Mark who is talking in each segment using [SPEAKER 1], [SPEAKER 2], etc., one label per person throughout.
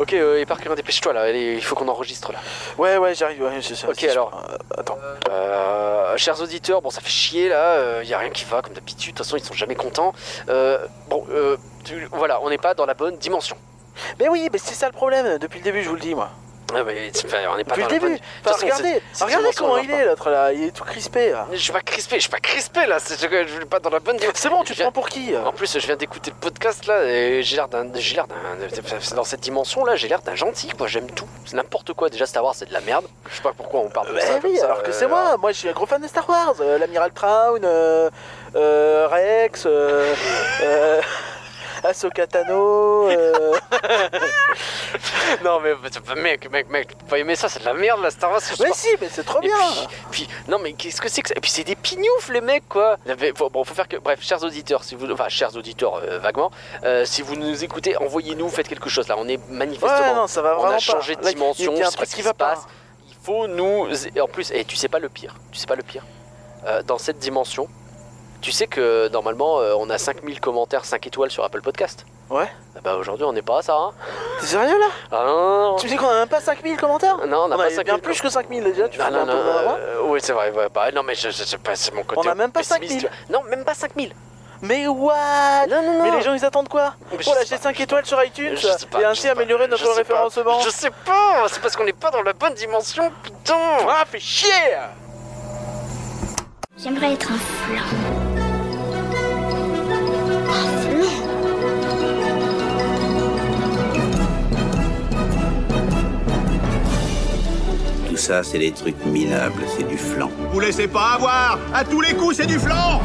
[SPEAKER 1] Ok, euh, et Parker, dépêche-toi là, allez, il faut qu'on enregistre là.
[SPEAKER 2] Ouais, ouais, j'arrive, ouais, c'est ça.
[SPEAKER 1] Ok,
[SPEAKER 2] c'est sûr.
[SPEAKER 1] alors.
[SPEAKER 2] Euh, attends.
[SPEAKER 1] Euh, chers auditeurs, bon, ça fait chier là, il y a rien qui va comme d'habitude, de toute façon, ils sont jamais contents. Euh, bon, euh, tu- voilà, on n'est pas dans la bonne dimension.
[SPEAKER 2] Mais oui, mais c'est ça le problème, depuis le début, je vous le dis, moi.
[SPEAKER 1] Ah, mais, c'est- enfin, on n'est pas
[SPEAKER 2] Depuis
[SPEAKER 1] dans
[SPEAKER 2] le
[SPEAKER 1] la bonne
[SPEAKER 2] début. Enfin,
[SPEAKER 1] façon,
[SPEAKER 2] regardez,
[SPEAKER 1] c'est
[SPEAKER 2] regardez
[SPEAKER 1] dimension,
[SPEAKER 2] comment
[SPEAKER 1] alors,
[SPEAKER 2] il est, l'autre là, il est tout crispé là.
[SPEAKER 1] Je suis pas crispé, je suis pas crispé là, c'est je- je suis pas dans la bonne dimension.
[SPEAKER 2] C'est bon, tu
[SPEAKER 1] Je
[SPEAKER 2] te prends pour qui euh
[SPEAKER 1] viens- En plus, je viens d'écouter le podcast là, et j'ai l'air d'un. J'ai l'air d'un. Dans cette dimension là, j'ai l'air d'un gentil quoi, j'aime tout. C'est n'importe quoi, déjà Star Wars c'est de la merde. Je sais pas pourquoi on parle de
[SPEAKER 2] Bah
[SPEAKER 1] ça. comme
[SPEAKER 2] oui,
[SPEAKER 1] ça,
[SPEAKER 2] alors que
[SPEAKER 1] euh,
[SPEAKER 2] c'est moi, moi je suis un gros fan de Star Wars, euh, l'amiral Traun, euh, euh, Rex, euh, euh, Ahsoka Tano, euh,
[SPEAKER 1] Non mais mais- mec, mec, mec, tu peux pas aimer ça, c'est de la merde la Star Wars. c'est
[SPEAKER 2] mais
[SPEAKER 1] pas-
[SPEAKER 2] si, mais c'est trop
[SPEAKER 1] Et
[SPEAKER 2] bien
[SPEAKER 1] puis, puis- non mais qu'est-ce que c'est que ça Et puis c'est des pignoufs les mecs quoi Non, mais faut- Bon faut faire que... Bref, chers auditeurs, si vous... Enfin, chers auditeurs, euh, vaguement, euh, si vous nous écoutez, envoyez-nous, faites quelque chose là, on est manifestement...
[SPEAKER 2] Ouais, non, ça va
[SPEAKER 1] on
[SPEAKER 2] vraiment
[SPEAKER 1] a
[SPEAKER 2] pas.
[SPEAKER 1] changé de
[SPEAKER 2] Là,
[SPEAKER 1] dimension,
[SPEAKER 2] il y
[SPEAKER 1] je
[SPEAKER 2] a un
[SPEAKER 1] sais pas
[SPEAKER 2] truc
[SPEAKER 1] ce qui
[SPEAKER 2] qui
[SPEAKER 1] se
[SPEAKER 2] va pas.
[SPEAKER 1] passe. Il faut nous... et En plus, et tu sais pas le pire, tu sais pas le pire. Euh, dans cette dimension, tu sais que normalement euh, on a 5000 commentaires 5 étoiles sur Apple Podcast.
[SPEAKER 2] Ouais.
[SPEAKER 1] Ah Bah aujourd'hui on n'est pas à ça hein.
[SPEAKER 2] T'es sérieux là
[SPEAKER 1] Ah non, non, non.
[SPEAKER 2] Tu me dis qu'on a même pas 5000 commentaires
[SPEAKER 1] Non, on n'a
[SPEAKER 2] On
[SPEAKER 1] pas
[SPEAKER 2] a
[SPEAKER 1] 5000
[SPEAKER 2] bien plus que 5000 déjà, tu fais
[SPEAKER 1] non, non,
[SPEAKER 2] un
[SPEAKER 1] non,
[SPEAKER 2] tour dans la voie.
[SPEAKER 1] euh, oui, c'est vrai. ouais, bah, non, mais je, je, je- c'est mon côté.
[SPEAKER 2] On a même pas
[SPEAKER 1] pessimiste,
[SPEAKER 2] 5000.
[SPEAKER 1] tu vois. Non, même pas 5000.
[SPEAKER 2] Mais what
[SPEAKER 1] Non, non, non.
[SPEAKER 2] Mais les gens ils attendent quoi Oh
[SPEAKER 1] Mais je
[SPEAKER 2] Pour
[SPEAKER 1] sais
[SPEAKER 2] lâcher
[SPEAKER 1] pas,
[SPEAKER 2] 5 étoiles sur iTunes
[SPEAKER 1] Je sais pas,
[SPEAKER 2] et
[SPEAKER 1] je
[SPEAKER 2] ainsi
[SPEAKER 1] sais pas,
[SPEAKER 2] améliorer
[SPEAKER 1] je
[SPEAKER 2] notre
[SPEAKER 1] sais pas.
[SPEAKER 2] référencement
[SPEAKER 1] Je sais pas. C'est parce qu'on n'est pas dans la bonne dimension, putain.
[SPEAKER 2] Ah, fais chier
[SPEAKER 3] J'aimerais être un flan. Un flan
[SPEAKER 4] Tout ça, c'est des trucs minables, c'est du flan.
[SPEAKER 5] Vous laissez pas avoir À tous les coups, c'est du flanc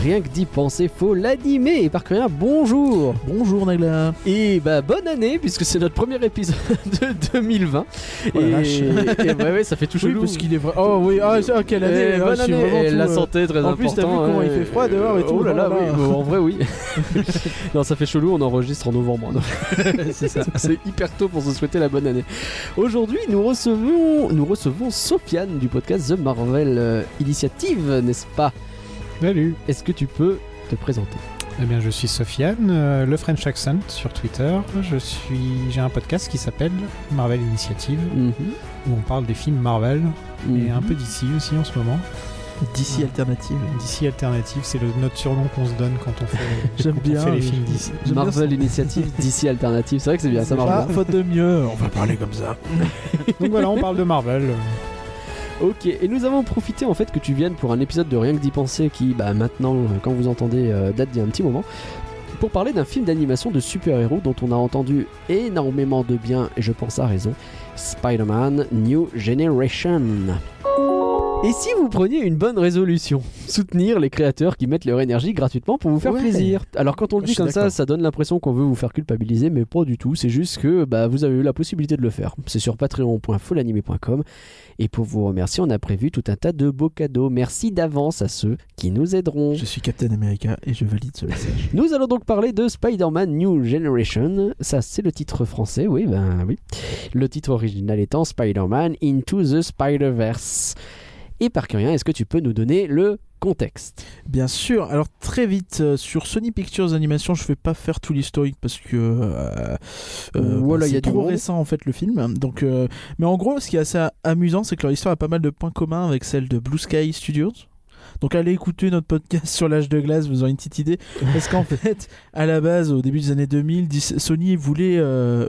[SPEAKER 6] Rien que d'y penser, faut l'animer. Et par rien, bonjour
[SPEAKER 7] Bonjour Nagla.
[SPEAKER 6] Et bah bonne année, puisque c'est notre premier épisode de 2020.
[SPEAKER 7] Oh la
[SPEAKER 6] et,
[SPEAKER 7] vache.
[SPEAKER 6] et ouais, ouais, ça fait tout
[SPEAKER 7] Oui,
[SPEAKER 6] chelou.
[SPEAKER 7] parce qu'il est vrai. Oh oui, ah, c'est- ah, quelle année.
[SPEAKER 6] Eh,
[SPEAKER 7] ah,
[SPEAKER 6] bonne
[SPEAKER 7] je suis
[SPEAKER 6] année,
[SPEAKER 7] vraiment
[SPEAKER 6] eh,
[SPEAKER 7] tout,
[SPEAKER 6] la
[SPEAKER 7] euh,
[SPEAKER 6] santé est très
[SPEAKER 7] en
[SPEAKER 6] importante.
[SPEAKER 7] plus, t'as vu comment il fait froid dehors et tout,
[SPEAKER 6] Oh là là,
[SPEAKER 7] oh là
[SPEAKER 6] oui,
[SPEAKER 7] là.
[SPEAKER 6] bon, en vrai, oui. non, ça fait chelou, on enregistre en novembre. hein, donc. c'est ça. C'est hyper tôt pour se souhaiter la bonne année. Aujourd'hui, nous recevons, nous recevons Sofiane du podcast The Marvel euh, Initiative, n'est-ce pas
[SPEAKER 8] Salut
[SPEAKER 6] Est-ce que tu peux te présenter
[SPEAKER 8] Eh bien, je suis Sofiane, euh, le French Accent sur Twitter. Je suis, j'ai un podcast qui s'appelle Marvel Initiative,
[SPEAKER 7] Mhm.
[SPEAKER 8] où on parle des films Marvel et un peu d'ici aussi en ce moment.
[SPEAKER 7] D'ici alternative.
[SPEAKER 8] D'ici alternative, c'est le, notre surnom qu'on se donne quand on fait,
[SPEAKER 7] J'aime
[SPEAKER 8] quand on
[SPEAKER 7] bien,
[SPEAKER 8] fait les
[SPEAKER 7] je-
[SPEAKER 8] films d'ici.
[SPEAKER 7] J'aime bien
[SPEAKER 6] Marvel
[SPEAKER 7] ça.
[SPEAKER 6] Initiative, DC Alternative, c'est vrai que c'est bien, ça marche
[SPEAKER 7] Ah,
[SPEAKER 6] bien.
[SPEAKER 7] faute de mieux, on va parler comme ça.
[SPEAKER 8] Donc voilà, on parle de Marvel. euh,
[SPEAKER 6] Ok, et nous avons profité en fait que tu viennes pour un épisode de Rien que d'y penser qui, bah maintenant, euh, quand vous entendez, euh, date d'il y a un petit moment, pour parler d'un film d'animation de super-héros dont on a entendu énormément de bien, et je pense à raison, Spider-Man New Generation. Et si vous preniez une bonne résolution Soutenir les créateurs qui mettent leur énergie gratuitement pour vous faire
[SPEAKER 7] Ouais.
[SPEAKER 6] plaisir. Alors quand on le
[SPEAKER 7] Je
[SPEAKER 6] dit
[SPEAKER 7] suis
[SPEAKER 6] comme ça,
[SPEAKER 7] d'accord.
[SPEAKER 6] ça donne l'impression qu'on veut vous faire culpabiliser, mais pas du tout. C'est juste que bah, vous avez eu la possibilité de le faire. C'est sur patreon.folanimé.com. Et pour vous remercier, on a prévu tout un tas de beaux cadeaux. Merci d'avance à ceux qui nous aideront.
[SPEAKER 7] Je suis Captain America et je valide ce message.
[SPEAKER 6] Nous allons donc parler de Spider-Man New Generation. Ça, c'est le titre français, oui, ben oui. Le titre original étant Spider-Man Into the Spider-Verse. Et par curieux, est-ce que tu peux nous donner le contexte
[SPEAKER 7] Bien sûr, alors très vite, euh, sur Sony Pictures Animation, je vais pas faire tout l'historique parce que euh, euh,
[SPEAKER 6] Voilà,
[SPEAKER 7] bah,
[SPEAKER 6] il y a
[SPEAKER 7] c'est
[SPEAKER 6] du
[SPEAKER 7] trop
[SPEAKER 6] monde.
[SPEAKER 7] récent en fait le film. Donc, euh, mais en gros, ce qui est assez amusant, c'est que leur histoire a pas mal de points communs avec celle de Blue Sky Studios. Donc allez écouter notre podcast sur l'âge de glace, vous aurez une petite idée. Parce qu'en fait, à la base, au début des années 2000, dis- Sony voulait euh,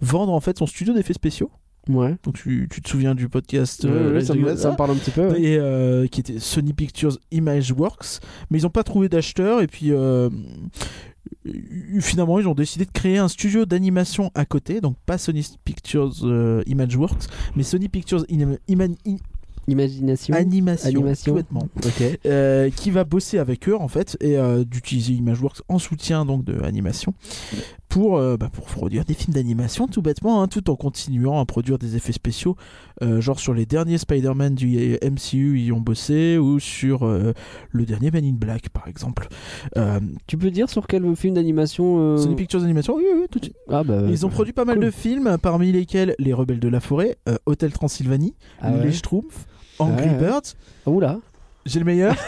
[SPEAKER 7] vendre en fait son studio d'effets spéciaux.
[SPEAKER 6] Ouais.
[SPEAKER 7] Donc tu, tu te souviens du podcast euh, l'âge
[SPEAKER 6] ça,
[SPEAKER 7] de
[SPEAKER 6] me,
[SPEAKER 7] glace,
[SPEAKER 6] ça me
[SPEAKER 7] là
[SPEAKER 6] parle un petit peu. ouais.
[SPEAKER 7] et euh, qui était Sony Pictures Imageworks, mais ils n'ont pas trouvé d'acheteur et puis euh, finalement ils ont décidé de créer un studio d'animation à côté, donc pas Sony Pictures euh, Imageworks, mais Sony Pictures Inima- Iman- I-
[SPEAKER 6] Imagination.
[SPEAKER 7] Animation,
[SPEAKER 6] Animation.
[SPEAKER 7] tout bêtement,
[SPEAKER 6] Ok.
[SPEAKER 7] euh, qui va bosser avec eux en fait et euh, d'utiliser Imageworks en soutien donc de animation pour, euh, bah, pour produire des films d'animation tout bêtement, hein, tout en continuant à produire des effets spéciaux, euh, genre sur les derniers Spider-Man du euh, MCU ils y ont bossé, ou sur euh, le dernier Man in Black par exemple. Euh,
[SPEAKER 6] Tu peux dire sur quel film d'animation euh,
[SPEAKER 7] Sony Pictures Animation, oui, oui, oui, tout de suite.
[SPEAKER 6] Ah bah.
[SPEAKER 7] Ils ont produit pas mal
[SPEAKER 6] cool.
[SPEAKER 7] de films, parmi lesquels Les Rebelles de la Forêt, euh, Hôtel Transylvanie,
[SPEAKER 6] Ah ouais.
[SPEAKER 7] Les Schtroumpfs, Angry
[SPEAKER 6] Ouais, ouais.
[SPEAKER 7] Birds,
[SPEAKER 6] Oula.
[SPEAKER 7] j'ai le meilleur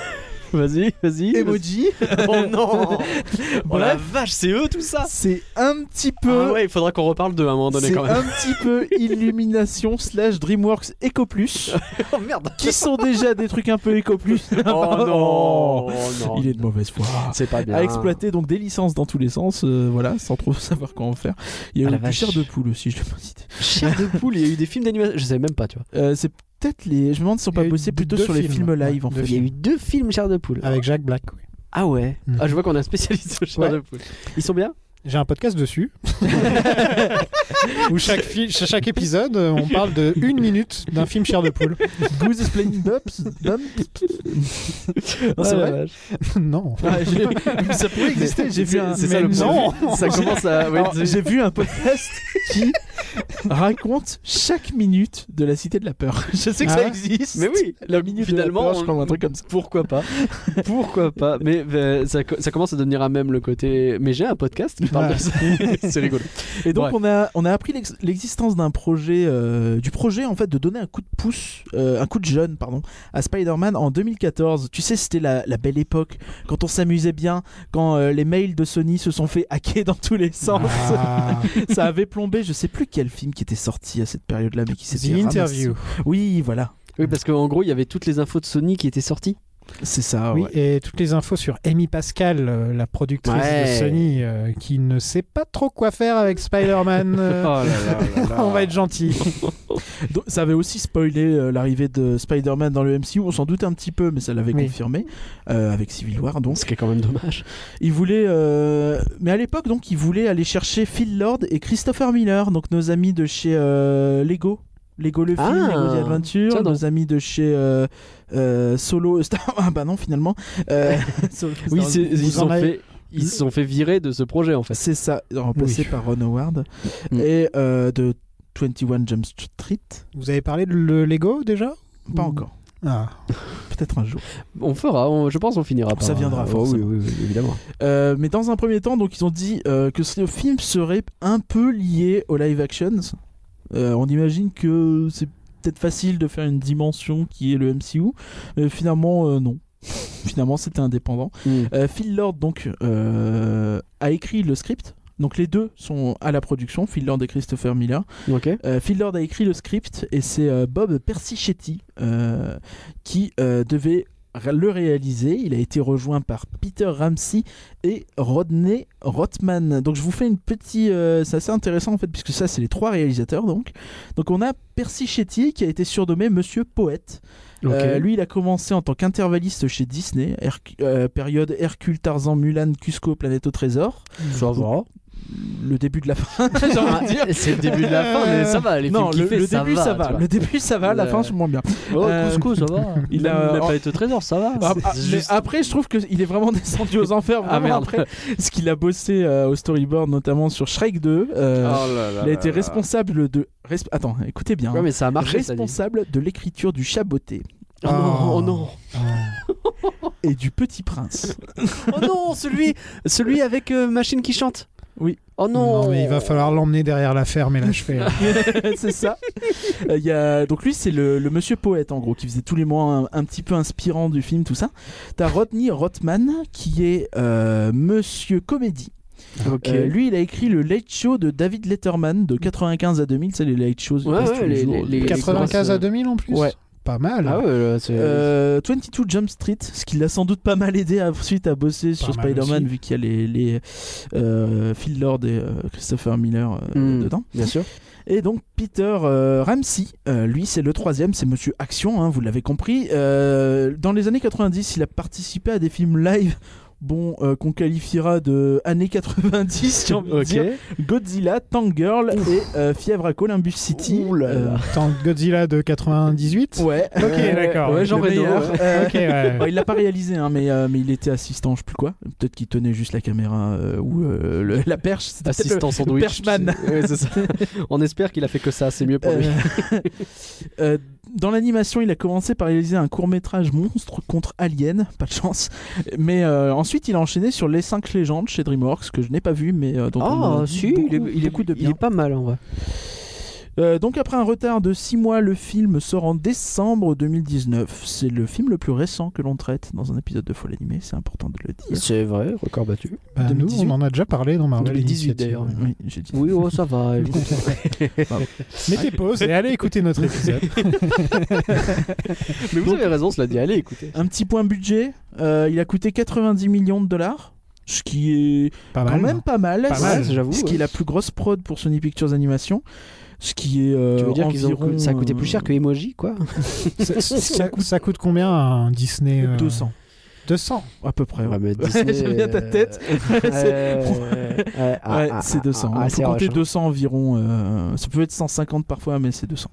[SPEAKER 6] Vas-y, vas-y.
[SPEAKER 7] Emoji.
[SPEAKER 6] Oh non Oh la
[SPEAKER 7] Bref.
[SPEAKER 6] vache, c'est eux tout ça
[SPEAKER 7] C'est un petit peu.
[SPEAKER 6] ah ouais, il faudra qu'on reparle d'eux à un moment donné
[SPEAKER 7] C'est
[SPEAKER 6] quand même.
[SPEAKER 7] un petit peu Illumination slash DreamWorks Eco Plus,
[SPEAKER 6] Oh merde
[SPEAKER 7] qui sont déjà des trucs un peu Eco Plus.
[SPEAKER 6] Oh non, non.
[SPEAKER 7] Il est de mauvaise foi.
[SPEAKER 6] C'est pas bien.
[SPEAKER 7] À exploiter donc des licences dans tous les sens, euh, voilà, sans trop savoir comment en faire. Il y
[SPEAKER 6] Ah,
[SPEAKER 7] a
[SPEAKER 6] la
[SPEAKER 7] eu du
[SPEAKER 6] vache.
[SPEAKER 7] chair de poule aussi, je l'ai pas cité.
[SPEAKER 6] Chair de poule, il y a eu des films d'animation. Je savais même pas, tu vois.
[SPEAKER 7] Euh, c'est peut-être les. Je me demande si on
[SPEAKER 8] Il y a
[SPEAKER 7] pas
[SPEAKER 8] eu
[SPEAKER 7] bossé
[SPEAKER 8] deux-
[SPEAKER 7] plutôt
[SPEAKER 8] deux
[SPEAKER 7] sur les
[SPEAKER 8] films,
[SPEAKER 7] films live en
[SPEAKER 8] ouais, deux
[SPEAKER 7] fait.
[SPEAKER 6] Il y a eu deux films Chair de poule.
[SPEAKER 8] Avec Jacques Black. oui.
[SPEAKER 6] Ah ouais
[SPEAKER 8] Mhm.
[SPEAKER 6] Ah, je vois qu'on a un spécialiste de Chair
[SPEAKER 8] Ouais.
[SPEAKER 6] de poule. Ils sont bien
[SPEAKER 8] J'ai un podcast dessus. où chaque, fi- cha- chaque épisode, euh, on parle de une minute d'un film Chair de poule.
[SPEAKER 7] Goose is playing Bumps.
[SPEAKER 6] Non, c'est
[SPEAKER 7] Ah, la
[SPEAKER 6] vrai
[SPEAKER 8] non.
[SPEAKER 6] Ah
[SPEAKER 7] Ah, ça pourrait exister, j'ai vu un.
[SPEAKER 6] C'est ça le
[SPEAKER 7] mais
[SPEAKER 6] problème.
[SPEAKER 7] non.
[SPEAKER 6] Ça commence à. ouais,
[SPEAKER 7] Alors,
[SPEAKER 6] c'est-
[SPEAKER 7] J'ai vu un podcast qui raconte chaque minute de la Cité de la Peur. Je sais que
[SPEAKER 8] Ah
[SPEAKER 7] ça
[SPEAKER 8] ouais
[SPEAKER 7] existe.
[SPEAKER 6] Mais oui,
[SPEAKER 7] la minute
[SPEAKER 6] finalement,
[SPEAKER 7] de la peur, je
[SPEAKER 6] on-
[SPEAKER 7] crois, ou un truc comme ça.
[SPEAKER 6] Pourquoi pas Pourquoi pas Mais euh, ça, co- ça commence à devenir à même le côté. Mais j'ai un podcast qui parle
[SPEAKER 8] Ouais.
[SPEAKER 6] de ça.
[SPEAKER 7] Ah.
[SPEAKER 6] c'est rigolo.
[SPEAKER 7] Et donc
[SPEAKER 6] Bref.
[SPEAKER 7] on a on a appris l'ex- l'existence d'un projet euh, du projet en fait de donner un coup de pouce euh, un coup de jeune pardon à Spider-Man en 2014. Tu sais c'était la, la belle époque quand on s'amusait bien quand euh, les mails de Sony se sont fait hacker dans tous les sens.
[SPEAKER 8] Ah,
[SPEAKER 7] ça avait plombé, je sais plus quel film qui était sorti à cette période-là mais qui
[SPEAKER 8] The
[SPEAKER 7] s'était
[SPEAKER 6] Ah,
[SPEAKER 7] ramassé.
[SPEAKER 8] Interview.
[SPEAKER 7] Oui, voilà.
[SPEAKER 6] Oui, parce qu'en gros, il y avait toutes les infos de Sony qui étaient sorties.
[SPEAKER 7] C'est ça,
[SPEAKER 6] Ah,
[SPEAKER 8] oui,
[SPEAKER 7] ouais.
[SPEAKER 8] et toutes les infos sur Amy Pascal, euh, la productrice
[SPEAKER 6] Ouais.
[SPEAKER 8] de Sony, euh, qui ne sait pas trop quoi faire avec Spider-Man. euh,
[SPEAKER 7] Oh
[SPEAKER 6] Oh
[SPEAKER 8] on va être gentil.
[SPEAKER 7] Donc, ça avait aussi spoilé euh, l'arrivée de Spider-Man dans le MCU, on s'en doute un petit peu, mais ça l'avait
[SPEAKER 8] Oui.
[SPEAKER 7] confirmé euh, avec Civil War. Donc,
[SPEAKER 6] Ce qui est quand même dommage.
[SPEAKER 7] il voulait, euh, mais à l'époque, donc, il voulait aller chercher Phil Lord et Christopher Miller, donc nos amis de chez euh, Lego. Lego le film,
[SPEAKER 6] Ah.
[SPEAKER 7] Lego The Adventure,
[SPEAKER 6] Tiens donc.
[SPEAKER 7] nos amis de chez euh, euh, Solo Star. Ah bah non, finalement. Euh, Solo-
[SPEAKER 6] Oui,
[SPEAKER 7] Star-
[SPEAKER 6] c'est- ils se
[SPEAKER 8] en
[SPEAKER 6] sont
[SPEAKER 8] avez-
[SPEAKER 6] fait, ils se sont fait virer de ce projet en fait.
[SPEAKER 7] Bah, C'est ça, remplacé
[SPEAKER 8] Oui.
[SPEAKER 7] par Ron Howard
[SPEAKER 6] Mm.
[SPEAKER 7] et euh, de 21 Jump Street.
[SPEAKER 8] Vous avez parlé de le Lego déjà
[SPEAKER 7] Pas
[SPEAKER 8] Mm.
[SPEAKER 7] encore,
[SPEAKER 8] Ah.
[SPEAKER 7] peut-être un jour.
[SPEAKER 6] On fera, on- je pense, on finira. par-
[SPEAKER 7] Ça viendra,
[SPEAKER 6] Oh, oui,
[SPEAKER 7] forcément.
[SPEAKER 6] oui, oui, évidemment.
[SPEAKER 7] Euh, mais dans un premier temps, donc ils ont dit euh, que ce film serait un peu lié au live actions. Euh, on imagine que c'est peut-être facile de faire une dimension qui est le MCU, mais finalement euh, non. finalement c'était indépendant.
[SPEAKER 6] Mm.
[SPEAKER 7] Euh, Phil Lord donc euh, a écrit le script. Donc les deux sont à la production, Phil Lord et Christopher Miller.
[SPEAKER 6] Ok.
[SPEAKER 7] Euh, Phil Lord a écrit le script et c'est euh, Bob Persichetti euh, qui euh, devait ra- le réaliser. Il a été rejoint par Peter Ramsey et Rodney Rothman. Donc je vous fais une petite... euh, c'est assez intéressant en fait puisque ça c'est les trois réalisateurs donc. Donc on a Persichetti qui a été surnommé Monsieur Poète.
[SPEAKER 6] Ok.
[SPEAKER 7] Euh, lui, il a commencé en tant qu'intervalliste chez Disney, Herc- euh, période Hercule, Tarzan, Mulan, Cusco, Planète au Trésor.
[SPEAKER 6] ça va.
[SPEAKER 7] Le début de la fin, j'ai
[SPEAKER 6] Ah,
[SPEAKER 7] envie de dire.
[SPEAKER 6] C'est le début de la fin, mais ça va. Les
[SPEAKER 7] non,
[SPEAKER 6] films qu'il
[SPEAKER 7] le,
[SPEAKER 6] fait,
[SPEAKER 7] le début ça,
[SPEAKER 6] tu
[SPEAKER 7] va.
[SPEAKER 6] vois.
[SPEAKER 7] Le début ça va, la
[SPEAKER 6] Le-
[SPEAKER 7] fin je suis moins bien.
[SPEAKER 6] Oh,
[SPEAKER 7] Euh,
[SPEAKER 6] Cusco, ça va.
[SPEAKER 7] il
[SPEAKER 6] Il
[SPEAKER 7] a-
[SPEAKER 6] a la palette au trésor, ça va.
[SPEAKER 7] Ah, ah,
[SPEAKER 6] C'est
[SPEAKER 7] mais
[SPEAKER 6] juste-
[SPEAKER 7] Après, je trouve qu'il est vraiment descendu aux enfers.
[SPEAKER 6] Ah,
[SPEAKER 7] vraiment
[SPEAKER 6] merde.
[SPEAKER 7] Après, ce qu'il a bossé euh, au storyboard, notamment sur Shrek 2, euh,
[SPEAKER 6] Oh
[SPEAKER 7] il a été responsable de. resp- Attends, écoutez bien.
[SPEAKER 6] Ouais, mais ça a marché. ça dit.
[SPEAKER 7] responsable de l'écriture du Chaboté
[SPEAKER 6] Oh non, oh non.
[SPEAKER 7] et du Petit Prince.
[SPEAKER 6] Oh non, celui, celui avec euh, machine qui chante.
[SPEAKER 7] Oui.
[SPEAKER 6] Oh non.
[SPEAKER 8] Non. mais il va falloir l'emmener derrière la ferme et l'achever.
[SPEAKER 7] c'est ça. Euh, il y a... Donc lui, c'est le, le monsieur poète en gros qui faisait tous les mois un, un petit peu inspirant du film, tout ça. T'as Rodney Rothman qui est euh, monsieur comédie.
[SPEAKER 6] Ok.
[SPEAKER 7] Euh, lui, il a écrit le Late Show de David Letterman de 95 à 2000. C'est les Late Shows. ils
[SPEAKER 6] Ouais,
[SPEAKER 7] passent
[SPEAKER 6] ouais,
[SPEAKER 7] tous les
[SPEAKER 6] les-
[SPEAKER 7] jours.
[SPEAKER 6] les- les-
[SPEAKER 8] 95 à 2000 en plus
[SPEAKER 7] Ouais.
[SPEAKER 8] Pas mal.
[SPEAKER 6] ah ouais, là, c'est.
[SPEAKER 7] Euh, 22 Jump Street, ce qui l'a sans doute pas mal aidé à- ensuite à bosser sur
[SPEAKER 8] mal
[SPEAKER 7] Spider-Man,
[SPEAKER 8] aussi.
[SPEAKER 7] vu qu'il y a les, les, euh, Phil Lord et euh, Christopher Miller euh,
[SPEAKER 6] Hmm.
[SPEAKER 7] dedans.
[SPEAKER 6] Bien sûr.
[SPEAKER 7] Et donc Peter euh, Ramsey, euh, lui c'est le troisième, c'est Monsieur Action, hein, vous l'avez compris. Euh, dans les années 90, il a participé à des films live. Bon, euh, qu'on qualifiera de années 90, j'ai envie de
[SPEAKER 6] Ok.
[SPEAKER 7] dire. Godzilla, Tangirl et euh, Fièvre à Columbus City.
[SPEAKER 6] Ouh là là.
[SPEAKER 8] euh, Tant Godzilla de 98
[SPEAKER 7] Euh, ouais.
[SPEAKER 8] Ok, d'accord.
[SPEAKER 6] Ah ouais, Jean
[SPEAKER 7] Le
[SPEAKER 6] Reno,
[SPEAKER 7] meilleur.
[SPEAKER 6] ouais.
[SPEAKER 7] Euh,
[SPEAKER 8] Ok, ouais.
[SPEAKER 7] bon, il l'a pas réalisé, hein, mais, euh, mais il était assistant, je sais plus quoi. Peut-être qu'il tenait juste la caméra euh, ou euh, le- la perche. c'était peut-être le-
[SPEAKER 6] Assistant sandwich.
[SPEAKER 7] Perchman.
[SPEAKER 6] c'est- ouais, c'est ça. On espère qu'il a fait que ça, c'est mieux pour lui.
[SPEAKER 7] Euh, euh, dans l'animation, il a commencé par réaliser un court métrage monstre contre Alien, pas de chance. Mais euh, ensuite, il a enchaîné sur Les 5 légendes chez DreamWorks, que je n'ai pas vu, mais euh, dont on
[SPEAKER 6] Ah,
[SPEAKER 7] m'a dit
[SPEAKER 6] si,
[SPEAKER 7] beaucoup,
[SPEAKER 6] il est, il, est,
[SPEAKER 7] beaucoup de
[SPEAKER 6] il est
[SPEAKER 7] bien.
[SPEAKER 6] pas mal en vrai.
[SPEAKER 7] Euh, donc après un retard de 6 mois, le film sort en décembre 2019. C'est le film le plus récent que l'on traite dans un épisode de Folle Animée, c'est important de le dire.
[SPEAKER 6] C'est vrai, record battu.
[SPEAKER 8] Bah, nous,
[SPEAKER 7] 2018.
[SPEAKER 8] on en a déjà parlé dans Marvel
[SPEAKER 6] 2018
[SPEAKER 8] Initiative.
[SPEAKER 6] d'ailleurs.
[SPEAKER 7] Oui, j'ai dit.
[SPEAKER 6] Oui, oh, ça va.
[SPEAKER 8] Mettez pause et allez écouter notre épisode.
[SPEAKER 6] Mais vous avez raison, cela dit. Allez, écoutez.
[SPEAKER 7] Un petit point budget, euh, il a coûté 90 millions de dollars, ce qui est
[SPEAKER 8] Pas mal.
[SPEAKER 7] quand même pas mal.
[SPEAKER 8] Pas
[SPEAKER 7] C'est-
[SPEAKER 8] mal,
[SPEAKER 6] Ouais, j'avoue.
[SPEAKER 7] Ce qui est la plus grosse prod pour Sony Pictures Animation. Ce qui est. euh,
[SPEAKER 6] Tu veux dire qu'ils ont...
[SPEAKER 7] environ,
[SPEAKER 6] ça a coûté plus cher
[SPEAKER 7] euh,
[SPEAKER 6] que Emoji, quoi
[SPEAKER 8] Ça, ça- ça coûte... ça coûte combien un Disney euh,
[SPEAKER 7] 200,
[SPEAKER 8] 200.
[SPEAKER 7] à peu près. ouais.
[SPEAKER 6] mais
[SPEAKER 7] J'aime bien ta tête.
[SPEAKER 6] euh,
[SPEAKER 7] Ouais, c'est 200.
[SPEAKER 6] Ah,
[SPEAKER 7] On
[SPEAKER 6] c'est
[SPEAKER 7] peut compter
[SPEAKER 6] rush, hein.
[SPEAKER 7] 200 environ. euh, ça peut être 150 parfois, mais c'est 200.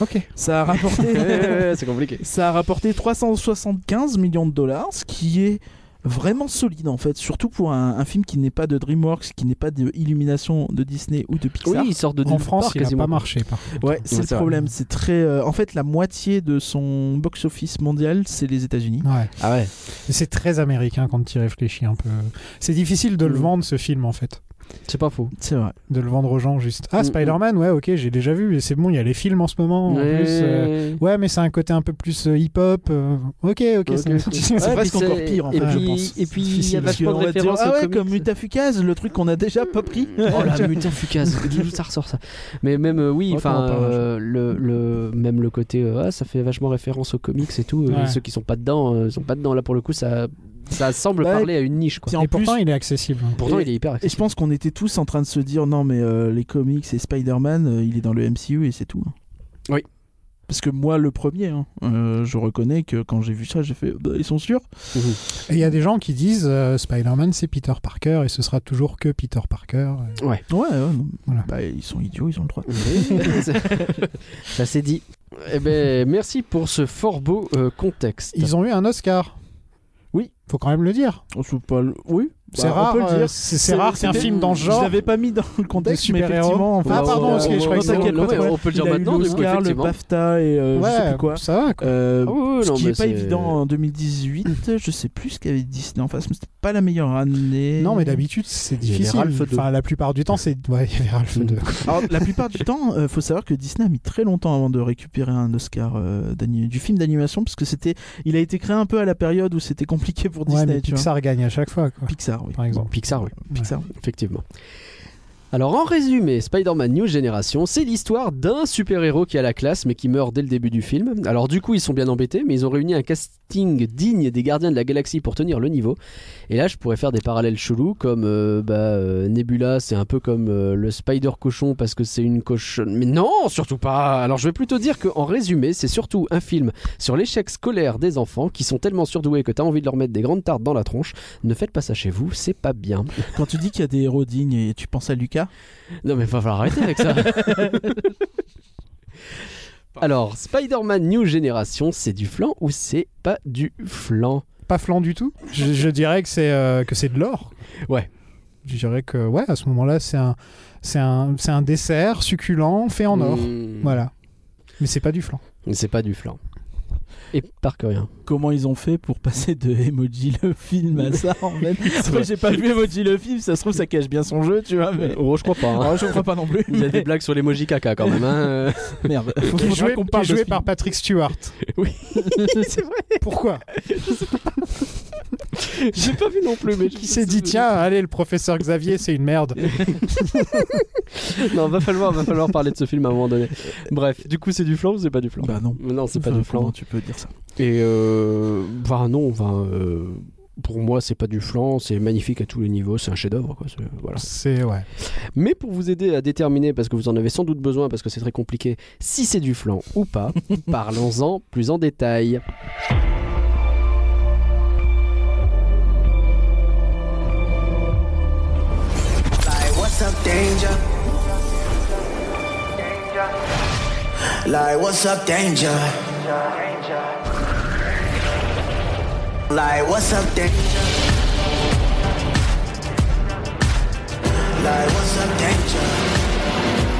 [SPEAKER 8] Ok.
[SPEAKER 7] Ça a rapporté.
[SPEAKER 6] Ouais, ouais, ouais, C'est compliqué.
[SPEAKER 7] Ça a rapporté 375 millions de dollars, ce qui est vraiment solide en fait, surtout pour un, un film qui n'est pas de DreamWorks, qui n'est pas de Illumination de Disney ou de
[SPEAKER 6] Oui,
[SPEAKER 7] Pixar.
[SPEAKER 6] ils sortent de
[SPEAKER 8] En
[SPEAKER 6] nulle
[SPEAKER 8] France,
[SPEAKER 6] part,
[SPEAKER 8] il n'a
[SPEAKER 6] quasiment.
[SPEAKER 8] pas marché. Par contre.
[SPEAKER 7] Ouais, c'est
[SPEAKER 6] Ouais,
[SPEAKER 7] le
[SPEAKER 6] c'est vrai.
[SPEAKER 7] problème. C'est très. euh, en fait, la moitié de son box-office mondial, c'est les États-Unis.
[SPEAKER 8] Ouais.
[SPEAKER 6] Ah ouais.
[SPEAKER 8] Et C'est très américain quand tu y réfléchis un peu. C'est difficile de le
[SPEAKER 6] Mm.
[SPEAKER 8] vendre ce film en fait.
[SPEAKER 6] C'est pas faux.
[SPEAKER 7] C'est vrai.
[SPEAKER 8] De le vendre aux gens juste.
[SPEAKER 6] Mm,
[SPEAKER 8] Ah,
[SPEAKER 6] mm.
[SPEAKER 8] Spider-Man, ouais, ok, j'ai déjà vu. Et c'est bon, il y a les films en ce moment. En plus, euh, Ouais, mais c'est un côté un peu plus euh, hip-hop. euh, Ok, ok,
[SPEAKER 6] Ok,
[SPEAKER 8] ça
[SPEAKER 6] ok.
[SPEAKER 8] me fait-
[SPEAKER 7] c'est
[SPEAKER 6] Ouais,
[SPEAKER 7] presque
[SPEAKER 6] puis
[SPEAKER 7] encore
[SPEAKER 6] c'est-
[SPEAKER 7] pire, en
[SPEAKER 6] et
[SPEAKER 7] fait, je
[SPEAKER 6] puis-
[SPEAKER 7] pense.
[SPEAKER 6] Et puis il y
[SPEAKER 7] Difficile,
[SPEAKER 6] a
[SPEAKER 7] parce
[SPEAKER 6] vachement
[SPEAKER 7] qu'on
[SPEAKER 6] de
[SPEAKER 7] va dire,
[SPEAKER 6] références
[SPEAKER 7] ah
[SPEAKER 6] aux
[SPEAKER 7] ouais,
[SPEAKER 6] comics.
[SPEAKER 7] comme Mutafukaz, le truc qu'on a déjà pas pris.
[SPEAKER 6] Oh la mutin fucasse, d'où ça ressort ça. Mais même euh, oui,
[SPEAKER 7] Ouais,
[SPEAKER 6] enfin
[SPEAKER 7] t'en parles,
[SPEAKER 6] euh, le, le même le côté euh, ah, ça fait vachement référence aux comics et tout. euh,
[SPEAKER 8] Ouais.
[SPEAKER 6] Ceux qui sont pas dedans, euh, sont pas dedans là pour le coup ça ça semble
[SPEAKER 7] Bah,
[SPEAKER 6] parler à une niche quoi.
[SPEAKER 7] Puis en
[SPEAKER 8] Et
[SPEAKER 7] plus,
[SPEAKER 8] pourtant, il est accessible.
[SPEAKER 6] Pourtant
[SPEAKER 7] et-
[SPEAKER 6] il est hyper
[SPEAKER 7] et je
[SPEAKER 6] accessible.
[SPEAKER 7] pense qu'on était tous en train de se dire non mais euh, les comics et Spider-Man, euh, il est dans le MCU et c'est tout. hein.
[SPEAKER 6] Oui.
[SPEAKER 7] Parce que moi le premier, hein, euh, je reconnais que quand j'ai vu ça, j'ai fait bah, ils sont sûrs.
[SPEAKER 8] Et il y a des gens qui disent euh, Spider-Man, c'est Peter Parker et ce sera toujours que Peter Parker.
[SPEAKER 7] Ouais, ouais, non.
[SPEAKER 8] Voilà.
[SPEAKER 7] Bah, ils sont idiots, ils ont le droit.
[SPEAKER 6] ça s'est dit. Eh ben merci pour ce fort beau euh, contexte.
[SPEAKER 8] Ils ont eu un Oscar.
[SPEAKER 7] Oui.
[SPEAKER 8] Faut quand même le dire.
[SPEAKER 7] On se pas le- Oui,
[SPEAKER 8] C'est
[SPEAKER 7] bah,
[SPEAKER 8] rare.
[SPEAKER 7] On peut le
[SPEAKER 8] euh,
[SPEAKER 7] dire.
[SPEAKER 8] c'est c'est rare qu'un
[SPEAKER 7] c'était-
[SPEAKER 8] film dans ce genre.
[SPEAKER 7] Je l'avais pas mis dans le contexte, mais
[SPEAKER 8] super-héros.
[SPEAKER 7] effectivement. en fait,
[SPEAKER 8] Ah, pardon,
[SPEAKER 7] euh,
[SPEAKER 8] parce que je
[SPEAKER 7] on-
[SPEAKER 8] croyais que
[SPEAKER 7] on t'inquiète
[SPEAKER 8] c'était-
[SPEAKER 7] pas,
[SPEAKER 6] Ouais,
[SPEAKER 7] ouais.
[SPEAKER 6] on peut le dire
[SPEAKER 7] Il a eu
[SPEAKER 6] maintenant, du coup,
[SPEAKER 7] l'Oscar, le
[SPEAKER 6] effectivement.
[SPEAKER 7] BAFTA et euh, je sais
[SPEAKER 8] Ouais,
[SPEAKER 7] plus quoi.
[SPEAKER 8] ça va. quoi.
[SPEAKER 7] Euh,
[SPEAKER 6] Ah oui, oui,
[SPEAKER 7] ce
[SPEAKER 6] non,
[SPEAKER 7] qui
[SPEAKER 6] mais
[SPEAKER 7] n'est pas
[SPEAKER 6] c'est-
[SPEAKER 7] évident en 2018, je sais plus ce qu'avait Disney en face, mais c'était pas la meilleure année.
[SPEAKER 8] Non, mais d'habitude, c'est
[SPEAKER 6] y avait
[SPEAKER 8] difficile.
[SPEAKER 6] Ralph deux.
[SPEAKER 8] Enfin, la plupart du temps, c'est. Ouais, il y avait Ralph
[SPEAKER 6] Mm.
[SPEAKER 8] 2.
[SPEAKER 7] Alors, la plupart du temps, euh, faut savoir que Disney a mis très longtemps avant de récupérer un Oscar euh, d'ani- du film d'animation, parce que c'était, il a été créé un peu à la période où c'était compliqué pour
[SPEAKER 8] Ouais,
[SPEAKER 7] Disney.
[SPEAKER 8] mais
[SPEAKER 7] tu
[SPEAKER 8] Pixar gagne à chaque fois, quoi,
[SPEAKER 7] vois. Pixar, oui.
[SPEAKER 8] par exemple.
[SPEAKER 6] Pixar oui.
[SPEAKER 7] Pixar.
[SPEAKER 6] Effectivement. Alors en résumé, Spider-Man New Generation, c'est l'histoire d'un super-héros qui a la classe mais qui meurt dès le début du film. Alors du coup, ils sont bien embêtés, mais ils ont réuni un casting digne des gardiens de la galaxie pour tenir le niveau. Et là, je pourrais faire des parallèles chelous comme euh, bah, euh, Nebula, c'est un peu comme euh, le Spider-Cochon parce que c'est une cochonne. Mais non, surtout pas Alors je vais plutôt dire qu'en résumé, c'est surtout un film sur l'échec scolaire des enfants qui sont tellement surdoués que t'as envie de leur mettre des grandes tartes dans la tronche. Ne faites pas ça chez vous, c'est pas bien.
[SPEAKER 7] Quand tu dis qu'il y a des héros dignes et tu penses à Lucas,
[SPEAKER 6] Non mais va falloir arrêter avec ça. Alors, Spider-Man New Generation, c'est du flan ou c'est pas du flan
[SPEAKER 8] Pas flan du tout. Je, je dirais que c'est euh, que c'est de l'or.
[SPEAKER 6] Ouais.
[SPEAKER 8] Je dirais que ouais, à ce moment-là, c'est un c'est un c'est un dessert succulent fait en or.
[SPEAKER 6] Mmh.
[SPEAKER 8] Voilà. Mais c'est pas du flan.
[SPEAKER 6] Mais C'est pas du flan. Et par que rien.
[SPEAKER 7] comment ils ont fait pour passer de Emoji le film à ça en fait Après, j'ai pas vu Emoji le film, ça se trouve ça cache bien son jeu, tu vois. Mais...
[SPEAKER 6] Oh, je crois pas. hein.
[SPEAKER 7] Oh, je crois pas non plus.
[SPEAKER 6] Il y a des blagues sur l'emoji caca quand même. hein.
[SPEAKER 7] Merde, faut
[SPEAKER 8] Qui est
[SPEAKER 7] faut pas
[SPEAKER 8] joué,
[SPEAKER 7] qu'on
[SPEAKER 8] qui est
[SPEAKER 7] parle de
[SPEAKER 8] joué
[SPEAKER 7] ce
[SPEAKER 8] par
[SPEAKER 7] film.
[SPEAKER 8] Patrick Stewart.
[SPEAKER 6] Oui.
[SPEAKER 8] c'est vrai. Pourquoi
[SPEAKER 6] J'ai pas vu non plus, mais
[SPEAKER 8] Qui s'est dit tiens, allez, le professeur Xavier, c'est une merde.
[SPEAKER 6] Non, va falloir, va falloir parler de ce film à un moment donné. Bref, du coup, c'est du flan ou c'est pas du flan
[SPEAKER 7] Bah non.
[SPEAKER 6] Non, c'est pas
[SPEAKER 7] Enfin,
[SPEAKER 6] du flan.
[SPEAKER 7] comment Tu peux dire ça.
[SPEAKER 6] Et euh, enfin non, enfin euh, pour moi c'est pas du flan, c'est magnifique à tous les niveaux, c'est un chef-d'œuvre quoi. c'est- Voilà.
[SPEAKER 8] C'est ouais.
[SPEAKER 6] Mais pour vous aider à déterminer, parce que vous en avez sans doute besoin, parce que c'est très compliqué, si c'est du flan ou pas, parlons-en plus en détail.
[SPEAKER 4] Like, what's up, danger? Like, what's up, danger? Like, what's up, danger?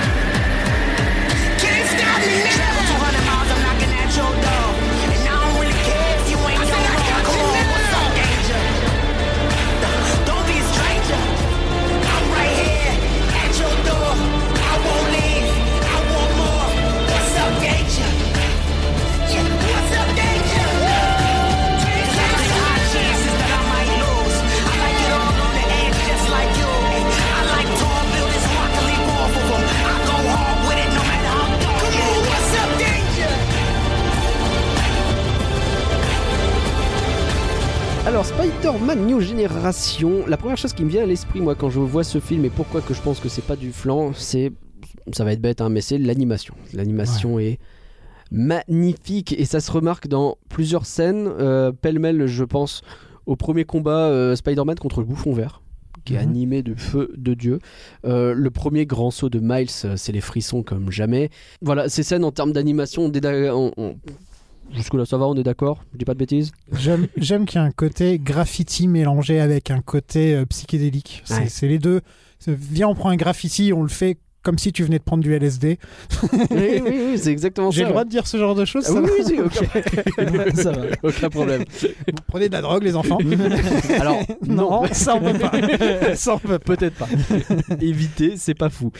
[SPEAKER 9] Can't stop me now. Travel 200 miles, I'm knocking at your door. And I don't really care if you ain't no more. Come on, what's
[SPEAKER 6] Spider-Man New Generation. La première chose qui me vient à l'esprit, moi, quand je vois ce film et pourquoi que je pense que c'est pas du flan, c'est. Ça va être bête, hein, mais c'est l'animation. L'animation est magnifique et ça se remarque dans plusieurs scènes. Euh, Pêle-mêle, je pense au premier combat euh, Spider-Man contre le bouffon vert qui est
[SPEAKER 8] Mhm.
[SPEAKER 6] animé de feu de Dieu. Euh, le premier grand saut de Miles, euh, c'est les frissons comme jamais. Voilà, ces scènes en termes d'animation, on est d'a- on- on- jusque-là ça va, on est d'accord Je dis pas de bêtises
[SPEAKER 8] J'aime j'aime qu'il y ait un côté graffiti mélangé avec un côté euh, psychédélique. C'est
[SPEAKER 6] Ouais.
[SPEAKER 8] c'est les deux. C'est- Viens, on prend un graffiti, on le fait comme si tu venais de prendre du LSD.
[SPEAKER 6] Oui, oui, oui, c'est exactement ça.
[SPEAKER 8] J'ai le droit
[SPEAKER 6] ouais.
[SPEAKER 8] de dire ce genre de choses.
[SPEAKER 6] Ah
[SPEAKER 8] ça
[SPEAKER 6] oui,
[SPEAKER 8] va
[SPEAKER 6] oui, oui, ok. ça va, aucun problème.
[SPEAKER 8] Prenez de la drogue, les enfants.
[SPEAKER 6] Alors,
[SPEAKER 8] non, ça on peut pas. ça on peut pas.
[SPEAKER 6] peut-être pas. Éviter, c'est pas fou.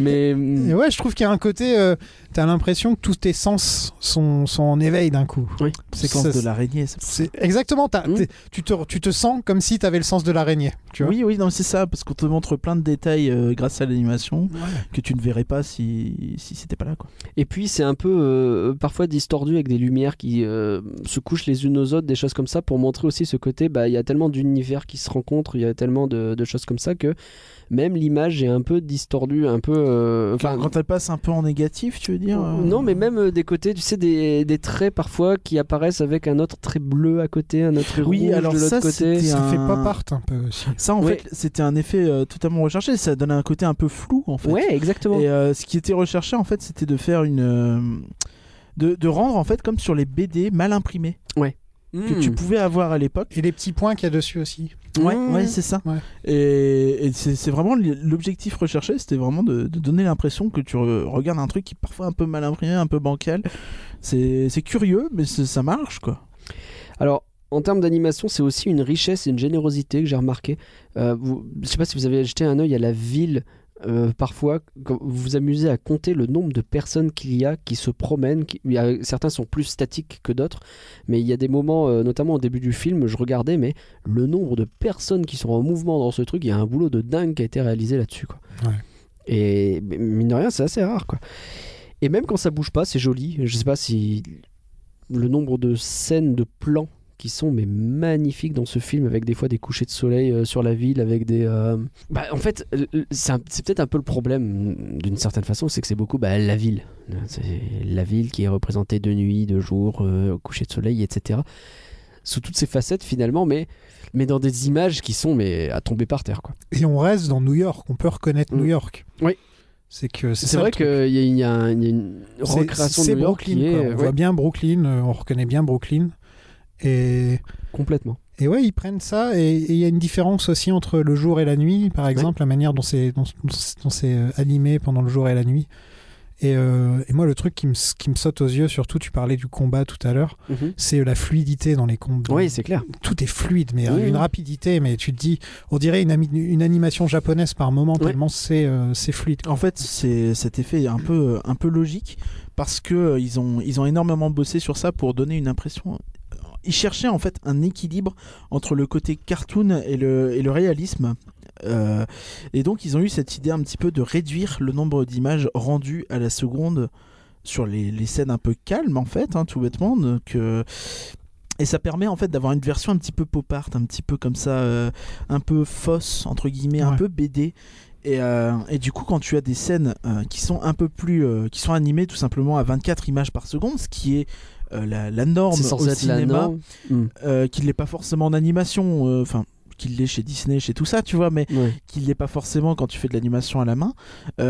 [SPEAKER 6] Mais mm,
[SPEAKER 8] Et ouais, je trouve qu'il y a un côté. euh, T'as l'impression que tous tes sens sont, sont en éveil d'un coup.
[SPEAKER 6] Oui.
[SPEAKER 8] Ça,
[SPEAKER 7] Séquence de l'araignée. c'est-
[SPEAKER 8] c'est- Exactement. t'as-
[SPEAKER 6] Mm.
[SPEAKER 8] t'es- tu, te, tu te sens comme si t'avais le sens de l'araignée. Tu vois
[SPEAKER 7] Oui, oui, non, c'est ça, parce qu'on te montre plein de détails euh, grâce à l'animation que tu ne verrais pas si, si c'était pas là. Quoi.
[SPEAKER 6] Et puis c'est un peu euh, parfois distordu avec des lumières qui euh, se couchent les unes aux autres, des choses comme ça, pour montrer aussi ce côté, bah, il y a tellement d'univers qui se rencontrent, il y a tellement de, de choses comme ça que même l'image est un peu distordue, un peu... euh, enfin,
[SPEAKER 7] Quand, quand elle passe un peu en négatif, tu veux dire euh,
[SPEAKER 6] non, mais même euh, des côtés, tu sais, des, des traits parfois qui apparaissent avec un autre trait bleu à côté, un autre trait
[SPEAKER 7] Oui,
[SPEAKER 6] rouge
[SPEAKER 7] alors
[SPEAKER 6] de l'autre
[SPEAKER 7] ça,
[SPEAKER 6] côté.
[SPEAKER 7] c'était
[SPEAKER 8] Ça
[SPEAKER 7] un-
[SPEAKER 8] fait pop art un peu aussi.
[SPEAKER 7] Ça, en
[SPEAKER 6] Oui.
[SPEAKER 7] fait, c'était un effet euh, totalement recherché. Ça donnait un côté un peu flou, en fait.
[SPEAKER 6] Ouais, exactement.
[SPEAKER 7] Et euh, ce qui était recherché, en fait, c'était de faire une. euh, De, de rendre, en fait, comme sur les BD mal imprimés que tu
[SPEAKER 6] Mm.
[SPEAKER 7] pouvais avoir à l'époque.
[SPEAKER 8] Et les petits points qu'il y a dessus aussi.
[SPEAKER 7] Ouais,
[SPEAKER 6] Mmh.
[SPEAKER 7] ouais c'est ça.
[SPEAKER 8] Ouais.
[SPEAKER 7] Et, et c'est c'est vraiment l- l'objectif recherché, c'était vraiment de, de donner l'impression que tu re- regardes un truc qui est parfois un peu mal imprimé, un peu bancal. C'est c'est curieux, mais c'est- ça marche quoi.
[SPEAKER 6] Alors, en termes d'animation, c'est aussi une richesse et une générosité que j'ai remarqué. Euh, vous- je ne sais pas si vous avez jeté un œil à la ville. euh, parfois, quand vous vous amusez à compter le nombre de personnes qu'il y a qui se promènent. qui- il y a- certains sont plus statiques que d'autres, mais il y a des moments, euh, notamment au début du film, je regardais, mais le nombre de personnes qui sont en mouvement dans ce truc, il y a un boulot de dingue qui a été réalisé là-dessus. quoi.
[SPEAKER 8] Ouais.
[SPEAKER 6] Et mais mine de rien, c'est assez rare. quoi. Et même quand ça bouge pas, c'est joli. Je sais pas si le nombre de scènes, de plans qui sont mais magnifiques dans ce film avec des fois des couchers de soleil euh, sur la ville avec des euh, bah, en fait l- l- c'est un- c'est peut-être un peu le problème mm, d'une certaine façon c'est que c'est beaucoup bah, la ville c'est la ville qui est représentée de nuit de jour euh, au coucher de soleil etc sous toutes ses facettes finalement mais mais dans des images qui sont mais à tomber par terre quoi
[SPEAKER 8] Et on reste dans New York, on peut reconnaître
[SPEAKER 6] Mm.
[SPEAKER 8] New York.
[SPEAKER 6] Oui.
[SPEAKER 8] C'est que
[SPEAKER 6] c'est
[SPEAKER 8] ça
[SPEAKER 6] vrai
[SPEAKER 8] le truc.
[SPEAKER 6] qu'il y, a- il y a un- il y a une
[SPEAKER 8] C'est-
[SPEAKER 6] recréation de
[SPEAKER 8] c'est
[SPEAKER 6] New York
[SPEAKER 8] Brooklyn.
[SPEAKER 6] qui est,
[SPEAKER 8] quoi. On
[SPEAKER 6] euh, ouais,
[SPEAKER 8] voit bien Brooklyn, euh, on reconnaît bien Brooklyn. Et,
[SPEAKER 6] complètement
[SPEAKER 8] et ouais, ils prennent ça. Et et il y a une différence aussi entre le jour et la nuit, par exemple, la manière dont c'est dont, dont c'est, euh, animé pendant le jour et la nuit. Et, euh, et moi, le truc qui me, s- qui me saute aux yeux, surtout, tu parlais du combat tout à l'heure, c'est euh, la fluidité dans les combats.
[SPEAKER 6] Mhm. oui c'est clair
[SPEAKER 8] tout est fluide, mais euh,
[SPEAKER 6] Oui,
[SPEAKER 8] une
[SPEAKER 6] oui.
[SPEAKER 8] rapidité, mais tu te dis, on dirait une, ami- une animation japonaise par moment,
[SPEAKER 6] Oui.
[SPEAKER 8] tellement c'est euh, c'est fluide.
[SPEAKER 7] En fait, c'est cet effet est un peu un peu logique parce que euh, ils ont ils ont énormément bossé sur ça pour donner une impression. euh, Ils cherchaient en fait un équilibre entre le côté cartoon et le et le réalisme. Euh, et donc ils ont eu cette idée un petit peu de réduire le nombre d'images rendues à la seconde sur les, les scènes un peu calmes en fait, hein, tout bêtement. Donc, euh, et ça permet en fait d'avoir une version un petit peu pop art, un petit peu comme ça, euh, un peu fausse entre guillemets, un
[SPEAKER 8] Ouais.
[SPEAKER 7] peu BD. Et, euh, et du coup, quand tu as des scènes euh, qui sont un peu plus, euh, qui sont animées tout simplement à 24 images par seconde, ce qui est euh, la, la norme
[SPEAKER 6] c'est
[SPEAKER 7] au
[SPEAKER 6] censé être la
[SPEAKER 7] cinéma,
[SPEAKER 6] norme. Hmm.
[SPEAKER 7] euh, qu'il l'est pas forcément en animation, euh, enfin qu'il l'est chez Disney, chez tout ça, tu vois, mais
[SPEAKER 6] Ouais.
[SPEAKER 7] qu'il l'est pas forcément quand tu fais de l'animation à la main.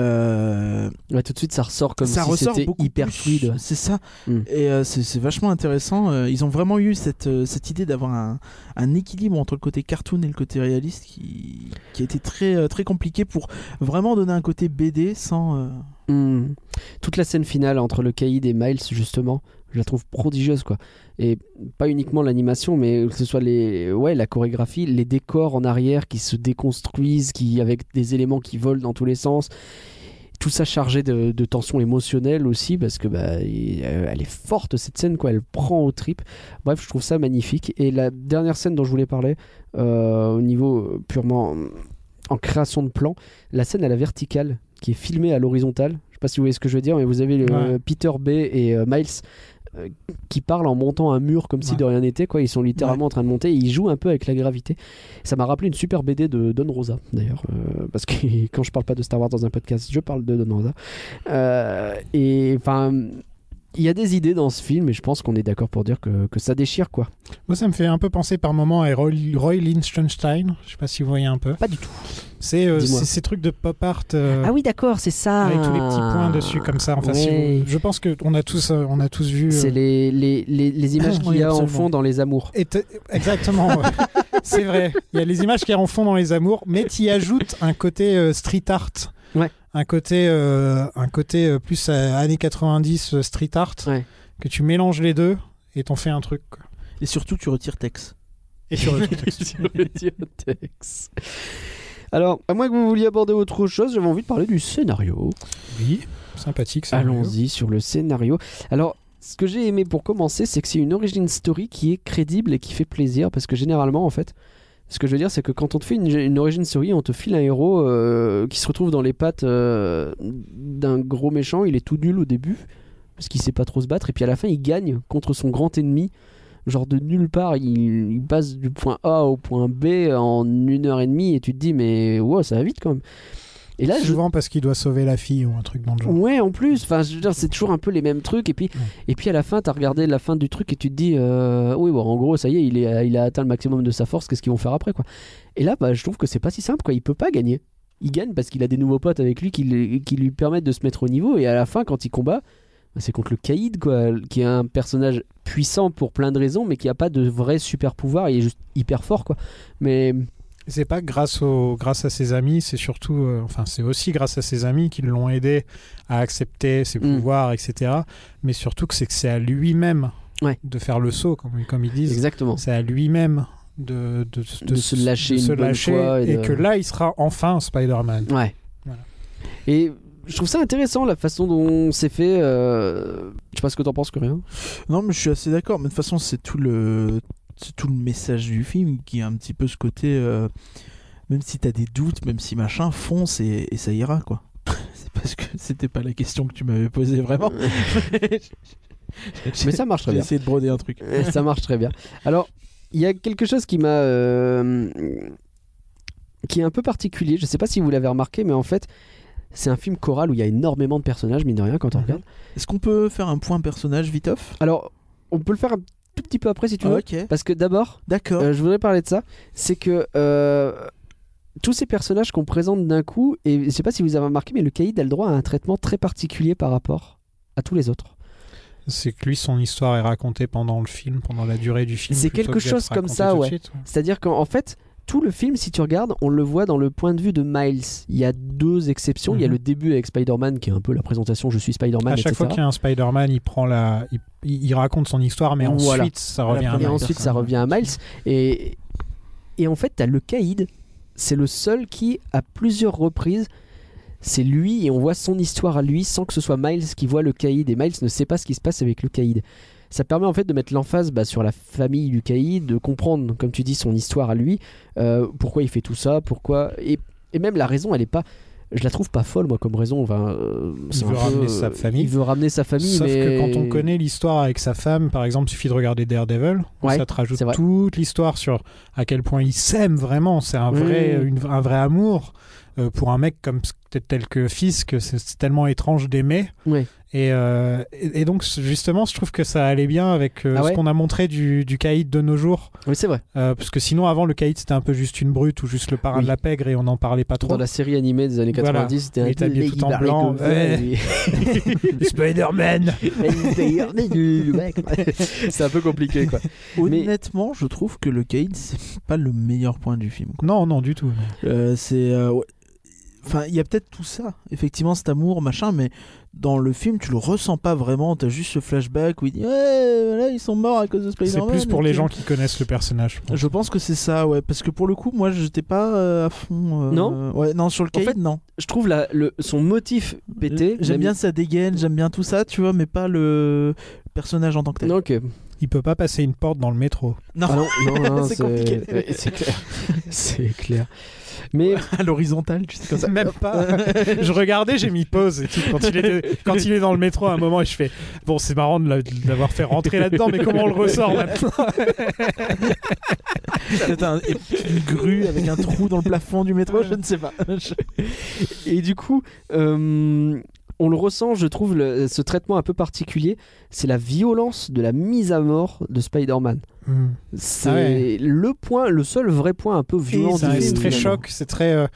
[SPEAKER 7] Euh,
[SPEAKER 6] Ouais, tout de suite, ça ressort comme
[SPEAKER 7] ça
[SPEAKER 6] si
[SPEAKER 7] ressort
[SPEAKER 6] c'était
[SPEAKER 7] beaucoup
[SPEAKER 6] hyper
[SPEAKER 7] plus,
[SPEAKER 6] fluide.
[SPEAKER 7] C'est ça.
[SPEAKER 6] Mm.
[SPEAKER 7] Et euh, c'est c'est vachement intéressant. Euh, Ils ont vraiment eu cette, euh, cette idée d'avoir un, un équilibre entre le côté cartoon et le côté réaliste qui, qui a été très, euh, très compliqué pour vraiment donner un côté BD sans. euh,
[SPEAKER 6] Hmm. Toute la scène finale entre le caïd et Miles, justement, je la trouve prodigieuse, quoi. Et pas uniquement l'animation, mais que ce soit les, ouais, la chorégraphie, les décors en arrière qui se déconstruisent, qui avec des éléments qui volent dans tous les sens. Tout ça chargé de, de tensions émotionnelles aussi, parce que bah, il- euh, elle est forte cette scène, quoi. Elle prend aux tripes. Bref, je trouve ça magnifique. Et la dernière scène dont je voulais parler, euh, au niveau euh, purement euh, en création de plan, la scène à la verticale qui est filmée à l'horizontale. Je sais pas si vous voyez ce que je veux dire, mais vous avez le-
[SPEAKER 8] Ouais.
[SPEAKER 6] Peter Bay euh, et euh, Miles euh, qui parlent en montant un mur comme si de rien n'était. quoi. Ils sont littéralement en train de monter et ils jouent un peu avec la gravité. Ça m'a rappelé une super BD de Don Rosa, d'ailleurs. euh, parce que quand je parle pas de Star Wars dans un podcast, je parle de Don Rosa. Euh, et enfin. Il y a des idées dans ce film et je pense qu'on est d'accord pour dire que, que ça déchire quoi.
[SPEAKER 8] Moi, ça me fait un peu penser par moment à Roy, Roy Lichtenstein. Je sais pas si vous voyez un peu.
[SPEAKER 6] Pas du tout.
[SPEAKER 8] C'est euh,
[SPEAKER 6] Dis-moi.
[SPEAKER 8] c'est ces trucs de pop art. euh,
[SPEAKER 6] Ah oui d'accord c'est ça.
[SPEAKER 8] Avec tous les petits points dessus comme ça. Enfin, si
[SPEAKER 6] Ouais.
[SPEAKER 8] vous- je pense que on a tous, euh, on a tous vu. euh,
[SPEAKER 6] C'est les, les, les, les images qu'il
[SPEAKER 8] Ah, Oui,
[SPEAKER 6] y a en
[SPEAKER 8] absolument.
[SPEAKER 6] fond dans Les Amours.
[SPEAKER 8] et t- euh, Exactement. ouais. C'est vrai. Il y a les images qui en fond dans les amours, mais qui ajoutes un côté euh, street art.
[SPEAKER 6] Ouais.
[SPEAKER 8] Un côté, euh, un côté euh, plus euh, années 90 euh, street art.
[SPEAKER 6] Ouais.
[SPEAKER 8] Que tu mélanges les deux et t'en fais un truc. quoi.
[SPEAKER 7] Et surtout, tu retires Tex.
[SPEAKER 8] Et sur le-
[SPEAKER 6] Sur le Diotex. Alors, à moins que vous vouliez aborder autre chose, j'avais envie de parler du scénario.
[SPEAKER 8] Oui, sympathique. ça.
[SPEAKER 6] Allons-y sur le scénario. Alors, ce que j'ai aimé pour commencer, c'est que c'est une origin story qui est crédible et qui fait plaisir parce que généralement, en fait, ce que je veux dire, c'est que quand on te fait une, une origin story, on te file un héros euh, qui se retrouve dans les pattes euh, d'un gros méchant. Il est tout nul au début parce qu'il sait pas trop se battre et puis à la fin, il gagne contre son grand ennemi. Genre de nulle part, il, il passe du point A au point B en une heure et demie et tu te dis mais wow, ça va vite quand même. Et là, je,
[SPEAKER 8] Souvent parce qu'il doit sauver la fille ou un truc dans le genre.
[SPEAKER 6] Ouais, en plus, enfin, je veux dire, c'est toujours un peu les mêmes trucs. Et puis,
[SPEAKER 8] Ouais.
[SPEAKER 6] et puis à la fin, t'as regardé la fin du truc et tu te dis, euh, oui, bon, en gros, ça y est, il, est, il a atteint le maximum de sa force. Qu'est-ce qu'ils vont faire après, quoi Et là, bah, je trouve que c'est pas si simple, quoi. Il peut pas gagner. Il gagne parce qu'il a des nouveaux potes avec lui qui, le- qui lui permettent de se mettre au niveau. Et à la fin, quand il combat, bah, c'est contre le Kaïd, quoi, qui est un personnage puissant pour plein de raisons, mais qui a pas de vrai super pouvoir. Il est juste hyper fort, quoi. Mais
[SPEAKER 8] C'est pas grâce, au, grâce à ses amis, c'est surtout, euh, enfin, c'est aussi grâce à ses amis qui l'ont aidé à accepter ses
[SPEAKER 6] Mm.
[SPEAKER 8] pouvoirs, etc. Mais surtout que c'est que c'est à lui-même
[SPEAKER 6] Ouais.
[SPEAKER 8] de faire le saut, comme, comme ils disent.
[SPEAKER 6] exactement.
[SPEAKER 8] C'est à lui-même de, de, de-
[SPEAKER 6] De se lâcher
[SPEAKER 8] de
[SPEAKER 6] une
[SPEAKER 8] se
[SPEAKER 6] bonne
[SPEAKER 8] lâcher
[SPEAKER 6] fois et
[SPEAKER 8] et,
[SPEAKER 6] de-
[SPEAKER 8] que là, il sera enfin Spider-Man.
[SPEAKER 6] Ouais.
[SPEAKER 8] Voilà.
[SPEAKER 6] Et je trouve ça intéressant la façon dont c'est fait. euh, Je sais pas ce que t'en penses, Corinne.
[SPEAKER 7] Non, mais je suis assez d'accord. Mais de toute façon, c'est tout le c'est tout le message du film qui a un petit peu ce côté. euh, Même si t'as des doutes, même si machin, fonce et, et ça ira, quoi. c'est parce que c'était pas la question que tu m'avais posée vraiment.
[SPEAKER 6] Mais ça marche très
[SPEAKER 7] J'ai
[SPEAKER 6] bien.
[SPEAKER 7] essayé de broder un truc.
[SPEAKER 6] Euh, ça marche très bien. Alors, il y a quelque chose qui m'a. euh, qui est un peu particulier. Je sais pas si vous l'avez remarqué, mais en fait, c'est un film choral où il y a énormément de personnages, mine de rien, quand on
[SPEAKER 7] Mhm.
[SPEAKER 6] regarde.
[SPEAKER 7] Est-ce qu'on peut faire un point personnage, Vitoff
[SPEAKER 6] Alors, on peut le faire un tout petit peu après si tu veux.
[SPEAKER 7] Ok,
[SPEAKER 6] Parce que d'abord,
[SPEAKER 7] d'accord.
[SPEAKER 6] Euh, je voudrais parler de ça. C'est que euh, tous ces personnages qu'on présente d'un coup, et je sais pas si vous avez remarqué, mais le caïd a le droit à un traitement très particulier par rapport à tous les autres.
[SPEAKER 8] C'est que lui, son histoire est racontée pendant le film, pendant la durée du film.
[SPEAKER 6] C'est
[SPEAKER 8] plutôt
[SPEAKER 6] quelque
[SPEAKER 8] que d'être
[SPEAKER 6] chose comme
[SPEAKER 8] racontée
[SPEAKER 6] ça,
[SPEAKER 8] tout de
[SPEAKER 6] ouais.
[SPEAKER 8] suite,
[SPEAKER 6] C'est-à-dire qu'en en fait, tout le film, si tu regardes, on le voit dans le point de vue de Miles. Il y a deux exceptions. Il y a
[SPEAKER 8] Mhm.
[SPEAKER 6] le début avec Spider-Man, qui est un peu la présentation Je suis Spider-Man,
[SPEAKER 8] À chaque
[SPEAKER 6] etc.
[SPEAKER 8] fois qu'il y a un Spider-Man, il prend la, il, il- il raconte son histoire, mais ensuite
[SPEAKER 6] Voilà.
[SPEAKER 8] ça
[SPEAKER 7] La
[SPEAKER 8] revient. à
[SPEAKER 6] Et
[SPEAKER 7] première
[SPEAKER 8] Miles.
[SPEAKER 6] ensuite, ça revient à Miles. Et, et en fait, t'as le Caïd. C'est le seul qui, à plusieurs reprises, c'est lui et on voit son histoire à lui sans que ce soit Miles qui voit le Caïd. Et Miles ne sait pas ce qui se passe avec le Caïd. Ça permet en fait de mettre l'emphase bah, sur la famille du Caïd, de comprendre, comme tu dis, son histoire à lui, euh, pourquoi il fait tout ça, pourquoi. Et, et même la raison, elle est pas. Je la trouve pas folle, moi, comme raison. Enfin, euh, c'est
[SPEAKER 8] Il
[SPEAKER 6] un
[SPEAKER 8] veut
[SPEAKER 6] peu,
[SPEAKER 8] ramener
[SPEAKER 6] euh,
[SPEAKER 8] sa famille.
[SPEAKER 6] Il veut ramener sa famille.
[SPEAKER 8] Sauf
[SPEAKER 6] mais-
[SPEAKER 8] que quand on connaît l'histoire avec sa femme, par exemple, suffit de regarder Daredevil, où
[SPEAKER 6] Ouais,
[SPEAKER 8] ça te rajoute
[SPEAKER 6] c'est vrai.
[SPEAKER 8] toute l'histoire sur à quel point ils s'aiment vraiment. C'est un
[SPEAKER 6] Oui,
[SPEAKER 8] vrai,
[SPEAKER 6] oui.
[SPEAKER 8] une- un vrai amour Euh, pour un mec comme tel que Fisk. C'est c'est tellement étrange d'aimer.
[SPEAKER 6] Ouais.
[SPEAKER 8] Et, euh, et, et donc justement, je trouve que ça allait bien avec euh,
[SPEAKER 6] Ah ouais
[SPEAKER 8] ce qu'on a montré du, du caïd de nos jours,
[SPEAKER 6] Oui, c'est vrai.
[SPEAKER 8] Euh, parce que sinon avant le caïd c'était un peu juste une brute ou juste le parrain
[SPEAKER 6] Oui.
[SPEAKER 8] de la pègre et on n'en parlait pas
[SPEAKER 6] Dans
[SPEAKER 8] trop.
[SPEAKER 6] la série animée des années
[SPEAKER 8] Voilà.
[SPEAKER 6] 90, c'était un
[SPEAKER 8] Il
[SPEAKER 6] peu
[SPEAKER 8] est habillé
[SPEAKER 6] Lady
[SPEAKER 8] tout en
[SPEAKER 6] Barry
[SPEAKER 8] blanc,
[SPEAKER 6] comme ça,
[SPEAKER 8] ouais.
[SPEAKER 6] et-
[SPEAKER 8] Spider-Man.
[SPEAKER 6] Eh, Lady Barry, du mec. C'est un peu compliqué quoi. Mais-
[SPEAKER 7] Honnêtement, je trouve que le Cade, c'est pas le meilleur point du film. quoi.
[SPEAKER 8] Non, non, du tout.
[SPEAKER 7] Euh, c'est. euh, ouais. Enfin, il y a peut-être tout ça, effectivement, cet amour, machin, mais dans le film, tu le ressens pas vraiment. T'as juste ce flashback où il dit Ouais, voilà, ils sont morts à cause de
[SPEAKER 8] C'est
[SPEAKER 7] Spider-Man.
[SPEAKER 8] plus pour
[SPEAKER 7] Et
[SPEAKER 8] les
[SPEAKER 7] puis-
[SPEAKER 8] gens qui connaissent le personnage. je pense.
[SPEAKER 7] Je pense que c'est ça, ouais, parce que pour le coup, moi, j'étais pas euh, à fond. euh,
[SPEAKER 6] Non
[SPEAKER 7] Ouais, non, sur le
[SPEAKER 6] En
[SPEAKER 7] Cade,
[SPEAKER 6] fait,
[SPEAKER 7] non.
[SPEAKER 6] Je trouve la- le, son motif pété.
[SPEAKER 7] J'aime
[SPEAKER 6] même-
[SPEAKER 7] bien sa dégaine, j'aime bien tout ça, tu vois, mais pas le personnage en tant que tel.
[SPEAKER 6] Non, ok.
[SPEAKER 8] Il peut pas passer une porte dans le métro.
[SPEAKER 7] Non,
[SPEAKER 6] Ah non, non, non,
[SPEAKER 7] C'est compliqué.
[SPEAKER 6] ouais, C'est clair. C'est clair. Mais
[SPEAKER 7] à l'horizontale, tu sais, comme ça.
[SPEAKER 8] Même pas. je regardais, j'ai mis pause et tout. Quand il, était- quand il est dans le métro à un moment, et je fais Bon, c'est marrant de l'a- de l'avoir fait rentrer là-dedans, mais comment on le ressort maintenant
[SPEAKER 7] C'est un- une grue avec un trou dans le plafond du métro, je ne sais pas.
[SPEAKER 6] et du coup, euh, on le ressent, je trouve, le- ce traitement un peu particulier. C'est la violence de la mise à mort de Spider-Man.
[SPEAKER 8] Hmm.
[SPEAKER 6] C'est
[SPEAKER 8] Ah ouais.
[SPEAKER 6] le point, le seul vrai point un peu violent
[SPEAKER 8] C'est
[SPEAKER 6] du
[SPEAKER 8] c'est
[SPEAKER 6] film,
[SPEAKER 8] très
[SPEAKER 6] finalement.
[SPEAKER 8] choc, c'est très. euh,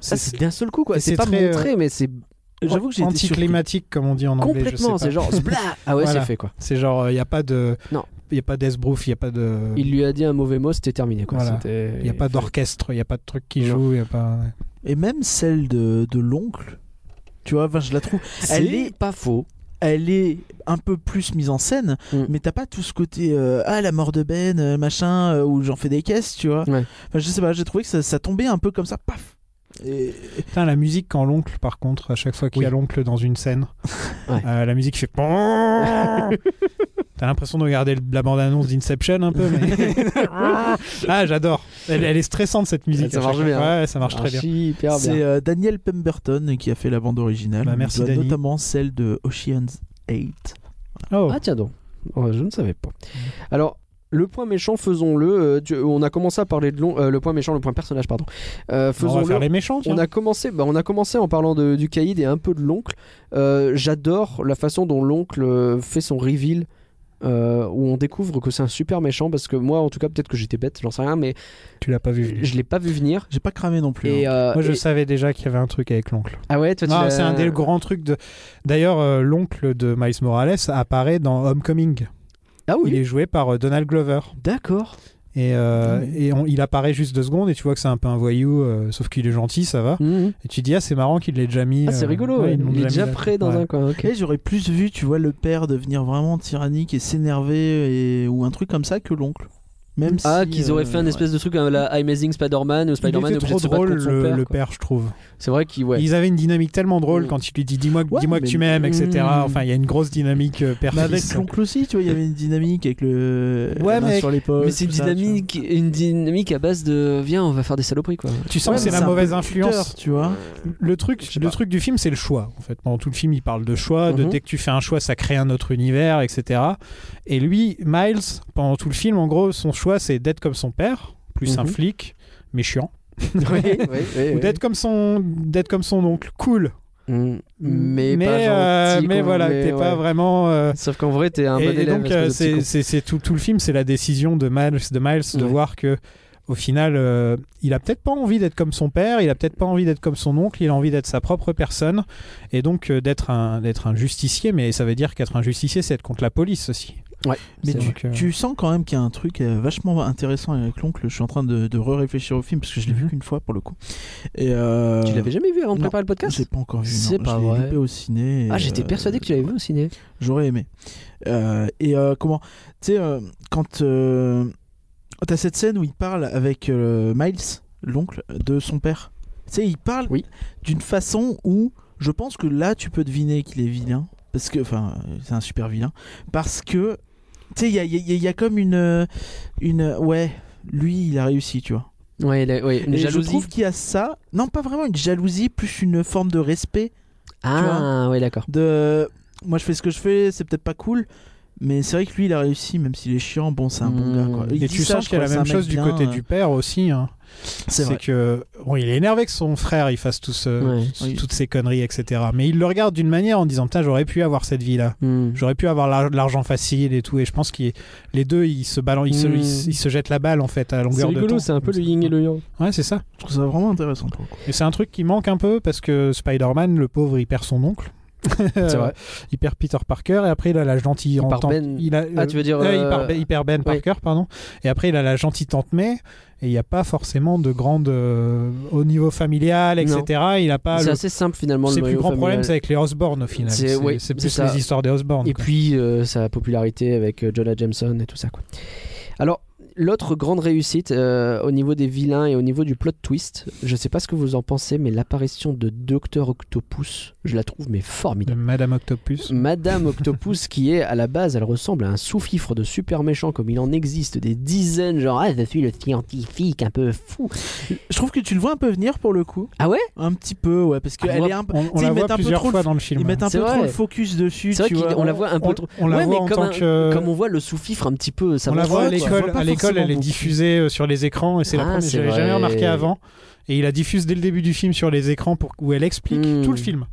[SPEAKER 6] Ça, c'est d'un seul coup, quoi.
[SPEAKER 8] Et
[SPEAKER 6] C'est
[SPEAKER 8] c'est
[SPEAKER 6] pas
[SPEAKER 8] très, euh,
[SPEAKER 6] montré, mais c'est
[SPEAKER 7] J'avoue que j'ai été surpris.
[SPEAKER 8] anticlimatique, comme on dit en anglais. je sais
[SPEAKER 6] complètement.
[SPEAKER 8] pas.
[SPEAKER 6] C'est genre, splat Ah ouais,
[SPEAKER 8] Voilà.
[SPEAKER 6] c'est fait, quoi.
[SPEAKER 8] C'est genre, il n'y a pas de.
[SPEAKER 6] Non.
[SPEAKER 8] Il n'y a pas d'esbrouf, il n'y a pas de.
[SPEAKER 6] Il lui a dit un mauvais mot, c'était terminé, quoi.
[SPEAKER 8] Voilà.
[SPEAKER 6] C'était-
[SPEAKER 8] Il n'y a pas d'orchestre, il n'y a pas de truc qui
[SPEAKER 6] Non.
[SPEAKER 8] joue, il n'y a pas.
[SPEAKER 7] Et même celle de, de l'oncle, tu vois, enfin, je la trouve.
[SPEAKER 6] Elle
[SPEAKER 7] Elle
[SPEAKER 6] est
[SPEAKER 7] est-
[SPEAKER 6] pas faux.
[SPEAKER 7] Elle est un peu plus mise en scène,
[SPEAKER 6] Mm.
[SPEAKER 7] mais t'as pas tout ce côté euh, ah la mort de Ben, euh, machin, euh, où j'en fais des caisses, tu vois.
[SPEAKER 6] Ouais.
[SPEAKER 7] Enfin, je sais pas, j'ai trouvé que ça, ça tombait un peu comme ça, paf. Et-
[SPEAKER 8] Putain, la musique quand l'oncle, par contre, à chaque fois qu'il y a
[SPEAKER 6] Oui.
[SPEAKER 8] l'oncle dans une scène,
[SPEAKER 6] Ouais.
[SPEAKER 8] euh, la musique fait. T'as l'impression de regarder le- la bande-annonce d'Inception un peu, mais. ah, j'adore. Elle, elle est stressante cette musique.
[SPEAKER 6] Ça
[SPEAKER 8] à
[SPEAKER 6] marche
[SPEAKER 8] chaque fois.
[SPEAKER 6] bien.
[SPEAKER 8] Ouais, ça marche très bien.
[SPEAKER 6] Archi, hyper Ah, bien.
[SPEAKER 7] C'est euh, Daniel Pemberton qui a fait la bande originale,
[SPEAKER 8] Bah, merci,
[SPEAKER 7] Doit
[SPEAKER 8] Danny.
[SPEAKER 7] notamment celle de Ocean's 8.
[SPEAKER 8] Oh.
[SPEAKER 6] Ah tiens donc, Ouais, je ne savais pas. Alors, le point méchant, faisons-le. euh, tu- on a commencé à parler de long, euh, le point méchant, le point personnage, pardon. Euh,
[SPEAKER 8] On va
[SPEAKER 6] faisons-le.
[SPEAKER 8] faire les méchants, tiens.
[SPEAKER 6] On a commencé, bah, on a commencé en parlant de- du caïd et un peu de l'oncle. Euh, J'adore la façon dont l'oncle euh, fait son reveal. euh, où on découvre que c'est un super méchant parce que moi en tout cas peut-être que j'étais bête j'en sais rien mais
[SPEAKER 8] Tu l'as pas vu. venir.
[SPEAKER 6] je l'ai pas vu venir
[SPEAKER 7] J'ai pas cramé non plus.
[SPEAKER 6] et,
[SPEAKER 7] hein.
[SPEAKER 6] euh,
[SPEAKER 8] Moi, je
[SPEAKER 6] et-
[SPEAKER 8] savais déjà qu'il y avait un truc avec l'oncle.
[SPEAKER 6] ah ouais toi tu
[SPEAKER 8] Non,
[SPEAKER 6] l'as-
[SPEAKER 8] c'est un des grands trucs de. D'ailleurs, euh, l'oncle de Miles Morales apparaît dans Homecoming.
[SPEAKER 6] ah
[SPEAKER 8] Il
[SPEAKER 6] oui
[SPEAKER 8] est joué par euh, Donald Glover.
[SPEAKER 6] d'accord
[SPEAKER 8] Et, euh,
[SPEAKER 7] Ah
[SPEAKER 8] et on- il apparaît juste deux secondes et tu vois que c'est un peu un voyou, euh, sauf qu'il est gentil, ça va.
[SPEAKER 6] Mhm.
[SPEAKER 8] Et tu te dis, ah, c'est marrant qu'il l'ait déjà mis.
[SPEAKER 6] ah c'est
[SPEAKER 8] euh,
[SPEAKER 6] rigolo
[SPEAKER 8] ouais, ils
[SPEAKER 6] ouais.
[SPEAKER 8] l'ont
[SPEAKER 6] il est
[SPEAKER 8] mis
[SPEAKER 6] déjà
[SPEAKER 8] là.
[SPEAKER 6] prêt dans
[SPEAKER 8] Ouais.
[SPEAKER 6] un coin ok.
[SPEAKER 7] Et j'aurais plus vu, tu vois, le père devenir vraiment tyrannique et s'énerver et... ou un truc comme ça que l'oncle. Même
[SPEAKER 6] Ah,
[SPEAKER 7] si,
[SPEAKER 6] qu'ils auraient
[SPEAKER 7] euh,
[SPEAKER 6] fait un espèce de truc, hein, la Amazing Spider-Man, où
[SPEAKER 8] Il
[SPEAKER 6] Spider-Man est
[SPEAKER 8] était
[SPEAKER 6] obligé
[SPEAKER 8] trop
[SPEAKER 6] de se battre
[SPEAKER 8] drôle
[SPEAKER 6] contre son
[SPEAKER 8] le,
[SPEAKER 6] père.
[SPEAKER 8] le
[SPEAKER 6] quoi.
[SPEAKER 8] père, je trouve.
[SPEAKER 6] C'est vrai qu'ils, ouais.
[SPEAKER 8] Ils avaient une dynamique tellement drôle
[SPEAKER 6] Mm.
[SPEAKER 8] quand il lui dit dis-moi
[SPEAKER 7] Ouais,
[SPEAKER 8] dis-moi que
[SPEAKER 7] mais-
[SPEAKER 8] tu m'aimes, etc.
[SPEAKER 7] Mm.
[SPEAKER 8] Enfin, il y a une grosse dynamique euh,
[SPEAKER 7] Mais
[SPEAKER 8] père-fils.
[SPEAKER 7] avec l'oncle aussi, tu vois, il y avait une dynamique avec le.
[SPEAKER 8] Ouais,
[SPEAKER 7] la main
[SPEAKER 8] mais-
[SPEAKER 7] sur l'épaule.
[SPEAKER 6] Mais c'est une
[SPEAKER 7] tout ça, tu vois.
[SPEAKER 6] dynamique, une dynamique à base de viens, on va faire des saloperies quoi.
[SPEAKER 8] Tu sens
[SPEAKER 7] Ouais,
[SPEAKER 8] que c'est
[SPEAKER 7] mais
[SPEAKER 8] la
[SPEAKER 7] un peu
[SPEAKER 8] mauvaise
[SPEAKER 7] tuteur,
[SPEAKER 8] influence.
[SPEAKER 7] tu vois.
[SPEAKER 8] Le truc,
[SPEAKER 6] sais
[SPEAKER 8] le
[SPEAKER 6] pas.
[SPEAKER 8] truc du film, c'est le choix. En fait, dans tout le film, il parle de choix. De
[SPEAKER 6] Mhm.
[SPEAKER 8] dès que tu fais un choix, ça crée un autre univers, etc. Et lui, Miles, pendant tout le film, en gros, son choix, c'est d'être comme son père, plus un
[SPEAKER 6] Mhm.
[SPEAKER 8] flic, mais chiant,
[SPEAKER 6] oui, oui,
[SPEAKER 8] ou d'être comme son, d'être comme son oncle, cool.
[SPEAKER 6] Mm. Mais, pas
[SPEAKER 8] euh,
[SPEAKER 6] gentil,
[SPEAKER 8] mais
[SPEAKER 6] quoi,
[SPEAKER 8] voilà, t'es pas
[SPEAKER 6] ouais.
[SPEAKER 8] vraiment. euh,
[SPEAKER 6] Sauf qu'en vrai, t'es un
[SPEAKER 8] et,
[SPEAKER 6] bon
[SPEAKER 8] et
[SPEAKER 6] élève.
[SPEAKER 8] donc, euh,
[SPEAKER 6] espèce de
[SPEAKER 8] c'est
[SPEAKER 6] petit
[SPEAKER 8] c'est- c'est tout, tout le film, c'est la décision de Miles, de, Miles de
[SPEAKER 6] Ouais.
[SPEAKER 8] voir que, au final, euh, il a peut-être pas envie d'être comme son père, il a peut-être pas envie d'être comme son oncle, il a envie d'être sa propre personne, et donc euh, d'être un, d'être un justicier, mais ça veut dire qu'être un justicier, c'est être contre la police aussi. euh,
[SPEAKER 6] con. Ouais.
[SPEAKER 7] Mais
[SPEAKER 8] C'est
[SPEAKER 7] tu,
[SPEAKER 8] vrai que-
[SPEAKER 7] tu sens quand même qu'il y a un truc euh, vachement intéressant avec l'oncle. Je suis en train de, de re-réfléchir au film parce que je l'ai vu
[SPEAKER 8] Mhm.
[SPEAKER 7] qu'une fois pour le coup. Et euh,
[SPEAKER 6] Tu l'avais jamais vu avant de
[SPEAKER 7] non,
[SPEAKER 6] préparer le podcast
[SPEAKER 7] J'ai pas encore vu. non.
[SPEAKER 6] C'est pas
[SPEAKER 7] je l'ai
[SPEAKER 6] vrai.
[SPEAKER 7] loupé au ciné. et,
[SPEAKER 6] Ah, j'étais
[SPEAKER 7] euh,
[SPEAKER 6] persuadé que tu l'avais vu au ciné.
[SPEAKER 7] J'aurais aimé. Euh, et euh, comment Tu sais, euh, quand euh, t'as cette scène où il parle avec euh, Miles, l'oncle de son père, tu sais, il parle
[SPEAKER 6] Oui.
[SPEAKER 7] d'une façon où je pense que là, tu peux deviner qu'il est vilain. Parce que, enfin, euh, c'est un super vilain. Parce que, tu sais, il y a, il y a- il y a comme une, euh, une. euh, Ouais, lui, il a réussi, tu vois.
[SPEAKER 6] Ouais, il a- ouais, une
[SPEAKER 7] et je
[SPEAKER 6] jalousie.
[SPEAKER 7] trouve qu'il y a ça. Non, pas vraiment une jalousie, plus une forme de respect
[SPEAKER 6] Ah, ouais, d'accord.
[SPEAKER 7] de moi je fais ce que je fais, c'est peut-être pas cool, mais c'est vrai que lui il a réussi, même s'il est chiant, bon c'est un bon
[SPEAKER 6] Mmh.
[SPEAKER 7] gars quoi. Il
[SPEAKER 8] et
[SPEAKER 7] dit
[SPEAKER 8] tu
[SPEAKER 7] ça,
[SPEAKER 8] sens
[SPEAKER 7] je
[SPEAKER 8] qu'il y a
[SPEAKER 7] crois,
[SPEAKER 8] la
[SPEAKER 7] c'est un mec
[SPEAKER 8] même chose du
[SPEAKER 7] bien,
[SPEAKER 8] côté
[SPEAKER 7] euh,
[SPEAKER 8] du père aussi. hein.
[SPEAKER 7] C'est vrai.
[SPEAKER 8] que bon, il est énervé que son frère il fasse tout ce-
[SPEAKER 6] Ouais.
[SPEAKER 7] Oui.
[SPEAKER 8] toutes ces conneries, etc. Mais il le regarde d'une manière en disant putain j'aurais pu avoir cette vie là.
[SPEAKER 6] Hmm.
[SPEAKER 8] J'aurais pu avoir l'ar- l'argent facile et tout, et je pense que les deux, ils se, balan- ils, se,
[SPEAKER 6] Mm.
[SPEAKER 8] ils se- ils se jettent la balle en fait à
[SPEAKER 6] C'est
[SPEAKER 8] longueur de temps.
[SPEAKER 6] rigolo, c'est un peu le
[SPEAKER 8] Donc,
[SPEAKER 6] yin et le yang.
[SPEAKER 8] Ouais, c'est ça.
[SPEAKER 7] Je trouve ça vraiment intéressant pour le coup.
[SPEAKER 8] Et c'est un truc qui manque un peu parce que Spider-Man, le pauvre, il perd son oncle.
[SPEAKER 6] C'est vrai.
[SPEAKER 8] il perd Peter Parker et après il a la gentille
[SPEAKER 6] Il part
[SPEAKER 8] tante-
[SPEAKER 6] Ben.
[SPEAKER 8] il a-
[SPEAKER 6] Ah, tu veux dire,
[SPEAKER 8] euh, il,
[SPEAKER 6] euh,
[SPEAKER 8] part Ben- il perd Ben Parker, pardon. Et après il a la gentille tante May. Et il n'y a pas forcément de grande euh, au niveau familial,
[SPEAKER 6] Non.
[SPEAKER 8] etc. Il a pas.
[SPEAKER 6] C'est
[SPEAKER 8] le-
[SPEAKER 6] assez simple finalement. Ah, le
[SPEAKER 8] Ses plus
[SPEAKER 6] noyau
[SPEAKER 8] grands problèmes,
[SPEAKER 6] familial.
[SPEAKER 8] c'est avec les Osborne au final.
[SPEAKER 6] C'est- ouais,
[SPEAKER 8] c'est
[SPEAKER 6] c'est
[SPEAKER 8] plus
[SPEAKER 6] ça.
[SPEAKER 8] les histoires des Osborne.
[SPEAKER 6] Et
[SPEAKER 8] quoi.
[SPEAKER 6] puis euh, sa popularité avec euh, Jonah Jameson et tout ça. Quoi. Alors, L'autre grande réussite euh, au niveau des vilains et au niveau du plot twist, je sais pas ce que vous en pensez, mais l'apparition de Docteur Octopus, je la trouve mais
[SPEAKER 8] de
[SPEAKER 6] formidable.
[SPEAKER 8] Madame Octopus.
[SPEAKER 6] Madame Octopus, qui est à la base, elle ressemble à un sous-fifre de super méchant, comme il en existe des dizaines, genre ah, je suis le scientifique un peu fou.
[SPEAKER 7] Je trouve que tu le vois un peu venir pour le coup.
[SPEAKER 6] Ah ouais
[SPEAKER 7] Un petit peu, ouais, parce
[SPEAKER 6] Ah,
[SPEAKER 7] qu'elle
[SPEAKER 6] moi,
[SPEAKER 7] est un peu.
[SPEAKER 8] On, on
[SPEAKER 7] Tu sais,
[SPEAKER 8] la
[SPEAKER 7] ils mettent
[SPEAKER 8] voit
[SPEAKER 7] un peu
[SPEAKER 8] plusieurs
[SPEAKER 7] trop le-
[SPEAKER 8] fois dans le film.
[SPEAKER 7] Ils mettent un
[SPEAKER 6] C'est
[SPEAKER 7] peu
[SPEAKER 6] vrai.
[SPEAKER 7] trop le focus dessus.
[SPEAKER 6] C'est vrai
[SPEAKER 7] tu vois. Ah,
[SPEAKER 6] qu'on la voit un peu
[SPEAKER 8] On-
[SPEAKER 6] trop.
[SPEAKER 8] on la
[SPEAKER 6] Ouais,
[SPEAKER 8] voit
[SPEAKER 6] mais
[SPEAKER 8] en
[SPEAKER 6] comme,
[SPEAKER 8] tant
[SPEAKER 6] un-
[SPEAKER 8] que-
[SPEAKER 6] comme on voit le sous-fifre un petit peu, ça
[SPEAKER 8] on la
[SPEAKER 6] montre-
[SPEAKER 8] voit à
[SPEAKER 7] tu
[SPEAKER 8] l'école.
[SPEAKER 7] vois pas
[SPEAKER 8] À l'école, elle est
[SPEAKER 7] forcément beaucoup.
[SPEAKER 8] diffusée euh, sur les écrans et c'est la
[SPEAKER 6] Ah,
[SPEAKER 8] première.
[SPEAKER 6] c'est
[SPEAKER 8] J'avais jamais
[SPEAKER 6] vrai.
[SPEAKER 8] remarqué avant. Et il la diffuse dès le début du film sur les écrans pour où elle explique
[SPEAKER 6] Hmm.
[SPEAKER 8] tout le film.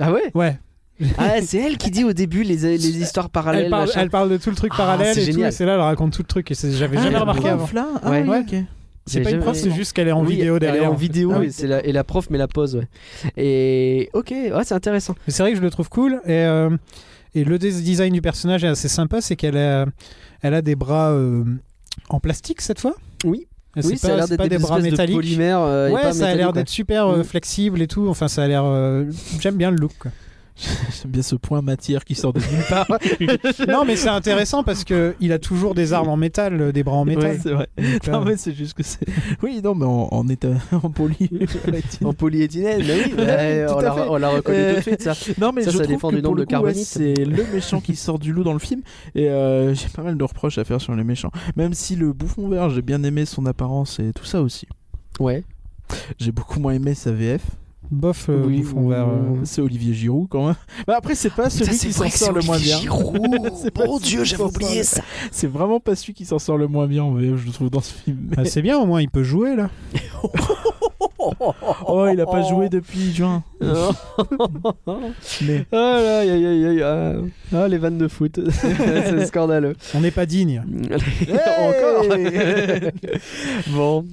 [SPEAKER 6] Ah ouais
[SPEAKER 8] Ouais.
[SPEAKER 6] Ah, c'est elle qui dit au début les, les histoires parallèles.
[SPEAKER 8] elle, parle,
[SPEAKER 6] machin.
[SPEAKER 8] elle parle de tout le truc
[SPEAKER 6] Ah,
[SPEAKER 8] parallèle
[SPEAKER 6] c'est
[SPEAKER 8] et tout.
[SPEAKER 6] génial.
[SPEAKER 8] Et c'est là, elle raconte tout le truc. Et c'est- j'avais
[SPEAKER 7] Ah,
[SPEAKER 8] jamais
[SPEAKER 7] la
[SPEAKER 8] remarqué
[SPEAKER 7] prof,
[SPEAKER 8] avant.
[SPEAKER 7] là Ah
[SPEAKER 6] Ouais.
[SPEAKER 7] oui, ok.
[SPEAKER 8] C'est pas une prof, c'est juste qu'elle est en
[SPEAKER 6] Oui,
[SPEAKER 8] vidéo
[SPEAKER 6] elle est
[SPEAKER 8] derrière.
[SPEAKER 6] en vidéo
[SPEAKER 8] Ah oui.
[SPEAKER 6] et, c'est la, et la prof met la pause, ouais. Et ok, ouais, c'est intéressant.
[SPEAKER 8] Mais c'est vrai que je le trouve cool. Et, euh, et le dé- design du personnage est assez sympa, c'est qu'elle a, elle a des bras euh, en plastique cette fois.
[SPEAKER 6] Oui.
[SPEAKER 8] Et
[SPEAKER 6] oui,
[SPEAKER 8] c'est
[SPEAKER 6] ça a
[SPEAKER 8] pas,
[SPEAKER 6] l'air
[SPEAKER 8] c'est
[SPEAKER 6] d'être
[SPEAKER 8] pas
[SPEAKER 6] des
[SPEAKER 8] des bras
[SPEAKER 6] espèces de
[SPEAKER 8] métalliques.
[SPEAKER 6] polymères. euh, et
[SPEAKER 8] ouais,
[SPEAKER 6] pas
[SPEAKER 8] ça a
[SPEAKER 6] métalliques,
[SPEAKER 8] l'air
[SPEAKER 6] ouais.
[SPEAKER 8] d'être super euh,
[SPEAKER 6] Mm.
[SPEAKER 8] flexible et tout. Enfin, ça a l'air. euh, J'aime bien le look. quoi.
[SPEAKER 7] J'aime bien ce point matière qui sort de nulle part.
[SPEAKER 8] non, mais c'est intéressant parce que il a toujours des armes en métal, euh, des bras en métal.
[SPEAKER 7] Ouais, c'est vrai.
[SPEAKER 8] Donc,
[SPEAKER 7] Non,
[SPEAKER 8] euh,
[SPEAKER 7] mais c'est juste que c'est. Oui, non, mais en, en état. En poly.
[SPEAKER 6] En polyéthylène, bah oui, bah,
[SPEAKER 7] Ouais, tout
[SPEAKER 6] on,
[SPEAKER 7] à
[SPEAKER 6] la,
[SPEAKER 7] fait.
[SPEAKER 6] on la reconnu
[SPEAKER 7] Euh,
[SPEAKER 6] tout de suite, ça.
[SPEAKER 7] Non mais
[SPEAKER 6] Ça,
[SPEAKER 7] je
[SPEAKER 6] ça
[SPEAKER 7] trouve
[SPEAKER 6] dépend
[SPEAKER 7] que
[SPEAKER 6] du
[SPEAKER 7] pour
[SPEAKER 6] nombre
[SPEAKER 7] le
[SPEAKER 6] de
[SPEAKER 7] coup, ouais,
[SPEAKER 6] carbonite.
[SPEAKER 7] c'est le méchant qui sort du lot dans le film et euh, j'ai pas mal de reproches à faire sur les méchants. Même si le bouffon vert, j'ai bien aimé son apparence et tout ça aussi.
[SPEAKER 6] Ouais.
[SPEAKER 7] J'ai beaucoup moins aimé sa VF.
[SPEAKER 8] bof, euh,
[SPEAKER 6] Oui,
[SPEAKER 8] bouffon vert, euh,
[SPEAKER 6] Ouais.
[SPEAKER 7] C'est Olivier Giroud quand même. Bah après c'est pas celui qui s'en sort le moins bien. C'est pas
[SPEAKER 1] Mon
[SPEAKER 7] celui
[SPEAKER 1] dieu,
[SPEAKER 7] qui
[SPEAKER 1] j'avais
[SPEAKER 7] s'en sort
[SPEAKER 1] oublié
[SPEAKER 7] le-
[SPEAKER 1] ça.
[SPEAKER 7] C'est vraiment pas celui qui s'en sort le moins bien en VF, je trouve dans ce film.
[SPEAKER 8] ah, c'est bien, au moins il peut jouer là.
[SPEAKER 7] Oh, il a pas joué depuis juin.
[SPEAKER 6] Oh là, aïe, aïe, aïe, aïe, ah. Ah, les vannes de foot, c'est scandaleux.
[SPEAKER 8] On n'est pas digne.
[SPEAKER 6] Encore Bon.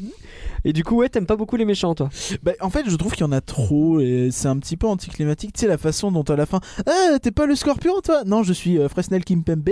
[SPEAKER 6] Et du coup, ouais, t'aimes pas beaucoup les méchants, toi
[SPEAKER 7] Bah, en fait, je trouve qu'il y en a trop et c'est un petit peu anticlimatique. Tu sais, la façon dont à la fin, ah, t'es pas le scorpion, toi Non, je suis euh, Fresnel Kimpembe.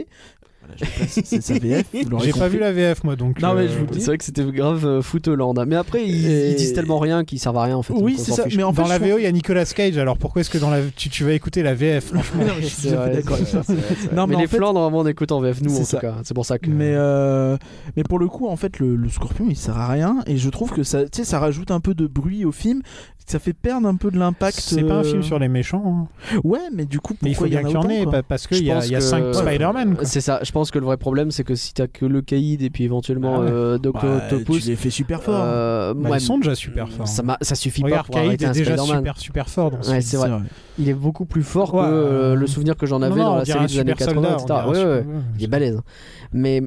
[SPEAKER 7] Voilà, je place, c'est sa VF. vous l'aurez
[SPEAKER 8] J'ai pas
[SPEAKER 7] compris.
[SPEAKER 8] vu la VF moi donc.
[SPEAKER 7] Non, mais
[SPEAKER 8] euh,
[SPEAKER 7] je vous le dis.
[SPEAKER 6] C'est vrai que c'était grave euh, foot Hollande. Mais après, ils,
[SPEAKER 7] Et-
[SPEAKER 6] ils disent tellement rien qu'ils servent à rien en fait. donc
[SPEAKER 7] Oui,
[SPEAKER 6] on
[SPEAKER 7] c'est
[SPEAKER 6] s'en
[SPEAKER 7] ça.
[SPEAKER 6] fiche.
[SPEAKER 7] Mais en fait,
[SPEAKER 8] Dans la
[SPEAKER 7] je trouve-
[SPEAKER 8] VO, il y a Nicolas Cage, alors pourquoi est-ce que dans la... tu, tu vas écouter la VF franchement
[SPEAKER 7] Non, mais je suis tout à fait
[SPEAKER 6] vrai,
[SPEAKER 7] d'accord avec
[SPEAKER 6] c'est
[SPEAKER 7] ça.
[SPEAKER 6] vrai, c'est vrai, c'est vrai.
[SPEAKER 7] Non,
[SPEAKER 6] mais,
[SPEAKER 7] mais en
[SPEAKER 6] les
[SPEAKER 7] fait-
[SPEAKER 6] Flandres, avant, on écoute en VF, nous en
[SPEAKER 7] C'est
[SPEAKER 6] tout
[SPEAKER 7] ça.
[SPEAKER 6] cas. C'est pour ça que.
[SPEAKER 7] Mais, euh, mais pour le coup, en fait, le, le scorpion il sert à rien et je trouve que ça, tu sais, ça rajoute un peu de bruit au film, ça fait perdre un peu de l'impact.
[SPEAKER 8] C'est pas un
[SPEAKER 7] euh,
[SPEAKER 8] film sur les méchants. hein.
[SPEAKER 7] Ouais, mais du coup, pourquoi
[SPEAKER 8] Mais il faut bien
[SPEAKER 7] en a
[SPEAKER 8] qu'il y en
[SPEAKER 7] autant,
[SPEAKER 8] ait
[SPEAKER 7] quoi
[SPEAKER 8] pa- parce qu'il
[SPEAKER 6] Je
[SPEAKER 8] y a,
[SPEAKER 6] pense
[SPEAKER 8] il y a
[SPEAKER 6] que-
[SPEAKER 8] 5 Spider-Man. quoi.
[SPEAKER 6] C'est ça. Je pense que le vrai problème, c'est que si t'as que le caïd et puis éventuellement
[SPEAKER 8] Ah ouais.
[SPEAKER 6] euh, Doc
[SPEAKER 7] Bah,
[SPEAKER 6] Octopus,
[SPEAKER 7] tu les fais super fort.
[SPEAKER 6] euh,
[SPEAKER 8] Bah,
[SPEAKER 6] ouais,
[SPEAKER 8] ils sont déjà super forts.
[SPEAKER 6] Ça, m'a- ça suffit pas
[SPEAKER 8] Regarde,
[SPEAKER 6] pour
[SPEAKER 8] Kaïd
[SPEAKER 6] arrêter
[SPEAKER 8] est
[SPEAKER 6] un
[SPEAKER 8] déjà
[SPEAKER 6] Spider-Man.
[SPEAKER 8] super super fort dans ce
[SPEAKER 6] Ouais,
[SPEAKER 8] film.
[SPEAKER 6] c'est vrai. Il est beaucoup plus fort
[SPEAKER 8] Ouais,
[SPEAKER 6] que euh,
[SPEAKER 8] euh,
[SPEAKER 6] le souvenir que j'en avais
[SPEAKER 8] Non, non,
[SPEAKER 6] dans
[SPEAKER 8] on
[SPEAKER 6] la
[SPEAKER 8] dirait
[SPEAKER 6] série
[SPEAKER 8] un
[SPEAKER 6] des années
[SPEAKER 8] super
[SPEAKER 6] 80,
[SPEAKER 8] soldat,
[SPEAKER 6] etc.
[SPEAKER 8] on dirait
[SPEAKER 6] Ouais,
[SPEAKER 8] un
[SPEAKER 6] ouais.
[SPEAKER 8] super- ouais,
[SPEAKER 6] Il est balèze. hein. Mais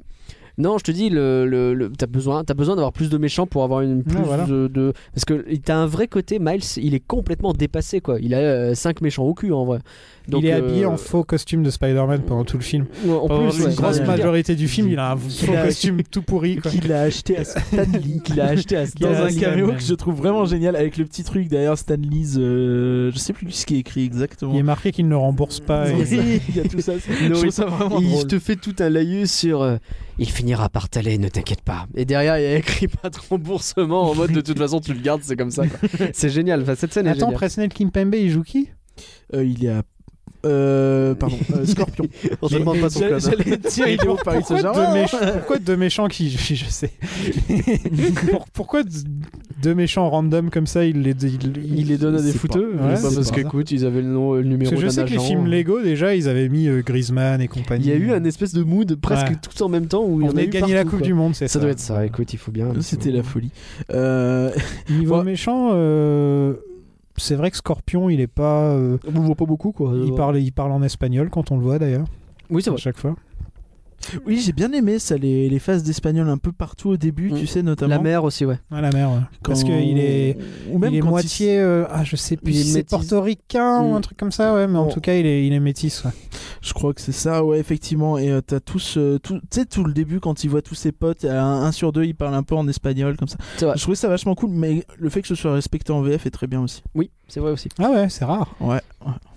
[SPEAKER 6] non, je te dis, le, le, le- t'as besoin, t'as besoin d'avoir plus de méchants pour avoir une plus
[SPEAKER 8] Ouais, voilà.
[SPEAKER 6] de, de- parce que t'as un vrai côté. Miles, il est complètement dépassé quoi. Il a 5 méchants au cul en vrai. Donc,
[SPEAKER 8] il est
[SPEAKER 6] euh, Mm.
[SPEAKER 8] habillé en faux costume de Spider-Man pendant tout le film.
[SPEAKER 6] En
[SPEAKER 8] Pendant
[SPEAKER 6] plus,
[SPEAKER 8] une
[SPEAKER 6] ouais.
[SPEAKER 8] grosse
[SPEAKER 6] Ouais.
[SPEAKER 8] majorité du film, il a un faux
[SPEAKER 7] a-
[SPEAKER 8] costume tout pourri. quoi.
[SPEAKER 7] Qu'il a acheté à Stan Lee.
[SPEAKER 6] Qu'il a acheté à
[SPEAKER 7] dans
[SPEAKER 8] Dans
[SPEAKER 7] un
[SPEAKER 8] un
[SPEAKER 7] caméo
[SPEAKER 8] Stan,
[SPEAKER 7] que je trouve vraiment génial avec le petit truc derrière Stanley's euh, je sais plus ce qui est écrit
[SPEAKER 8] Il
[SPEAKER 7] exactement
[SPEAKER 8] est marqué qu'il ne rembourse pas. et-
[SPEAKER 7] Oui, il y a tout ça je trouve ça vraiment
[SPEAKER 6] il
[SPEAKER 7] drôle
[SPEAKER 6] te fait tout un laïus sur euh, il finira par t'aller, ne t'inquiète pas. Et derrière, il y a écrit pas de remboursement en mode de toute façon, tu le gardes, c'est comme ça. quoi. C'est génial. Enfin, cette scène est
[SPEAKER 8] Attends,
[SPEAKER 6] géniale.
[SPEAKER 8] Presnel Kimpembe, il joue qui
[SPEAKER 7] Euh, il est à euh, pardon euh, Scorpion
[SPEAKER 6] On te
[SPEAKER 7] Mais-
[SPEAKER 6] demande pas ton
[SPEAKER 7] j'allais-
[SPEAKER 6] code. hein.
[SPEAKER 7] j'allais dire il est au Paris
[SPEAKER 8] Pourquoi
[SPEAKER 7] Saint-Germain hein
[SPEAKER 8] deux, méch- pourquoi deux méchants qui. Je, je sais. Pour- pourquoi d- deux méchants random comme ça, il les, il, il-
[SPEAKER 6] Il les donne à des
[SPEAKER 7] C'est
[SPEAKER 6] fouteux
[SPEAKER 8] pas-
[SPEAKER 6] ouais,
[SPEAKER 8] ouais,
[SPEAKER 6] bah
[SPEAKER 8] c'est
[SPEAKER 6] Parce
[SPEAKER 8] pas ça.
[SPEAKER 6] qu'écoute, ils avaient le, nom, euh, le numéro
[SPEAKER 8] Parce que je
[SPEAKER 6] d'un
[SPEAKER 8] sais que les
[SPEAKER 6] agent. euh,
[SPEAKER 8] films Lego, déjà, ils avaient mis euh, Griezmann et compagnie.
[SPEAKER 6] Il y a eu un espèce de mood presque
[SPEAKER 8] Ouais.
[SPEAKER 6] tout en même temps où il y en
[SPEAKER 8] On
[SPEAKER 6] a
[SPEAKER 8] a
[SPEAKER 6] eu
[SPEAKER 8] gagné la
[SPEAKER 6] partout,
[SPEAKER 8] Coupe
[SPEAKER 6] quoi.
[SPEAKER 8] du Monde, c'est
[SPEAKER 6] Ça
[SPEAKER 8] ça.
[SPEAKER 6] doit être ça, écoute, il faut bien.
[SPEAKER 7] c'était la folie euh,
[SPEAKER 8] Niveau
[SPEAKER 7] Ouais.
[SPEAKER 8] méchant, euh, c'est vrai que Scorpion, il est pas. euh,
[SPEAKER 6] On voit pas beaucoup quoi.
[SPEAKER 8] il, parle, il parle en espagnol quand on le voit d'ailleurs,
[SPEAKER 6] Oui, c'est
[SPEAKER 8] à
[SPEAKER 6] vrai.
[SPEAKER 8] chaque fois.
[SPEAKER 7] oui j'ai bien aimé ça les, les phases d'espagnol un peu partout au début
[SPEAKER 6] Mm.
[SPEAKER 7] tu sais notamment
[SPEAKER 6] La mer aussi, ouais.
[SPEAKER 8] À la mer, ouais.
[SPEAKER 7] quand-
[SPEAKER 8] Parce qu'il est.
[SPEAKER 7] ou même
[SPEAKER 8] il est
[SPEAKER 7] quand
[SPEAKER 8] moitié, euh, ah je sais plus
[SPEAKER 6] il est
[SPEAKER 8] si c'est
[SPEAKER 6] métis.
[SPEAKER 8] portoricain ou
[SPEAKER 6] Mm.
[SPEAKER 8] un truc comme ça, ouais, mais en
[SPEAKER 7] Bon.
[SPEAKER 8] tout cas il est, il est métis. ouais.
[SPEAKER 7] Je crois que c'est ça, ouais, effectivement. Et euh, t'as tous, euh, tout, tu sais, tout le début quand il voit tous ses potes, euh, un, un sur deux, il parle un peu en espagnol comme ça.
[SPEAKER 6] C'est vrai.
[SPEAKER 7] Je trouvais ça vachement cool, mais le fait que ce soit respecté en VF est très bien aussi.
[SPEAKER 6] Oui, c'est vrai aussi.
[SPEAKER 8] Ah ouais, c'est rare.
[SPEAKER 7] Ouais.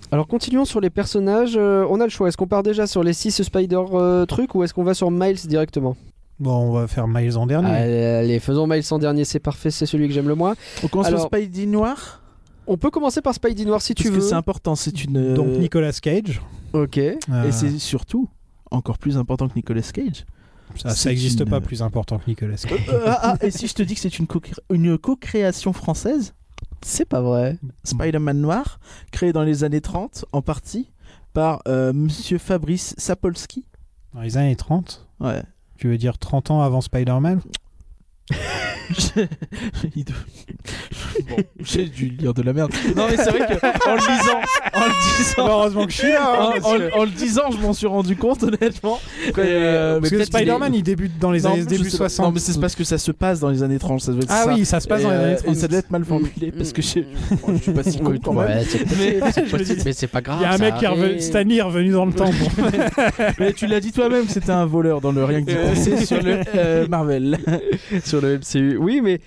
[SPEAKER 6] Alors continuons sur les personnages. euh, on a le choix. Est-ce qu'on part déjà sur les 6 Spider euh, trucs ou est-ce qu'on va sur Miles directement
[SPEAKER 8] Bon, on va faire Miles en dernier.
[SPEAKER 6] Allez, faisons Miles en dernier. C'est parfait. C'est celui que j'aime le moins.
[SPEAKER 7] On commence
[SPEAKER 6] Alors-
[SPEAKER 7] par Spidey noir
[SPEAKER 6] On peut commencer par Spidey noir si tu
[SPEAKER 7] parce
[SPEAKER 6] veux.
[SPEAKER 7] que c'est important, c'est une. euh,
[SPEAKER 8] Donc Nicolas Cage.
[SPEAKER 6] Ok.
[SPEAKER 8] euh,
[SPEAKER 7] Et c'est surtout encore plus important que Nicolas Cage.
[SPEAKER 8] Ça
[SPEAKER 7] C'est
[SPEAKER 8] ça existe
[SPEAKER 7] une-
[SPEAKER 8] pas plus important que Nicolas Cage.
[SPEAKER 7] Euh, ah, ah, et si je te dis que c'est une co- une co-création française
[SPEAKER 6] C'est pas vrai.
[SPEAKER 7] Spider-Man noir, créé dans les années 30, en partie, par euh, monsieur Fabrice Sapolsky.
[SPEAKER 8] Dans les années 30,
[SPEAKER 7] Ouais.
[SPEAKER 8] tu veux dire 30 ans avant Spider-Man
[SPEAKER 7] Il doit- Bon, j'ai dû lire de la merde. Non, mais c'est vrai que en le lisant, en le disant.
[SPEAKER 8] Bah, Heureusement que je suis
[SPEAKER 7] En,
[SPEAKER 8] là hein, parce que-
[SPEAKER 7] en- en le disant, je m'en suis rendu compte, honnêtement. Et, euh, mais
[SPEAKER 8] Parce que
[SPEAKER 7] peut-être qu'il est-
[SPEAKER 8] Spider-Man, il débute dans les
[SPEAKER 7] Non,
[SPEAKER 8] années
[SPEAKER 7] je
[SPEAKER 8] début
[SPEAKER 7] sais pas.
[SPEAKER 8] 60.
[SPEAKER 7] Non, mais c'est parce que ça se passe dans les années 30. Ça doit être
[SPEAKER 8] Ah
[SPEAKER 7] ça.
[SPEAKER 8] oui, ça se passe
[SPEAKER 7] Et,
[SPEAKER 8] dans les
[SPEAKER 7] euh,
[SPEAKER 8] années Mm.
[SPEAKER 7] et
[SPEAKER 8] 30.
[SPEAKER 7] ça doit être mal formulé parce que je, bon, je suis pas si con quand même.
[SPEAKER 6] Ouais, c'est
[SPEAKER 7] Mais-
[SPEAKER 6] possible,
[SPEAKER 8] me dis-
[SPEAKER 6] mais c'est pas grave.
[SPEAKER 8] Il y a un
[SPEAKER 6] ça
[SPEAKER 8] mec qui est revenu,
[SPEAKER 6] arrive.
[SPEAKER 8] Stanley est revenu dans le temps. bon.
[SPEAKER 7] Mais tu l'as dit toi-même que c'était un voleur dans le rien que d'y
[SPEAKER 6] Euh,
[SPEAKER 7] penser sur le euh, Marvel.
[SPEAKER 6] sur le MCU. Oui, mais.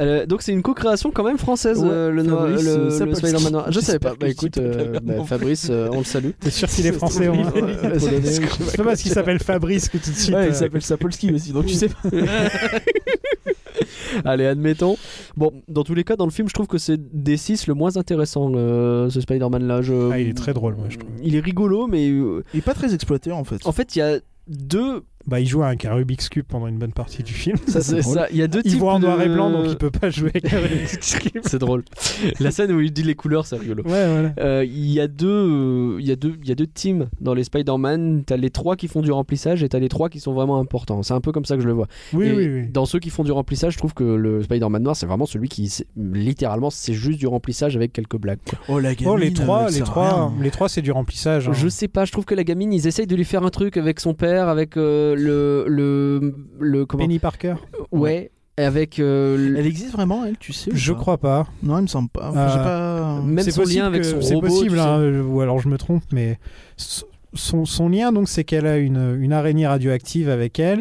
[SPEAKER 6] euh, donc c'est une co-création quand même française
[SPEAKER 7] Ouais,
[SPEAKER 6] euh, le, noir-
[SPEAKER 7] Fabrice,
[SPEAKER 6] le,
[SPEAKER 7] euh,
[SPEAKER 6] le
[SPEAKER 7] Sapolsky.
[SPEAKER 6] Spider-Man noir. Je savais
[SPEAKER 7] J'espère
[SPEAKER 6] pas.
[SPEAKER 7] que
[SPEAKER 6] Bah
[SPEAKER 7] je
[SPEAKER 6] écoute,
[SPEAKER 7] dis pas de
[SPEAKER 6] euh,
[SPEAKER 7] merde
[SPEAKER 6] bah,
[SPEAKER 7] non plus.
[SPEAKER 6] Fabrice, euh, on le salue.
[SPEAKER 8] T'es sûr qu'il est français hein
[SPEAKER 7] Ouais, ouais, polonais.
[SPEAKER 8] C'est pas parce qu'il s'appelle Fabrice que tout de suite.
[SPEAKER 7] Ouais, il
[SPEAKER 8] euh,
[SPEAKER 7] s'appelle Sapolsky aussi, donc tu sais pas.
[SPEAKER 6] Allez, admettons. Bon, dans tous les cas, dans le film, je trouve que c'est des 6 le moins intéressant, le- ce Spider-Man là. Je...
[SPEAKER 8] Ah, il est très drôle, moi, je trouve.
[SPEAKER 6] Il est rigolo, mais euh,
[SPEAKER 7] Il est pas très exploité en fait.
[SPEAKER 6] en fait, il y a deux.
[SPEAKER 8] Bah, il joue avec un Rubik's Cube pendant une bonne partie du film.
[SPEAKER 6] Ça, c'est ça. Il y a deux
[SPEAKER 8] Il
[SPEAKER 6] types
[SPEAKER 8] voit en noir et
[SPEAKER 6] de-
[SPEAKER 8] blanc, donc il peut pas jouer avec un Rubik's Cube.
[SPEAKER 6] C'est drôle. La scène où il dit les couleurs, c'est rigolo.
[SPEAKER 8] Ouais, voilà.
[SPEAKER 6] Euh, Il y a deux, euh, il y a deux, il y a deux teams dans les Spider-Man. T'as les trois qui font du remplissage et t'as les trois qui sont vraiment importants. C'est un peu comme ça que je le vois.
[SPEAKER 8] Oui,
[SPEAKER 6] Et
[SPEAKER 8] oui, oui.
[SPEAKER 6] Dans ceux qui font du remplissage, je trouve que le Spider-Man noir, c'est vraiment celui qui, c'est- littéralement, c'est juste du remplissage avec quelques blagues. quoi.
[SPEAKER 7] Oh la
[SPEAKER 8] Oh, les trois,
[SPEAKER 7] elle
[SPEAKER 8] les
[SPEAKER 7] sert à
[SPEAKER 8] trois,
[SPEAKER 7] rien.
[SPEAKER 8] les trois, c'est du remplissage. hein.
[SPEAKER 6] Je sais pas. Je trouve que la gamine, ils essayent de lui faire un truc avec son père, avec euh, le, le, le, comment
[SPEAKER 8] Penny Parker
[SPEAKER 6] Ouais, avec euh, le-
[SPEAKER 7] Elle existe vraiment, elle, tu sais ou
[SPEAKER 8] Je
[SPEAKER 7] pas
[SPEAKER 8] crois pas.
[SPEAKER 7] Non, il me semble pas. Enfin,
[SPEAKER 8] Euh,
[SPEAKER 7] j'ai pas.
[SPEAKER 6] même
[SPEAKER 8] C'est
[SPEAKER 6] son
[SPEAKER 8] possible
[SPEAKER 6] lien avec
[SPEAKER 8] que-
[SPEAKER 6] son
[SPEAKER 8] C'est
[SPEAKER 6] robot.
[SPEAKER 8] possible,
[SPEAKER 6] tu sais.
[SPEAKER 8] hein, euh, ou alors je me trompe, mais s- son, son lien, donc, c'est qu'elle a une, une araignée radioactive avec elle,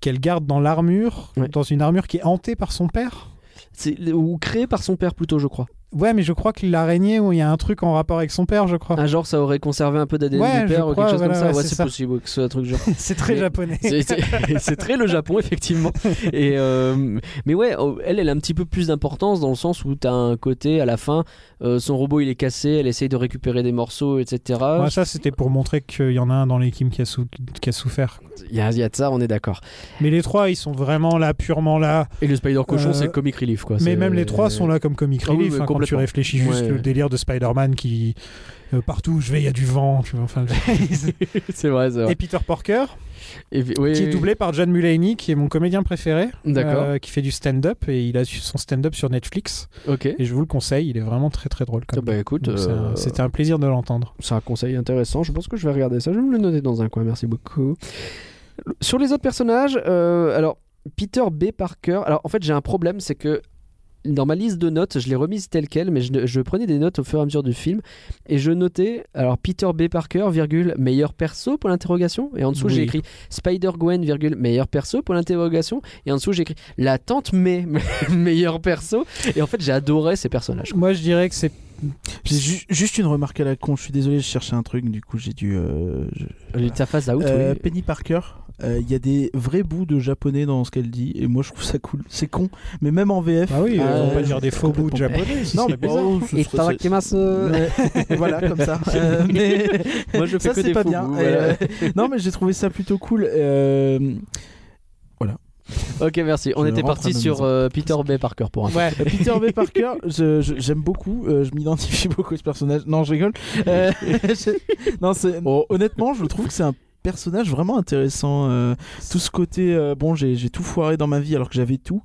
[SPEAKER 8] qu'elle garde dans l'armure,
[SPEAKER 6] Ouais.
[SPEAKER 8] dans une armure qui est hantée par son père.
[SPEAKER 6] C'est- ou créé par son père plutôt, je crois.
[SPEAKER 8] Ouais, mais je crois que l'araignée, où il y a un truc en rapport avec son père, je crois.
[SPEAKER 6] Un genre, ça aurait conservé un peu d'ADN
[SPEAKER 8] Ah. Ouais,
[SPEAKER 6] du
[SPEAKER 8] je
[SPEAKER 6] père ou quelque
[SPEAKER 8] crois,
[SPEAKER 6] chose
[SPEAKER 8] voilà,
[SPEAKER 6] comme ça.
[SPEAKER 8] ouais,
[SPEAKER 6] Ouais,
[SPEAKER 8] c'est
[SPEAKER 6] c'est
[SPEAKER 8] ça.
[SPEAKER 6] possible que ce soit un truc genre.
[SPEAKER 8] c'est très
[SPEAKER 6] Ah, mais-
[SPEAKER 8] japonais.
[SPEAKER 6] C'est- C'est c'est très le Japon, effectivement. Et euh, mais ouais, oh, elle, elle a un petit peu plus d'importance dans le sens où t'as un côté à la fin, euh, son robot il est cassé, elle essaye de récupérer des morceaux, etc.
[SPEAKER 8] Ouais, ça, c'était pour montrer qu'il y en a un dans l'équipe qui, a sou- qui a souffert.
[SPEAKER 6] Il y, a- il y a de ça, on est d'accord.
[SPEAKER 8] Mais les trois, ils sont vraiment là, purement là.
[SPEAKER 6] Et le Spider Cochon,
[SPEAKER 8] Euh,
[SPEAKER 6] c'est le comic relief quoi.
[SPEAKER 8] Mais
[SPEAKER 6] Bah, C'est-
[SPEAKER 8] même les trois sont là comme comic
[SPEAKER 6] Ah oui, mais
[SPEAKER 8] relief. hein, quand tu
[SPEAKER 6] complètement.
[SPEAKER 8] réfléchis juste
[SPEAKER 6] Ouais.
[SPEAKER 8] le délire de Spider-Man qui euh, partout où je vais, il y a du vent. Tu vois, enfin,
[SPEAKER 6] c'est vrai, c'est vrai.
[SPEAKER 8] Et Peter Parker,
[SPEAKER 6] Et puis- oui,
[SPEAKER 8] qui est
[SPEAKER 6] oui,
[SPEAKER 8] doublé par John Mulaney, qui est mon comédien préféré,
[SPEAKER 6] D'accord.
[SPEAKER 8] euh, qui fait du stand-up et il a su- son stand-up sur Netflix.
[SPEAKER 6] oui. Ok.
[SPEAKER 8] Et je vous le conseille, il est vraiment très très drôle.
[SPEAKER 6] Ah
[SPEAKER 8] Comme
[SPEAKER 6] bah écoute,
[SPEAKER 8] Donc, c'est un-
[SPEAKER 6] euh,
[SPEAKER 8] c'était un plaisir de l'entendre.
[SPEAKER 6] C'est un conseil intéressant. Je pense que je vais regarder ça. Je vais me le noter dans un coin. Merci beaucoup. Sur les autres personnages, euh, alors Peter B. Parker. Alors en fait, j'ai un problème, c'est que dans ma liste de notes, je l'ai remise telle quelle, mais je, ne- je prenais des notes au fur et à mesure du film et je notais alors Peter B. Parker, virgule meilleur perso pour l'interrogation et en dessous
[SPEAKER 8] Oui.
[SPEAKER 6] j'ai écrit Spider Gwen, virgule meilleur perso pour l'interrogation et en dessous j'ai écrit la tante May meilleur perso et en fait j'ai adoré ces personnages.
[SPEAKER 8] Moi, je dirais que c'est
[SPEAKER 7] J'ai ju- juste une remarque à la con. Je suis désolé, je cherchais un truc, du coup j'ai dû. euh, je-
[SPEAKER 6] Ta face out.
[SPEAKER 7] Euh,
[SPEAKER 6] oui.
[SPEAKER 7] Penny Parker, euh, il y a des vrais bouts de japonais dans ce qu'elle dit, et moi je trouve ça cool. C'est con, mais même en VF.
[SPEAKER 8] Ah oui,
[SPEAKER 7] Ah,
[SPEAKER 8] euh, on va
[SPEAKER 7] je-
[SPEAKER 8] dire des faux bouts de japonais.
[SPEAKER 7] Non, mais
[SPEAKER 8] c'est bizarre.
[SPEAKER 7] bon, ce serait- c'est-
[SPEAKER 6] Itadakimasu.
[SPEAKER 7] Ouais, Euh, voilà, comme ça. Euh, mais
[SPEAKER 6] Moi, je fais
[SPEAKER 7] ça,
[SPEAKER 6] que
[SPEAKER 7] c'est
[SPEAKER 6] des
[SPEAKER 7] pas
[SPEAKER 6] faux
[SPEAKER 7] bien.
[SPEAKER 6] bouts,
[SPEAKER 7] Et, euh,
[SPEAKER 6] voilà.
[SPEAKER 7] non, mais j'ai trouvé ça plutôt cool. Euh,
[SPEAKER 6] Ok, merci. On
[SPEAKER 7] Je
[SPEAKER 6] était
[SPEAKER 7] rentre à
[SPEAKER 6] parti
[SPEAKER 7] ma
[SPEAKER 6] sur
[SPEAKER 7] maison.
[SPEAKER 6] euh, Peter B. Parker pour un.
[SPEAKER 7] Euh, Peter B. Parker, je- je- j'aime beaucoup, euh, je m'identifie beaucoup à ce personnage. Non, je rigole. Euh, je- non, c'est- honnêtement, je trouve que c'est un personnage vraiment intéressant. euh, tout ce côté, euh, bon, j'ai j'ai tout foiré dans ma vie alors que j'avais tout.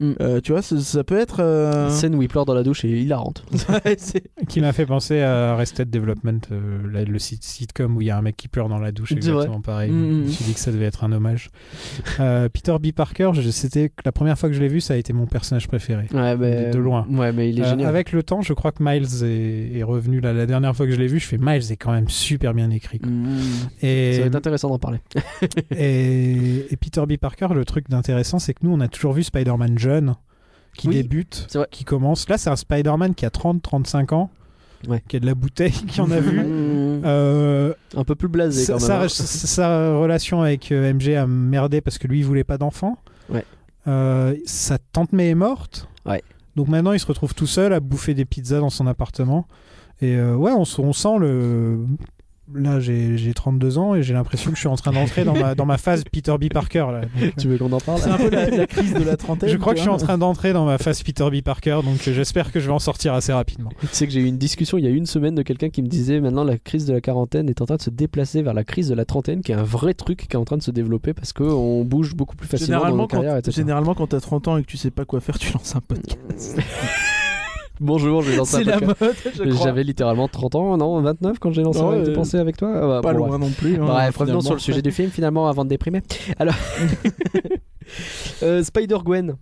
[SPEAKER 6] Mm.
[SPEAKER 7] Euh, tu vois, ça, ça peut être. euh,
[SPEAKER 6] Scène où il pleure dans la douche et il la rentre.
[SPEAKER 7] c'est-
[SPEAKER 8] Qui m'a fait penser à Arrested Development, euh, la- le sit- sitcom où il y a un mec qui pleure dans la douche,
[SPEAKER 6] C'est vrai.
[SPEAKER 8] exactement pareil.
[SPEAKER 6] Mm, mm.
[SPEAKER 8] Je me suis dit que ça devait être un hommage. Euh, Peter B. Parker, je- c'était la première fois que je l'ai vu, ça a été mon personnage préféré.
[SPEAKER 6] Ouais, mais...
[SPEAKER 8] De loin.
[SPEAKER 6] Ouais, mais il est
[SPEAKER 8] Euh,
[SPEAKER 6] génial.
[SPEAKER 8] avec le temps, je crois que Miles est, est revenu. La, la dernière fois que je l'ai vu, je fais Miles est quand même super bien écrit. quoi.
[SPEAKER 6] Mmh. Ça
[SPEAKER 8] Et,
[SPEAKER 6] va être intéressant d'en parler.
[SPEAKER 8] et, et Peter B. Parker, le truc d'intéressant, c'est que nous, on a toujours vu Spider-Man jeune, qui
[SPEAKER 6] Oui,
[SPEAKER 8] débute,
[SPEAKER 6] c'est vrai.
[SPEAKER 8] qui commence. Là, c'est un Spider-Man qui a 30-35 ans,
[SPEAKER 6] Ouais.
[SPEAKER 8] qui a de la bouteille, qui en a vu.
[SPEAKER 6] Mmh.
[SPEAKER 8] Euh,
[SPEAKER 6] Un peu plus blasé
[SPEAKER 8] sa,
[SPEAKER 6] quand même.
[SPEAKER 8] sa-
[SPEAKER 6] hein.
[SPEAKER 8] sa- sa relation avec euh, MJ a merdé parce que lui il voulait pas d'enfant.
[SPEAKER 6] Ouais.
[SPEAKER 8] Euh, sa tante May est morte.
[SPEAKER 6] Ouais.
[SPEAKER 8] Donc maintenant il se retrouve tout seul à bouffer des pizzas dans son appartement. Et euh, ouais, on, se- on sent le là, j'ai j'ai 32 ans et j'ai l'impression que je suis en train d'entrer dans ma, dans ma phase Peter B. Parker. Là. Donc,
[SPEAKER 6] Tu veux qu'on en parle
[SPEAKER 7] C'est un peu la, la crise de la trentaine.
[SPEAKER 8] Je crois que je suis
[SPEAKER 7] quoi.
[SPEAKER 8] en train d'entrer dans ma phase Peter B. Parker, donc euh, j'espère que je vais en sortir assez rapidement.
[SPEAKER 6] Tu sais que j'ai eu une discussion il y a une semaine de quelqu'un qui me disait maintenant la crise de la quarantaine est en train de se déplacer vers la crise de la trentaine, qui est un vrai truc qui est en train de se développer parce qu'on bouge beaucoup plus facilement dans
[SPEAKER 7] Généralement,
[SPEAKER 6] nos carrières,
[SPEAKER 7] quand,
[SPEAKER 6] etc.
[SPEAKER 7] généralement, quand t'as 30 ans et que tu sais pas quoi faire, tu lances un podcast.
[SPEAKER 6] Bonjour, je vais lancer un
[SPEAKER 7] C'est la
[SPEAKER 6] podcast.
[SPEAKER 7] mode, je crois.
[SPEAKER 6] J'avais littéralement 30 ans, non 29 quand j'ai lancé
[SPEAKER 7] Non,
[SPEAKER 6] Arrête de
[SPEAKER 7] euh,
[SPEAKER 6] penser avec toi Ah bah,
[SPEAKER 7] Pas
[SPEAKER 6] bon,
[SPEAKER 7] loin non plus. hein,
[SPEAKER 6] Bref, revenons
[SPEAKER 7] finalement.
[SPEAKER 6] sur le sujet du film finalement avant de déprimer. Alors, Euh, Spider-Gwen.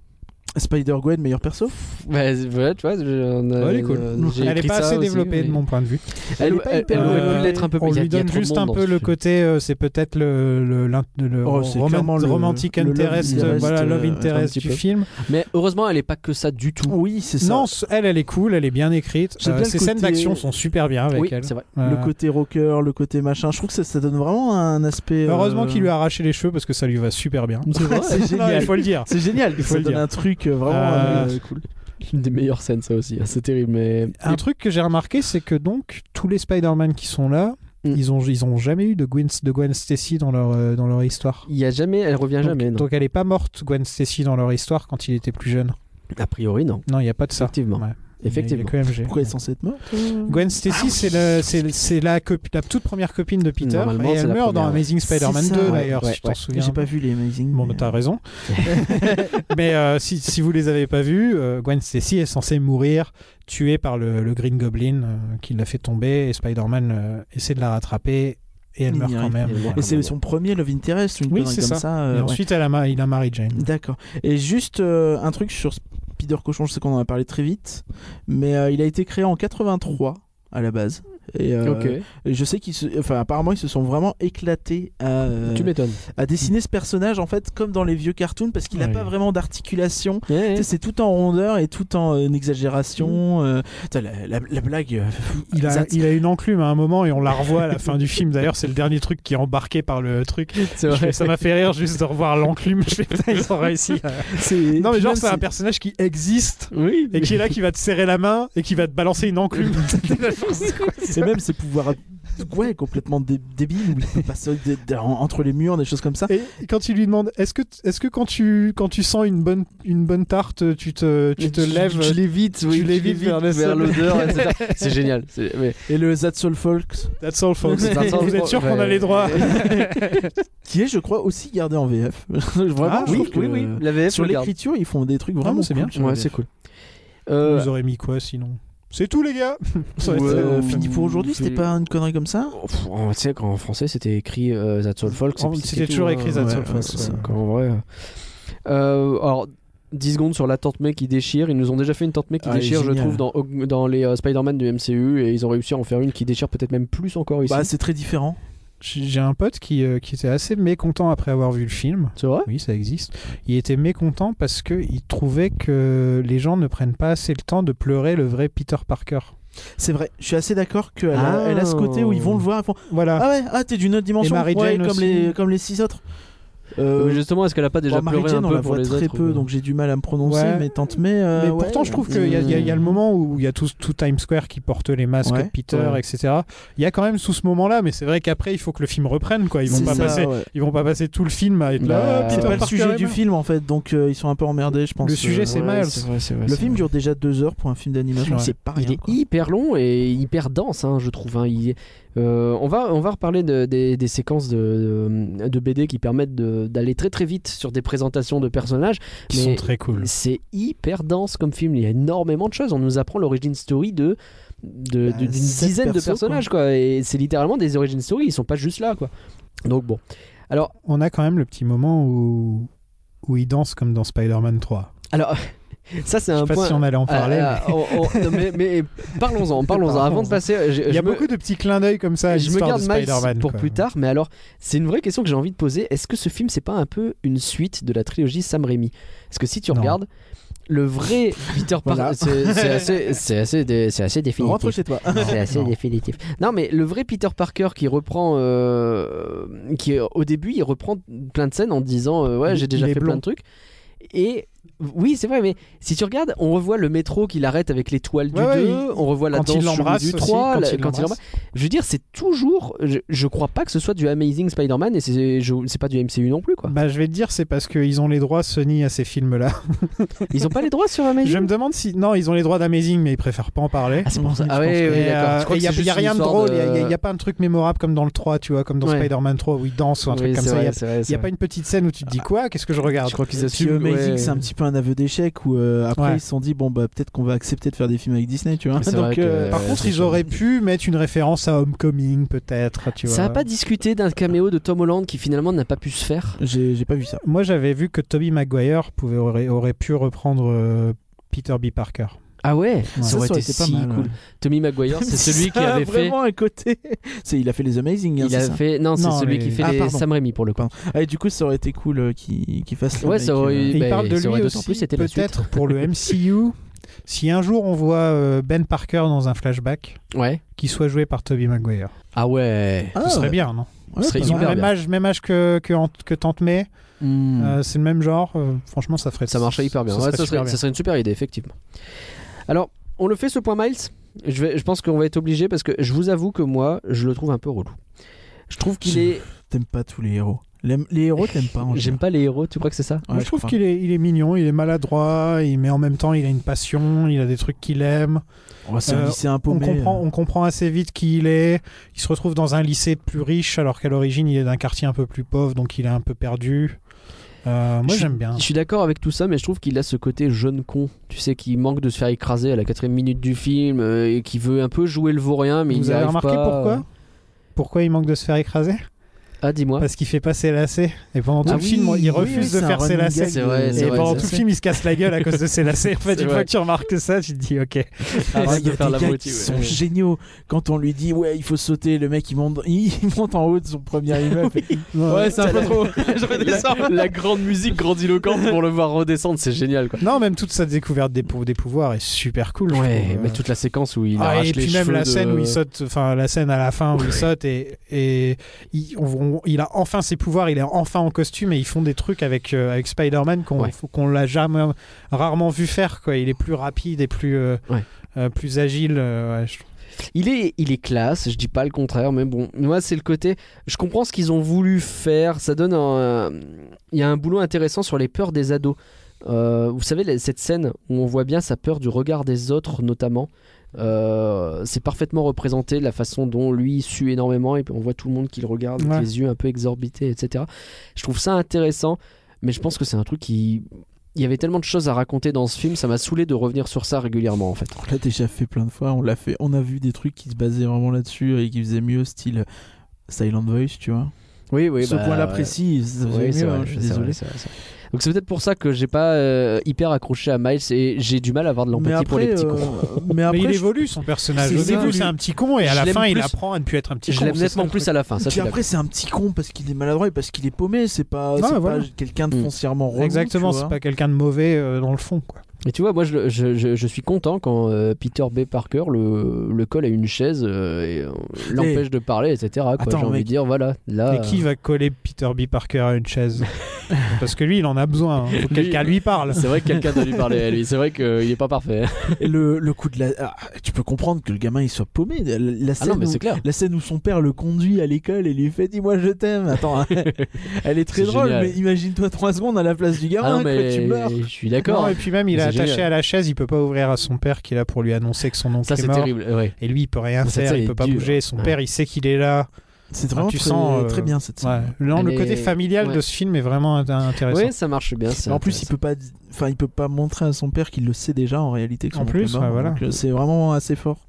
[SPEAKER 6] Bah,
[SPEAKER 7] Spider-Gwen, meilleur perso
[SPEAKER 6] Ouais, voilà, tu vois, je- on a-
[SPEAKER 8] Ouais, elle est cool.
[SPEAKER 6] euh, j'ai
[SPEAKER 8] Elle n'est
[SPEAKER 6] écrit
[SPEAKER 8] pas
[SPEAKER 6] ça
[SPEAKER 8] assez
[SPEAKER 6] aussi,
[SPEAKER 8] développée
[SPEAKER 6] mais-
[SPEAKER 8] de mon point de vue.
[SPEAKER 6] Elle, elle,
[SPEAKER 7] Elle est
[SPEAKER 6] euh,
[SPEAKER 7] pas
[SPEAKER 6] elle,
[SPEAKER 7] hyper
[SPEAKER 6] aurait
[SPEAKER 7] développée.
[SPEAKER 6] pu l'être un peu,
[SPEAKER 8] Euh, on
[SPEAKER 6] mais il y a-
[SPEAKER 8] lui
[SPEAKER 6] il y a
[SPEAKER 8] donne
[SPEAKER 6] trop de
[SPEAKER 8] juste
[SPEAKER 6] monde
[SPEAKER 8] un
[SPEAKER 6] dans
[SPEAKER 8] peu
[SPEAKER 6] ce
[SPEAKER 8] le
[SPEAKER 6] film.
[SPEAKER 8] côté, euh, c'est peut-être le, le, l'int- le
[SPEAKER 7] Oh, c'est
[SPEAKER 8] roman-
[SPEAKER 7] clairement le-
[SPEAKER 8] romantique
[SPEAKER 7] le love
[SPEAKER 8] interest,
[SPEAKER 7] interest,
[SPEAKER 8] euh, voilà, love
[SPEAKER 7] euh, un
[SPEAKER 8] interest
[SPEAKER 6] petit
[SPEAKER 8] du
[SPEAKER 6] peu.
[SPEAKER 8] film.
[SPEAKER 6] Mais euh, heureusement, elle est pas que ça du tout.
[SPEAKER 7] Oui, c'est ça.
[SPEAKER 8] Non, c- elle, elle est cool, elle est bien écrite.
[SPEAKER 7] J'aime
[SPEAKER 8] Euh,
[SPEAKER 7] bien le
[SPEAKER 8] ses scènes
[SPEAKER 7] côté-
[SPEAKER 8] d'action sont super bien avec
[SPEAKER 6] oui,
[SPEAKER 8] elle.
[SPEAKER 6] c'est vrai.
[SPEAKER 8] Euh,
[SPEAKER 7] le côté rocker, le côté machin, je trouve que ça, ça donne vraiment un aspect.
[SPEAKER 8] Heureusement
[SPEAKER 7] euh,
[SPEAKER 8] qu'il lui a arraché les cheveux parce que ça lui va super bien.
[SPEAKER 6] C'est vrai.
[SPEAKER 7] C'est
[SPEAKER 8] Non,
[SPEAKER 7] génial.
[SPEAKER 8] il faut le dire.
[SPEAKER 7] C'est génial,
[SPEAKER 8] Il faut
[SPEAKER 7] ça
[SPEAKER 8] le
[SPEAKER 7] donne
[SPEAKER 8] dire.
[SPEAKER 7] un truc euh, vraiment
[SPEAKER 8] Euh,
[SPEAKER 7] euh, cool.
[SPEAKER 6] Une des meilleures scènes, ça aussi. hein, C'est terrible, mais.
[SPEAKER 8] Un truc que j'ai remarqué, c'est que donc tous les Spider-Man qui sont là,
[SPEAKER 6] Mm.
[SPEAKER 8] ils ont ils ont jamais eu de Gwen de Gwen Stacy dans leur euh, dans leur histoire.
[SPEAKER 6] Il y a jamais, elle revient
[SPEAKER 8] Donc,
[SPEAKER 6] jamais. non.
[SPEAKER 8] donc elle est pas morte Gwen Stacy dans leur histoire quand il était plus jeune.
[SPEAKER 6] a priori, non.
[SPEAKER 8] Non, il y a pas de ça.
[SPEAKER 6] Effectivement.
[SPEAKER 8] Ouais.
[SPEAKER 6] Effectivement.
[SPEAKER 8] Il y a que MJ.
[SPEAKER 7] Pourquoi il est censé être mort
[SPEAKER 8] Gwen
[SPEAKER 6] Ah,
[SPEAKER 8] Stacy, c'est le- c'est le- c'est la, copi- la toute première copine de Peter.
[SPEAKER 6] Normalement,
[SPEAKER 8] Et
[SPEAKER 6] c'est
[SPEAKER 8] elle
[SPEAKER 6] la
[SPEAKER 8] meurt dans
[SPEAKER 6] première, ouais.
[SPEAKER 8] Amazing Spider-Man
[SPEAKER 7] C'est ça,
[SPEAKER 8] 2,
[SPEAKER 7] ouais,
[SPEAKER 8] d'ailleurs,
[SPEAKER 6] ouais,
[SPEAKER 8] si tu t'en
[SPEAKER 6] ouais.
[SPEAKER 8] souviens.
[SPEAKER 7] J'ai pas vu les Amazing.
[SPEAKER 8] Bon,
[SPEAKER 7] mais,
[SPEAKER 8] bah, t'as raison. mais euh, si, si vous les avez pas vus, euh, Gwen Stacy est censée mourir, tuée par le, le Green Goblin euh, qui l'a fait tomber. Et Spider-Man euh, essaie de la rattraper et elle
[SPEAKER 7] Il
[SPEAKER 8] meurt
[SPEAKER 7] n'y
[SPEAKER 8] quand
[SPEAKER 7] arrive
[SPEAKER 8] même.
[SPEAKER 6] pas.
[SPEAKER 8] Voilà.
[SPEAKER 7] Et c'est son premier Love Interest, ou une
[SPEAKER 8] Oui,
[SPEAKER 7] connerie
[SPEAKER 8] c'est
[SPEAKER 7] comme
[SPEAKER 8] ça.
[SPEAKER 7] ça. euh,
[SPEAKER 8] Et
[SPEAKER 7] ouais.
[SPEAKER 8] ensuite, elle a, ma- il a Mary Jane.
[SPEAKER 7] D'accord. Et juste euh, un truc sur Spider Cochon, je sais qu'on en a parlé très vite, mais euh, il a été créé en 83 à la base. Et, euh,
[SPEAKER 6] ok.
[SPEAKER 7] et je sais qu'ils se... enfin, apparemment ils se sont vraiment éclatés à, euh,
[SPEAKER 6] tu m'étonnes.
[SPEAKER 7] à dessiner ce personnage en fait comme dans les vieux cartoons parce qu'il n'a
[SPEAKER 8] Ouais.
[SPEAKER 7] pas vraiment d'articulation.
[SPEAKER 6] Eh,
[SPEAKER 7] Tu
[SPEAKER 6] eh.
[SPEAKER 7] sais, C'est tout en rondeur et tout en euh, exagération. euh, putain, la, la- la blague. euh,
[SPEAKER 8] Mm. Il a,
[SPEAKER 7] ça-
[SPEAKER 8] il a une enclume à un moment et on la revoit à la fin du film. D'ailleurs, c'est le dernier truc qui est embarqué par le truc.
[SPEAKER 6] C'est
[SPEAKER 8] Je fais-
[SPEAKER 6] vrai.
[SPEAKER 8] ça m'a fait rire juste de revoir l'enclume. Je fais, putain, ils ont réussi.
[SPEAKER 7] c'est-
[SPEAKER 8] Non, mais
[SPEAKER 7] puis
[SPEAKER 8] genre,
[SPEAKER 7] même,
[SPEAKER 8] c'est un personnage qui existe
[SPEAKER 6] Oui.
[SPEAKER 8] et qui est là, qui va te serrer la main et qui va te balancer une enclume.
[SPEAKER 7] Et même ses pouvoirs ouais, complètement dé- débiles, où il peut passer de- de- en- entre les murs, des choses comme ça.
[SPEAKER 8] et quand il lui demande, est-ce que, est-ce que quand tu, quand tu sens une bonne, une bonne tarte, tu te, tu te lèves
[SPEAKER 6] Tu l'évites, oui.
[SPEAKER 8] tu l'évites vers le
[SPEAKER 6] vers
[SPEAKER 8] sol.
[SPEAKER 6] l'odeur, etc. C'est génial. c'est- mais-
[SPEAKER 7] Et le That Soul Folks,
[SPEAKER 8] That's all, folks.
[SPEAKER 6] That's all,
[SPEAKER 8] Vous êtes sûr qu'on a
[SPEAKER 6] ouais.
[SPEAKER 8] les droits
[SPEAKER 7] qui est, je crois, aussi gardé en VF. Vraiment,
[SPEAKER 8] Ah,
[SPEAKER 7] je
[SPEAKER 6] Oui,
[SPEAKER 7] trouve que,
[SPEAKER 6] oui, oui.
[SPEAKER 7] euh,
[SPEAKER 6] La VF
[SPEAKER 7] Sur
[SPEAKER 6] le garde.
[SPEAKER 7] l'écriture, ils font des trucs vraiment.
[SPEAKER 8] non, Ah, c'est bien.
[SPEAKER 7] cool sur la
[SPEAKER 6] Ouais,
[SPEAKER 7] VF.
[SPEAKER 6] c'est cool. Euh,
[SPEAKER 8] Vous aurez mis quoi sinon C'est tout, les gars Ça va
[SPEAKER 7] Ouais,
[SPEAKER 8] être-
[SPEAKER 7] euh,
[SPEAKER 6] on-
[SPEAKER 7] fini pour aujourd'hui,
[SPEAKER 6] c'est-
[SPEAKER 7] c'était pas une connerie comme ça
[SPEAKER 6] Oh, pff, on- Tu sais, quand en français c'était écrit euh, That's All Folks. et
[SPEAKER 8] En-
[SPEAKER 6] puis
[SPEAKER 8] c'était toujours
[SPEAKER 6] tout,
[SPEAKER 8] écrit
[SPEAKER 6] hein. Ouais,
[SPEAKER 8] That's All
[SPEAKER 6] ouais,
[SPEAKER 8] Folks,
[SPEAKER 6] c'est ça,
[SPEAKER 8] ouais.
[SPEAKER 6] quoi, en vrai. Euh, alors, 10 secondes sur la tente mec qui déchire. Ils nous ont déjà fait une tente mec qui
[SPEAKER 7] Ah, elle est
[SPEAKER 6] déchire, je
[SPEAKER 7] géniale.
[SPEAKER 6] trouve, dans, dans les euh, Spider-Man du MCU. Et ils ont réussi à en faire une qui déchire peut-être même plus encore ici.
[SPEAKER 7] Bah, c'est très différent.
[SPEAKER 8] J'ai j'ai un pote qui, euh, qui était assez mécontent après avoir vu le film.
[SPEAKER 6] c'est vrai
[SPEAKER 8] Oui, ça existe. Il était mécontent parce que il trouvait que les gens ne prennent pas assez le temps de pleurer le vrai Peter Parker.
[SPEAKER 7] C'est vrai, je suis assez d'accord qu'elle a,
[SPEAKER 6] Ah.
[SPEAKER 7] elle a ce côté où ils vont le voir, ils font
[SPEAKER 8] Voilà.
[SPEAKER 7] Ah ouais, ah, t'es d'une autre dimension,
[SPEAKER 8] Et Mary
[SPEAKER 7] Ouais,
[SPEAKER 8] Jane
[SPEAKER 7] comme,
[SPEAKER 8] aussi.
[SPEAKER 7] les, comme les six autres. Euh,
[SPEAKER 6] Euh, Justement, est-ce qu'elle a pas déjà
[SPEAKER 7] bon, Mary
[SPEAKER 6] pleuré
[SPEAKER 7] Jane,
[SPEAKER 6] un
[SPEAKER 7] on la
[SPEAKER 6] peu pour
[SPEAKER 7] voit
[SPEAKER 6] les
[SPEAKER 7] très
[SPEAKER 6] autres,
[SPEAKER 7] peu,
[SPEAKER 6] euh
[SPEAKER 7] donc j'ai du mal à me prononcer,
[SPEAKER 8] Ouais.
[SPEAKER 7] mais tante mais. euh,
[SPEAKER 6] Ah,
[SPEAKER 8] Mais
[SPEAKER 7] ouais.
[SPEAKER 8] pourtant, je trouve qu'il y, a- il y a- il
[SPEAKER 6] Hmm.
[SPEAKER 8] y a le moment où il y a tout, tout Times Square qui porte les masques
[SPEAKER 7] Ouais.
[SPEAKER 8] de Peter,
[SPEAKER 7] Ouais.
[SPEAKER 8] etc. Il y a quand même sous ce moment-là, mais c'est vrai qu'après, il faut que le film reprenne. Quoi. Ils vont
[SPEAKER 7] C'est
[SPEAKER 8] pas
[SPEAKER 7] ça,
[SPEAKER 8] passer,
[SPEAKER 7] ouais.
[SPEAKER 8] ils vont pas passer tout le film à être là.
[SPEAKER 6] Bah,
[SPEAKER 8] Ah,
[SPEAKER 7] C'est
[SPEAKER 8] Peter
[SPEAKER 7] pas le
[SPEAKER 8] Parker
[SPEAKER 7] sujet
[SPEAKER 8] est
[SPEAKER 7] du
[SPEAKER 8] mort.
[SPEAKER 7] film en fait, donc euh, ils sont un peu emmerdés, je pense.
[SPEAKER 8] Le sujet,
[SPEAKER 7] euh,
[SPEAKER 8] c'est
[SPEAKER 6] ouais,
[SPEAKER 8] Miles.
[SPEAKER 6] c'est vrai, Bah, c'est vrai,
[SPEAKER 7] Le
[SPEAKER 6] c'est
[SPEAKER 7] film
[SPEAKER 6] vrai.
[SPEAKER 7] dure déjà deux heures pour un film d'animation,
[SPEAKER 8] Ouais.
[SPEAKER 7] c'est pas
[SPEAKER 6] Il
[SPEAKER 7] rien,
[SPEAKER 6] est
[SPEAKER 7] quoi.
[SPEAKER 6] hyper long et hyper dense, hein, je trouve. hein. Il est- euh, on, va, on va reparler de- des, des séquences de, de BD qui permettent de- d'aller très très vite sur des présentations de personnages.
[SPEAKER 8] Qui
[SPEAKER 6] mais
[SPEAKER 8] sont très cool.
[SPEAKER 6] C'est hyper dense comme film. Il y a énormément de choses. On nous apprend l'origine story de de- de-
[SPEAKER 7] Bah,
[SPEAKER 6] d'une
[SPEAKER 7] sept
[SPEAKER 6] dizaine
[SPEAKER 7] persos,
[SPEAKER 6] de personnages quoi. et c'est littéralement des origin story ils sont pas juste là quoi donc bon alors
[SPEAKER 8] On a quand même le petit moment où, où il danse comme dans Spider-Man 3.
[SPEAKER 6] alors ça c'est
[SPEAKER 8] Je
[SPEAKER 6] un
[SPEAKER 8] sais pas
[SPEAKER 6] point
[SPEAKER 8] si on allait en
[SPEAKER 6] Ah,
[SPEAKER 8] parler.
[SPEAKER 6] ah,
[SPEAKER 8] mais-
[SPEAKER 6] on- on- non, mais, mais parlons-en parlons-en avant de passer euh, je-
[SPEAKER 8] Il y a
[SPEAKER 6] je me-
[SPEAKER 8] beaucoup de petits clins d'œil comme ça à
[SPEAKER 6] je me
[SPEAKER 8] l'histoire de
[SPEAKER 6] garde
[SPEAKER 8] Spider-Man.
[SPEAKER 6] Miles pour
[SPEAKER 8] quoi.
[SPEAKER 6] plus tard, mais alors, c'est une vraie question que j'ai envie de poser. Est-ce que ce film, c'est pas un peu une suite de la trilogie Sam Raimi Parce que si tu
[SPEAKER 8] Non.
[SPEAKER 6] regardes, le vrai Peter Parker,
[SPEAKER 7] Voilà.
[SPEAKER 6] c'est c'est assez, c'est assez, dé- c'est assez définitif.
[SPEAKER 7] Rentre chez toi.
[SPEAKER 6] C'est assez
[SPEAKER 8] Ah, Non.
[SPEAKER 6] définitif. Non, mais le vrai Peter Parker qui reprend, euh, qui euh, au début, il reprend plein de scènes en disant euh, ouais,
[SPEAKER 8] Il-
[SPEAKER 6] j'ai déjà
[SPEAKER 8] il est
[SPEAKER 6] fait plein
[SPEAKER 8] blond.
[SPEAKER 6] de trucs. Et Oui, c'est vrai, mais si tu regardes, on revoit le métro qu'il arrête avec l'étoile du
[SPEAKER 8] Ouais, ouais,
[SPEAKER 6] 2,
[SPEAKER 8] il-
[SPEAKER 6] on revoit la
[SPEAKER 8] quand il
[SPEAKER 6] danse chelou
[SPEAKER 8] l'embrasse
[SPEAKER 6] du
[SPEAKER 8] aussi,
[SPEAKER 6] 3,
[SPEAKER 8] quand
[SPEAKER 6] la-
[SPEAKER 8] il
[SPEAKER 6] quand il
[SPEAKER 8] l'embrasse.
[SPEAKER 6] l'embrasse. Je veux dire, c'est toujours. Je, je crois pas que ce soit du Amazing Spider-Man et c'est je- c'est pas du MCU non plus, quoi. Ah
[SPEAKER 8] Bah, je vais te dire, c'est parce qu'ils ont les droits Sony à ces films-là.
[SPEAKER 6] Ils ont pas les droits sur Amazing
[SPEAKER 8] Je me demande si. Non, ils ont les droits d'Amazing, mais ils préfèrent pas en parler.
[SPEAKER 6] Ah, c'est pour ça. Ah,
[SPEAKER 8] Je pense
[SPEAKER 6] ouais,
[SPEAKER 8] que-
[SPEAKER 6] ouais,
[SPEAKER 8] et,
[SPEAKER 6] d'accord.
[SPEAKER 8] euh,
[SPEAKER 6] Tu crois
[SPEAKER 8] et
[SPEAKER 6] que
[SPEAKER 8] y a-
[SPEAKER 6] c'est juste
[SPEAKER 8] y a rien
[SPEAKER 6] une
[SPEAKER 8] de
[SPEAKER 6] histoire
[SPEAKER 8] drôle, il
[SPEAKER 6] de-
[SPEAKER 8] y, a- y a pas un truc mémorable comme dans le 3, tu vois, comme dans
[SPEAKER 6] Ouais.
[SPEAKER 8] Spider-Man 3 où ils dansent ou un
[SPEAKER 6] Oui,
[SPEAKER 8] truc comme
[SPEAKER 6] c'est
[SPEAKER 8] ça. Il
[SPEAKER 6] vrai,
[SPEAKER 8] y a-
[SPEAKER 6] c'est vrai,
[SPEAKER 8] il y
[SPEAKER 6] c'est
[SPEAKER 8] a pas
[SPEAKER 6] vrai. Ah,
[SPEAKER 8] une petite scène où tu te dis quoi Qu'est-ce que je regarde
[SPEAKER 7] Je crois qu'ils
[SPEAKER 6] Et
[SPEAKER 7] assument.
[SPEAKER 6] puis,
[SPEAKER 7] Amazing,
[SPEAKER 6] ouais.
[SPEAKER 7] c'est un petit peu un aveu d'échec où euh, après
[SPEAKER 8] Ouais.
[SPEAKER 7] ils se sont dit bon bah peut-être qu'on va accepter de faire des films avec Disney, tu vois.
[SPEAKER 6] Mais c'est vrai
[SPEAKER 7] Donc
[SPEAKER 6] que-
[SPEAKER 7] euh,
[SPEAKER 8] Par
[SPEAKER 6] Ouais,
[SPEAKER 8] contre,
[SPEAKER 6] c'est
[SPEAKER 8] ils
[SPEAKER 6] ça.
[SPEAKER 8] auraient pu mettre une référence à Homecoming, peut-être. Tu
[SPEAKER 6] Ça a
[SPEAKER 8] vois.
[SPEAKER 6] pas discuté d'un caméo de Tom Holland qui finalement n'a pas pu se faire
[SPEAKER 7] j'ai j'ai pas vu ça.
[SPEAKER 8] Moi, j'avais vu que Toby Maguire pouvait, aurait, aurait pu reprendre euh, Peter B. Parker.
[SPEAKER 6] Ah ouais,
[SPEAKER 7] Ça,
[SPEAKER 6] ça aurait été,
[SPEAKER 7] pas
[SPEAKER 6] si
[SPEAKER 7] mal,
[SPEAKER 6] cool.
[SPEAKER 7] ouais.
[SPEAKER 6] Tommy Maguire, c'est celui qui
[SPEAKER 7] Ça a
[SPEAKER 6] avait fait.
[SPEAKER 7] vraiment un côté. C'est il a fait les Amazing. hein,
[SPEAKER 6] Il
[SPEAKER 7] c'est
[SPEAKER 6] a
[SPEAKER 7] ça
[SPEAKER 6] fait. Non, c'est
[SPEAKER 8] Non,
[SPEAKER 6] celui
[SPEAKER 8] mais-
[SPEAKER 6] qui fait
[SPEAKER 7] Ah,
[SPEAKER 6] les
[SPEAKER 7] pardon.
[SPEAKER 6] Sam Raimi pour le coup.
[SPEAKER 7] Ah, et du coup, ça aurait été cool euh, qu'il qu'il fasse. le
[SPEAKER 6] Ouais,
[SPEAKER 7] mec,
[SPEAKER 6] ça aurait
[SPEAKER 7] euh,
[SPEAKER 6] eu-
[SPEAKER 8] Et
[SPEAKER 6] bah,
[SPEAKER 8] il parle de
[SPEAKER 6] ça aurait
[SPEAKER 8] lui
[SPEAKER 6] d'autant
[SPEAKER 8] aussi,
[SPEAKER 6] plus été la suite.
[SPEAKER 8] peut-être pour le MCU. Si un jour on voit euh, Ben Parker dans un flashback,
[SPEAKER 6] Ouais.
[SPEAKER 8] qu'il soit joué par Toby Maguire,
[SPEAKER 6] Ah ouais.
[SPEAKER 7] Ah,
[SPEAKER 8] ce serait
[SPEAKER 7] ouais.
[SPEAKER 8] bien, non
[SPEAKER 7] Ouais, bah,
[SPEAKER 6] Ce serait
[SPEAKER 7] pas
[SPEAKER 8] Ils ont
[SPEAKER 7] mal.
[SPEAKER 8] le
[SPEAKER 6] hyper
[SPEAKER 8] même
[SPEAKER 6] bien.
[SPEAKER 8] âge, même âge que, que, Ant- que Tante May,
[SPEAKER 6] Hmm.
[SPEAKER 8] euh, c'est le même genre. euh, franchement, ça ferait
[SPEAKER 6] Ça marchait hyper bien.
[SPEAKER 8] Ça
[SPEAKER 6] Ouais,
[SPEAKER 8] serait
[SPEAKER 6] Ça,
[SPEAKER 8] super
[SPEAKER 6] serait,
[SPEAKER 8] bien.
[SPEAKER 6] ça serait une super idée, effectivement. Alors, on le fait ce point Miles je, vais, je pense qu'on va être obligé parce que je vous avoue que moi, je le trouve un peu relou. Je trouve qu'il
[SPEAKER 7] Je-
[SPEAKER 6] est.
[SPEAKER 7] T'aimes pas tous les héros. L'aime- Les héros, t'aimes pas. en
[SPEAKER 6] J'aime
[SPEAKER 7] général.
[SPEAKER 6] pas les héros, tu crois que c'est ça
[SPEAKER 8] Moi,
[SPEAKER 7] Ouais,
[SPEAKER 8] je trouve
[SPEAKER 7] crois.
[SPEAKER 8] qu'il est, il est mignon, il est maladroit, il- mais en même temps, il a une passion, il a des trucs qu'il aime.
[SPEAKER 7] Oh, c'est un
[SPEAKER 8] Euh,
[SPEAKER 7] lycéen
[SPEAKER 8] On
[SPEAKER 7] paumé.
[SPEAKER 6] hein.
[SPEAKER 8] comprend,
[SPEAKER 7] euh.
[SPEAKER 8] on comprend assez vite qui il est. Il se retrouve dans un lycée plus riche, alors qu'à l'origine, il est d'un quartier un peu plus pauvre, donc il est un peu perdu. Euh, moi,
[SPEAKER 6] Je-
[SPEAKER 8] j'aime bien.
[SPEAKER 6] Je suis d'accord avec tout ça, mais je trouve qu'il a ce côté jeune con, tu sais, qui manque de se faire écraser à la quatrième minute du film euh, et qui veut un peu jouer le vaurien, mais il
[SPEAKER 8] Vous
[SPEAKER 6] n'y
[SPEAKER 8] avez
[SPEAKER 6] arrive
[SPEAKER 8] remarqué
[SPEAKER 6] pas. euh,
[SPEAKER 8] pourquoi Pourquoi il manque de se faire écraser
[SPEAKER 6] Ah, dis-moi.
[SPEAKER 8] Parce qu'il fait pas ses lacets. Et pendant tout
[SPEAKER 6] Ah
[SPEAKER 8] le film,
[SPEAKER 7] oui, oui,
[SPEAKER 8] il
[SPEAKER 7] oui,
[SPEAKER 8] refuse
[SPEAKER 7] c'est
[SPEAKER 8] de
[SPEAKER 7] un
[SPEAKER 8] faire ses
[SPEAKER 7] running
[SPEAKER 8] lacets.
[SPEAKER 7] gag,
[SPEAKER 6] C'est vrai,
[SPEAKER 7] euh,
[SPEAKER 6] c'est
[SPEAKER 8] Et
[SPEAKER 6] vrai,
[SPEAKER 8] pendant
[SPEAKER 6] c'est
[SPEAKER 8] tout le
[SPEAKER 6] vrai.
[SPEAKER 8] film, il se casse la gueule à cause de ses lacets. En fait,
[SPEAKER 6] C'est
[SPEAKER 8] une
[SPEAKER 6] vrai.
[SPEAKER 8] fois que tu remarques ça, tu te dis OK.
[SPEAKER 7] Ah,
[SPEAKER 6] Arrête
[SPEAKER 7] il y
[SPEAKER 6] de
[SPEAKER 7] a
[SPEAKER 6] faire
[SPEAKER 7] des
[SPEAKER 6] la
[SPEAKER 7] gars
[SPEAKER 6] moitié,
[SPEAKER 7] qui
[SPEAKER 6] ouais.
[SPEAKER 7] sont
[SPEAKER 6] Ouais.
[SPEAKER 7] géniaux quand on lui dit ouais il faut sauter le mec il monte il monte en haut de son premier immeuble ouais c'est un peu trop
[SPEAKER 6] Je redescends. La grande musique grandiloquente pour le voir redescendre, c'est génial quoi.
[SPEAKER 8] Non, même toute sa découverte des, pou- des pouvoirs est super cool. je
[SPEAKER 6] Ouais,
[SPEAKER 8] trouve. euh.
[SPEAKER 6] mais toute la séquence où il
[SPEAKER 8] Ah,
[SPEAKER 6] arrache
[SPEAKER 8] et
[SPEAKER 6] les
[SPEAKER 8] puis même
[SPEAKER 6] cheveux
[SPEAKER 8] la
[SPEAKER 6] de-
[SPEAKER 8] scène où il saute, enfin la scène à la fin où il saute et, et il, on- on- il a enfin ses pouvoirs, il est enfin en costume et ils font des trucs avec, euh, avec Spider-Man qu'on
[SPEAKER 6] Ouais.
[SPEAKER 8] faut- qu'on l'a jamais, rarement vu faire. Quoi. Il est plus rapide et plus, euh,
[SPEAKER 6] Ouais.
[SPEAKER 8] euh, plus agile. euh, ouais, je-
[SPEAKER 6] Il est, il est classe, je dis pas le contraire, mais bon, moi c'est le côté. Je comprends ce qu'ils ont voulu faire, ça donne un. Il y a un boulot intéressant sur les peurs des ados. Euh, vous savez, la- cette scène où on voit bien sa peur du regard des autres, notamment, euh, c'est parfaitement représenté la façon dont lui il sue énormément et puis on voit tout le monde qui le regarde, avec
[SPEAKER 8] Ouais.
[SPEAKER 6] les yeux un peu exorbités, etc. Je trouve ça intéressant, mais je pense que c'est un truc qui. Il y avait tellement de choses à raconter dans ce film, ça m'a saoulé de revenir sur ça régulièrement en fait.
[SPEAKER 7] on l'a déjà fait plein de fois on l'a fait on a vu des trucs qui se basaient vraiment là-dessus et qui faisaient mieux style euh, Silent Voice tu vois
[SPEAKER 6] Oui, oui, bah,
[SPEAKER 7] ce point là précis ça faisait
[SPEAKER 6] Oui,
[SPEAKER 7] mieux
[SPEAKER 6] c'est vrai,
[SPEAKER 7] hein, je suis
[SPEAKER 6] c'est
[SPEAKER 7] désolé
[SPEAKER 6] vrai, c'est vrai, c'est vrai. Donc c'est peut-être pour ça que j'ai pas euh, hyper accroché à Miles et j'ai du mal à avoir de l'empathie pour les petits
[SPEAKER 7] euh,
[SPEAKER 6] cons.
[SPEAKER 7] mais
[SPEAKER 8] Mais
[SPEAKER 7] après
[SPEAKER 8] il
[SPEAKER 7] je-
[SPEAKER 8] évolue son personnage.
[SPEAKER 7] C'est
[SPEAKER 8] Au
[SPEAKER 7] ça.
[SPEAKER 8] début, c'est un petit con et à
[SPEAKER 6] Je
[SPEAKER 8] la
[SPEAKER 6] l'aime
[SPEAKER 8] fin, il
[SPEAKER 6] plus.
[SPEAKER 8] apprend à ne plus être un petit
[SPEAKER 6] Je
[SPEAKER 8] con.
[SPEAKER 6] l'aime
[SPEAKER 8] c'est ça,
[SPEAKER 6] nettement
[SPEAKER 8] le
[SPEAKER 6] plus
[SPEAKER 8] truc.
[SPEAKER 6] à la fin, ça je
[SPEAKER 7] puis
[SPEAKER 6] suis
[SPEAKER 7] après c'est un petit con parce qu'il est maladroit et parce qu'il est paumé c'est pas,
[SPEAKER 8] Ouais,
[SPEAKER 7] c'est
[SPEAKER 8] voilà.
[SPEAKER 7] pas quelqu'un de
[SPEAKER 6] Mm.
[SPEAKER 7] foncièrement relou,
[SPEAKER 8] Exactement,
[SPEAKER 7] tu
[SPEAKER 8] c'est
[SPEAKER 7] vois.
[SPEAKER 8] pas quelqu'un de mauvais euh, dans le fond. Quoi.
[SPEAKER 6] d'accord. Et tu vois, moi je, le- je- je- je suis content quand euh, Peter B. Parker le, le colle à une chaise euh, et on l'empêche de parler, etc. quoi.
[SPEAKER 7] Attends,
[SPEAKER 6] J'ai envie
[SPEAKER 7] mec.
[SPEAKER 6] de dire, voilà, là.
[SPEAKER 8] Et qui va coller Peter B. Parker à une chaise Parce que lui, il en a besoin. hein. Faut que
[SPEAKER 6] Lui-
[SPEAKER 8] quelqu'un lui parle.
[SPEAKER 6] C'est vrai que quelqu'un doit lui parler à lui, c'est vrai qu'il est pas parfait.
[SPEAKER 7] Et le, le coup de la ah, tu peux comprendre que le gamin il soit paumé la, la
[SPEAKER 6] Ah
[SPEAKER 7] scène
[SPEAKER 6] non, mais
[SPEAKER 7] où-
[SPEAKER 6] c'est clair.
[SPEAKER 7] La scène où son père le conduit à l'école et lui fait Dis-moi, je t'aime. Attends, hein. elle est très
[SPEAKER 6] C'est
[SPEAKER 7] drôle,
[SPEAKER 6] génial.
[SPEAKER 7] mais imagine-toi 3 secondes à la place du gamin,
[SPEAKER 6] Ah non,
[SPEAKER 7] quoi,
[SPEAKER 6] mais
[SPEAKER 7] tu meurs.
[SPEAKER 6] je suis
[SPEAKER 8] Non,
[SPEAKER 6] d'accord.
[SPEAKER 8] et puis même, il est
[SPEAKER 6] C'est
[SPEAKER 8] attaché
[SPEAKER 6] génial.
[SPEAKER 8] à la chaise, il peut pas ouvrir à son père qui est là pour lui annoncer que son oncle
[SPEAKER 6] Ça
[SPEAKER 8] est
[SPEAKER 6] c'est
[SPEAKER 8] mort.
[SPEAKER 6] terrible, ouais.
[SPEAKER 8] Et lui, il peut rien
[SPEAKER 6] Ça,
[SPEAKER 8] faire,
[SPEAKER 6] ça,
[SPEAKER 8] il
[SPEAKER 6] est
[SPEAKER 8] peut pas
[SPEAKER 6] dur.
[SPEAKER 8] bouger. Son
[SPEAKER 6] Ouais.
[SPEAKER 8] père, il sait qu'il est là.
[SPEAKER 7] C'est vraiment
[SPEAKER 8] tu
[SPEAKER 7] très,
[SPEAKER 8] sens, euh,
[SPEAKER 7] très bien cette
[SPEAKER 8] Ouais.
[SPEAKER 7] scène.
[SPEAKER 8] Non, le
[SPEAKER 6] Elle
[SPEAKER 8] côté
[SPEAKER 6] est-
[SPEAKER 8] familial
[SPEAKER 6] ouais.
[SPEAKER 8] de ce film est vraiment int- intéressant.
[SPEAKER 6] Oui, ça marche bien. c'est
[SPEAKER 7] En plus, il peut pas, di- enfin, il peut pas montrer à son père qu'il le sait déjà en réalité. Que son
[SPEAKER 8] En
[SPEAKER 7] oncle est
[SPEAKER 8] plus,
[SPEAKER 7] mort.
[SPEAKER 8] ouais, voilà.
[SPEAKER 7] Donc, euh, c'est vraiment assez fort.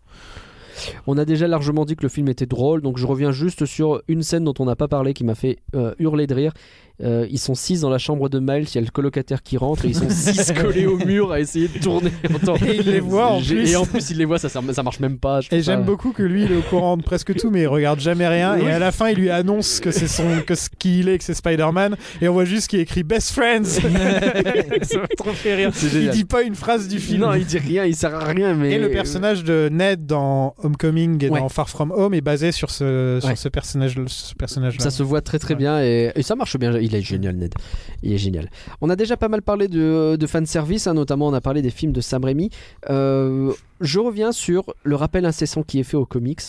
[SPEAKER 6] On a déjà largement dit que le film était drôle, donc je reviens juste sur une scène dont on n'a pas parlé qui m'a fait euh, hurler de rire. Euh, ils sont six dans la chambre de Miles, il y a le colocataire qui rentre et ils sont six collés au mur à essayer de tourner. En temps.
[SPEAKER 8] Et il les voit, en
[SPEAKER 6] J'ai-
[SPEAKER 8] plus.
[SPEAKER 6] Et en plus, il les voit, ça, sert- ça marche même pas. je trouve
[SPEAKER 8] Et j'aime
[SPEAKER 6] ça-
[SPEAKER 8] beaucoup que lui, il est au courant de presque tout, mais il regarde jamais rien.
[SPEAKER 6] Oui.
[SPEAKER 8] Et à la fin, il lui annonce que c'est son, que ce qu'il est, que c'est Spider-Man. Et on voit juste qu'il écrit Best Friends. ça m'a trop fait rire.
[SPEAKER 6] C'est
[SPEAKER 8] Il
[SPEAKER 6] génial.
[SPEAKER 8] dit pas une phrase du film.
[SPEAKER 6] Non, il dit rien, il sert à rien, mais. euh,
[SPEAKER 8] Et le personnage de Ned dans Homecoming et
[SPEAKER 6] Ouais.
[SPEAKER 8] dans Far From Home est basé sur ce, sur
[SPEAKER 6] Ouais.
[SPEAKER 8] ce personnage, ce personnage-là.
[SPEAKER 6] Ça se voit très très
[SPEAKER 8] Ouais.
[SPEAKER 6] bien et, et ça marche bien. Il Il est génial, Ned. Il est génial. On a déjà pas mal parlé de, de fanservice, hein, notamment on a parlé des films de Sam Raimi. Euh, je reviens sur le rappel incessant qui est fait aux comics.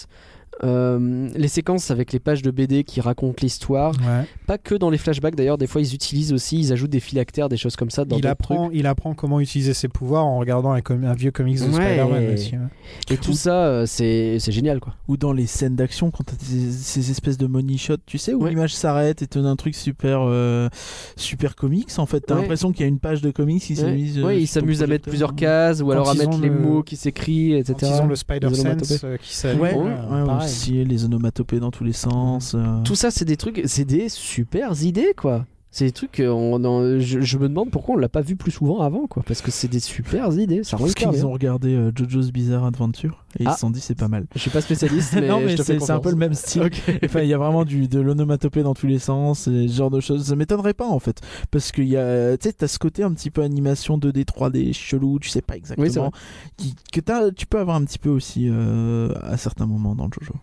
[SPEAKER 6] Euh, les séquences avec les pages de BD qui racontent l'histoire,
[SPEAKER 8] Ouais.
[SPEAKER 6] pas que dans les flashbacks d'ailleurs, des fois ils utilisent aussi, ils ajoutent des phylactères, des choses comme ça dans
[SPEAKER 8] Il
[SPEAKER 6] d'autres
[SPEAKER 8] apprend, il apprend comment utiliser ses pouvoirs en regardant un, com- un vieux comics de
[SPEAKER 6] Ouais.
[SPEAKER 8] Spider-Man aussi. hein. ouais.
[SPEAKER 6] trucs. Et tout ça, euh, c'est c'est génial quoi.
[SPEAKER 7] Ou dans les scènes d'action, quand t'as ces, ces espèces de money shots, tu sais, où
[SPEAKER 6] Ouais.
[SPEAKER 7] l'image s'arrête et t'as un truc super, euh, super comics. En fait, t'as
[SPEAKER 6] Ouais.
[SPEAKER 7] l'impression qu'il y a une page de comics qui
[SPEAKER 6] Ouais.
[SPEAKER 7] s'amuse. euh,
[SPEAKER 6] Ouais, ils
[SPEAKER 7] sur ton
[SPEAKER 6] s'amusent à mettre
[SPEAKER 7] projecteur.
[SPEAKER 6] plusieurs cases ou alors à
[SPEAKER 8] ils
[SPEAKER 6] mettre
[SPEAKER 8] ont
[SPEAKER 6] les
[SPEAKER 8] le-
[SPEAKER 6] mots qui s'écrivent, etc.
[SPEAKER 8] Quand ils ont le Spider-Sense
[SPEAKER 6] onomatopées.
[SPEAKER 8] euh, qui s'allume,
[SPEAKER 7] Ouais,
[SPEAKER 8] euh,
[SPEAKER 7] ouais, ouais,
[SPEAKER 8] pareil.
[SPEAKER 7] aussi les onomatopées dans tous les sens. euh.
[SPEAKER 6] Tout ça, c'est des trucs, c'est des super idées quoi. C'est des trucs, euh, on- on- je, je me demande pourquoi on l'a pas vu plus souvent avant quoi, parce que c'est des super idées. Ça rend
[SPEAKER 7] Parce
[SPEAKER 6] hyper
[SPEAKER 7] qu'ils
[SPEAKER 6] bien.
[SPEAKER 7] ont regardé euh, JoJo's Bizarre Adventure et
[SPEAKER 6] Ah.
[SPEAKER 7] ils se sont dit c'est pas mal.
[SPEAKER 6] Je suis pas spécialiste, mais,
[SPEAKER 7] non
[SPEAKER 6] je
[SPEAKER 7] mais
[SPEAKER 6] te fais
[SPEAKER 7] c'est c'est un peu
[SPEAKER 6] confiance.
[SPEAKER 7] le même style. Enfin, il y a vraiment du, de l'onomatopée dans tous les sens, et ce genre de choses. Ça m'étonnerait pas en fait, parce que il y a, tu sais, t'as ce côté un petit peu animation 2D, 3D chelou, tu sais pas exactement,
[SPEAKER 6] vrai.
[SPEAKER 7] qui- que t'as- tu peux avoir un petit peu aussi euh, à certains moments dans le Jojo.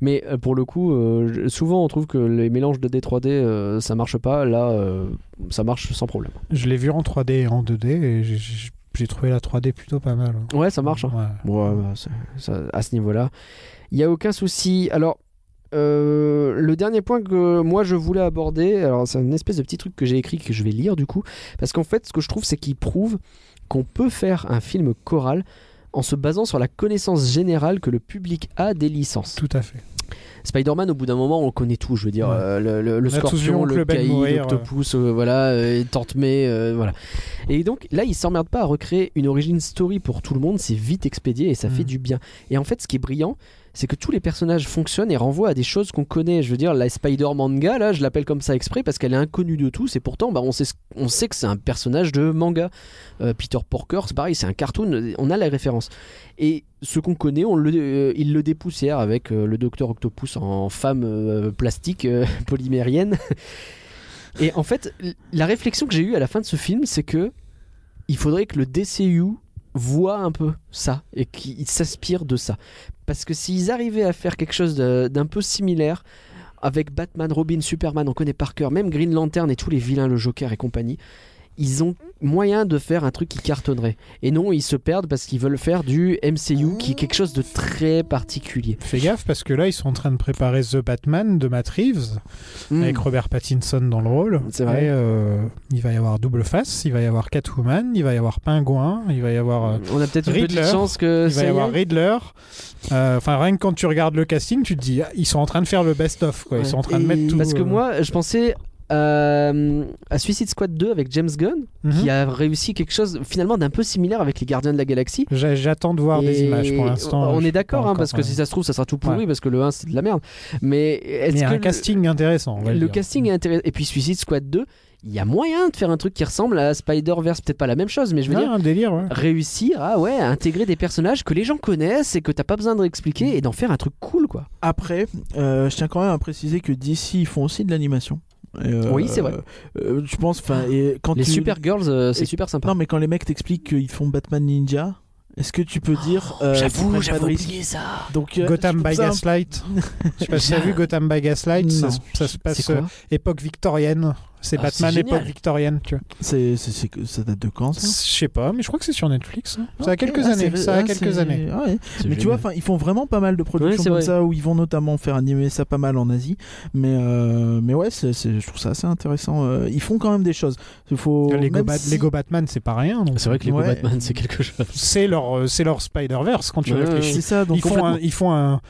[SPEAKER 6] Mais euh, pour le coup, euh, je- souvent on trouve que les mélanges de d 3D euh, ça marche pas. Là, euh, ça marche sans problème.
[SPEAKER 8] Je l'ai vu en 3D et en 2D et j'ai- j'ai j'ai trouvé la 3D plutôt pas mal. hein.
[SPEAKER 6] Ouais, ça marche. hein.
[SPEAKER 8] Ouais.
[SPEAKER 6] Ouais, bah, ça- ça- à ce niveau-là, il y a aucun souci. Alors. euh, le dernier point que moi je voulais aborder, alors c'est une espèce de petit truc que j'ai écrit que je vais lire du coup, parce qu'en fait ce que je trouve c'est qu'il prouve qu'on peut faire un film choral en se basant sur la connaissance générale que le public a des licences.
[SPEAKER 8] Tout à fait.
[SPEAKER 6] Spider-Man, au bout d'un moment, on connaît tout. Je veux dire,
[SPEAKER 8] Ouais.
[SPEAKER 6] euh, le, le, le
[SPEAKER 8] On a tous vu
[SPEAKER 6] scorpion,
[SPEAKER 8] Oncle
[SPEAKER 6] le
[SPEAKER 8] Ben
[SPEAKER 6] caïd,
[SPEAKER 8] mourir,
[SPEAKER 6] l'octopus, euh, voilà, euh, et Tante May, euh, voilà. Et donc là, ils s'emmerdent pas à recréer une origin story pour tout le monde. C'est vite expédié et ça
[SPEAKER 8] Mm.
[SPEAKER 6] fait du bien. Et en fait, ce qui est brillant, c'est que tous les personnages fonctionnent et renvoient à des choses qu'on connaît. Je veux dire, la Spider manga, là, je l'appelle comme ça exprès parce qu'elle est inconnue de tous. Et pourtant, bah, on sait, ce- on sait que c'est un personnage de manga. Euh, Peter Porker, c'est pareil, c'est un cartoon. euh, On a la référence. Et ce qu'on connaît, on le, euh, il le dépoussière avec euh, le docteur Octopus en femme euh, plastique euh, polymérienne. Et en fait, l- la réflexion que j'ai eue à la fin de ce film, c'est que il faudrait que le DCU voit un peu ça et qu'il s'inspire de ça. Parce que s'ils arrivaient à faire quelque chose de- d'un peu similaire avec Batman, Robin, Superman, on connaît par cœur, même Green Lantern et tous les vilains, le Joker et compagnie, ils ont moyen de faire un truc qui cartonnerait. Et non, ils se perdent parce qu'ils veulent faire du MCU qui est quelque chose de très particulier.
[SPEAKER 8] Fais gaffe parce que là ils sont en train de préparer The Batman de Matt Reeves
[SPEAKER 6] Mm.
[SPEAKER 8] avec Robert Pattinson dans le rôle.
[SPEAKER 6] C'est vrai.
[SPEAKER 8] Et, euh, il va y avoir Double Face, il va y avoir Catwoman, il va y avoir Pingouin, il va y avoir euh,
[SPEAKER 6] Hmm. On a peut-être une petite
[SPEAKER 8] Riddler,
[SPEAKER 6] chance que
[SPEAKER 8] Il
[SPEAKER 6] Mm. ça
[SPEAKER 8] va y
[SPEAKER 6] y
[SPEAKER 8] avoir
[SPEAKER 6] aille.
[SPEAKER 8] Riddler. Euh, Enfin, rien que quand tu regardes le casting, tu te dis, ah, ils sont en train de faire le best-of. quoi. Ils sont en train de
[SPEAKER 6] Et-
[SPEAKER 8] mettre tout.
[SPEAKER 6] Parce que
[SPEAKER 8] euh,
[SPEAKER 6] moi, je pensais euh, à Suicide Squad 2 avec James Gunn,
[SPEAKER 8] mhm.
[SPEAKER 6] qui a réussi quelque chose finalement d'un peu similaire avec les Gardiens de la Galaxie.
[SPEAKER 8] J'a- J'attends de voir des
[SPEAKER 6] Et
[SPEAKER 8] images pour l'instant.
[SPEAKER 6] On
[SPEAKER 8] je
[SPEAKER 6] est
[SPEAKER 8] sais pas
[SPEAKER 6] d'accord, hein,
[SPEAKER 8] encore,
[SPEAKER 6] parce que
[SPEAKER 8] ouais.
[SPEAKER 6] si ça se trouve, ça sera tout pourri,
[SPEAKER 8] Ouais.
[SPEAKER 6] parce que le 1, c'est de la merde. Mais est-ce
[SPEAKER 8] Mais
[SPEAKER 6] que
[SPEAKER 8] un
[SPEAKER 6] le-
[SPEAKER 8] casting intéressant. on va
[SPEAKER 6] le,
[SPEAKER 8] dire.
[SPEAKER 6] casting est intéressant Et puis Suicide Squad 2, il y a moyen de faire un truc qui ressemble à Spider-Verse, peut-être pas la même chose, mais je veux
[SPEAKER 8] Ah,
[SPEAKER 6] dire
[SPEAKER 8] un délire. ouais.
[SPEAKER 6] réussir à ouais, à intégrer des personnages que les gens connaissent et que t'as pas besoin de réexpliquer et d'en faire un truc cool quoi.
[SPEAKER 7] Après, euh, je tiens quand même à préciser que DC ils font aussi de l'animation. Et, euh,
[SPEAKER 6] Oui, c'est vrai.
[SPEAKER 7] euh, je pense, enfin, et quand
[SPEAKER 6] les
[SPEAKER 7] tu-
[SPEAKER 6] Super Girls, euh, c'est
[SPEAKER 7] Et-
[SPEAKER 6] super sympa.
[SPEAKER 7] Non, mais quand les mecs t'expliquent qu'ils font Batman Ninja, est-ce que tu peux
[SPEAKER 6] Oh,
[SPEAKER 7] dire euh, qu'ils prennent
[SPEAKER 1] J'avoue,
[SPEAKER 7] pas
[SPEAKER 1] j'avoue
[SPEAKER 7] de risque
[SPEAKER 1] oublié ça.
[SPEAKER 7] Donc, euh, je
[SPEAKER 8] Gotham
[SPEAKER 7] trouve
[SPEAKER 8] by
[SPEAKER 7] ça un
[SPEAKER 8] Gaslight. Je sais pas si t'as vu Gotham by Gaslight. Ça,
[SPEAKER 7] Non.
[SPEAKER 8] se- ça se
[SPEAKER 6] C'est
[SPEAKER 8] passe
[SPEAKER 6] quoi
[SPEAKER 8] euh, époque victorienne. C'est
[SPEAKER 6] Ah,
[SPEAKER 8] Batman
[SPEAKER 6] c'est
[SPEAKER 8] époque
[SPEAKER 6] génial.
[SPEAKER 8] victorienne, tu vois.
[SPEAKER 7] C'est, c'est, c'est que- ça date de quand
[SPEAKER 8] Je
[SPEAKER 7] ça
[SPEAKER 8] sais pas, mais je crois que c'est sur Netflix. hein. Ça a
[SPEAKER 7] Ok,
[SPEAKER 8] quelques
[SPEAKER 7] ah,
[SPEAKER 8] années.
[SPEAKER 7] c'est-
[SPEAKER 8] Ça a
[SPEAKER 7] ah,
[SPEAKER 8] quelques
[SPEAKER 7] c'est-
[SPEAKER 8] années.
[SPEAKER 7] ah ouais. Mais tu vois, enfin, ils font vraiment pas mal de
[SPEAKER 6] Ouais,
[SPEAKER 7] productions
[SPEAKER 6] c'est
[SPEAKER 7] comme
[SPEAKER 6] vrai.
[SPEAKER 7] ça où ils vont notamment faire animer ça pas mal en Asie. Mais, euh, mais ouais, c'est, c'est- je trouve ça assez intéressant. Euh, Ils font quand même des choses. Il faut
[SPEAKER 8] Ah, Lego,
[SPEAKER 7] même
[SPEAKER 8] Bat-
[SPEAKER 7] si-
[SPEAKER 8] Lego Batman, c'est pas rien. donc.
[SPEAKER 6] c'est vrai que les
[SPEAKER 7] Ouais.
[SPEAKER 6] Batman, c'est quelque chose.
[SPEAKER 8] C'est leur, euh, c'est leur Spider-Verse quand tu
[SPEAKER 6] Ouais,
[SPEAKER 8] réfléchis.
[SPEAKER 7] C'est ça. Donc
[SPEAKER 8] ils, font
[SPEAKER 7] complètement-
[SPEAKER 8] un, ils font un.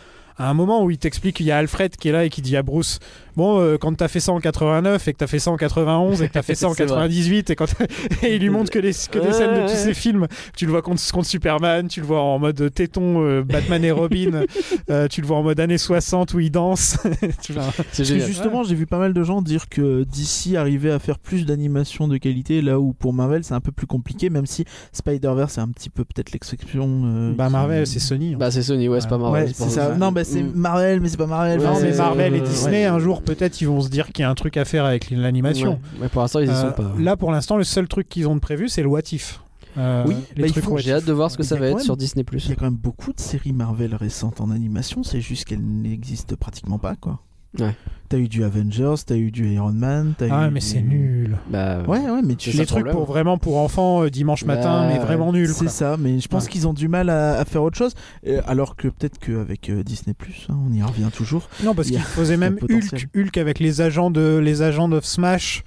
[SPEAKER 8] À un moment où il t'explique qu'il y a Alfred qui est là et qui dit à Bruce Bon, euh, quand t'as fait ça en 89 et que t'as fait ça en 91 et que t'as fait ça en
[SPEAKER 6] C'est vrai.
[SPEAKER 8] 98 et, quand et il lui montre que des, que des
[SPEAKER 6] Ouais,
[SPEAKER 8] scènes de tous
[SPEAKER 6] ouais.
[SPEAKER 8] ces films. Tu le vois contre, contre Superman, tu le vois en mode téton euh, Batman et Robin, euh, tu le vois en mode années 60 où il danse. Tu vois.
[SPEAKER 6] C'est
[SPEAKER 7] Parce que
[SPEAKER 6] génial.
[SPEAKER 7] justement, j'ai vu pas mal de gens dire que DC arrivait à faire plus d'animation de qualité, là où pour Marvel c'est un peu plus compliqué, même si Spider-Verse c'est un petit peu peut-être l'exception. euh,
[SPEAKER 8] bah
[SPEAKER 7] qui-
[SPEAKER 8] Marvel, c'est Sony. hein.
[SPEAKER 6] Bah, c'est Sony, ouais, c'est pas Marvel.
[SPEAKER 7] Ouais,
[SPEAKER 6] pour
[SPEAKER 7] c'est ça. Non, bah c'est
[SPEAKER 6] Mm.
[SPEAKER 7] Marvel, mais c'est pas Marvel.
[SPEAKER 8] non,
[SPEAKER 7] Enfin,
[SPEAKER 8] mais
[SPEAKER 7] c'est-
[SPEAKER 8] Marvel et
[SPEAKER 7] euh,
[SPEAKER 8] Disney,
[SPEAKER 7] ouais.
[SPEAKER 8] un jour peut-être ils vont se dire qu'il y a un truc à faire avec l'animation.
[SPEAKER 6] Ouais. Ouais, pour l'instant, ils y sont
[SPEAKER 8] Euh,
[SPEAKER 6] pas.
[SPEAKER 8] Là, pour l'instant, le seul truc qu'ils ont de prévu, c'est le What If. Euh,
[SPEAKER 7] Oui,
[SPEAKER 8] les
[SPEAKER 7] bah, il
[SPEAKER 8] trucs
[SPEAKER 7] faut-
[SPEAKER 8] What
[SPEAKER 6] J'ai hâte de voir ce que
[SPEAKER 7] Il y
[SPEAKER 6] ça
[SPEAKER 7] a
[SPEAKER 6] va
[SPEAKER 7] quand
[SPEAKER 6] être
[SPEAKER 7] même-
[SPEAKER 6] sur Disney.
[SPEAKER 7] Il y a quand même beaucoup de séries Marvel récentes en animation, c'est juste qu'elles n'existent pratiquement pas, quoi.
[SPEAKER 6] Ouais.
[SPEAKER 7] T'as eu du Avengers, t'as eu du Iron Man, t'as eu.
[SPEAKER 8] Ah, mais
[SPEAKER 7] du-
[SPEAKER 8] c'est nul.
[SPEAKER 6] Bah,
[SPEAKER 7] Ouais, ouais, mais tu
[SPEAKER 6] C'est ça
[SPEAKER 7] les
[SPEAKER 8] Les
[SPEAKER 6] le
[SPEAKER 8] trucs
[SPEAKER 6] problème.
[SPEAKER 8] pour vraiment pour enfants euh, dimanche matin,
[SPEAKER 6] Bah,
[SPEAKER 8] mais vraiment nul.
[SPEAKER 7] C'est
[SPEAKER 8] quoi.
[SPEAKER 7] ça, mais je pense
[SPEAKER 8] Ouais.
[SPEAKER 7] qu'ils ont du mal à, à faire autre chose. Euh, alors que peut-être qu'avec euh, Disney, hein, on y revient toujours.
[SPEAKER 8] Non, parce
[SPEAKER 7] Il y a-
[SPEAKER 8] qu'il faisait
[SPEAKER 7] il y a
[SPEAKER 8] même
[SPEAKER 7] potentiel.
[SPEAKER 8] Hulk, Hulk avec les agents de les agents de Smash.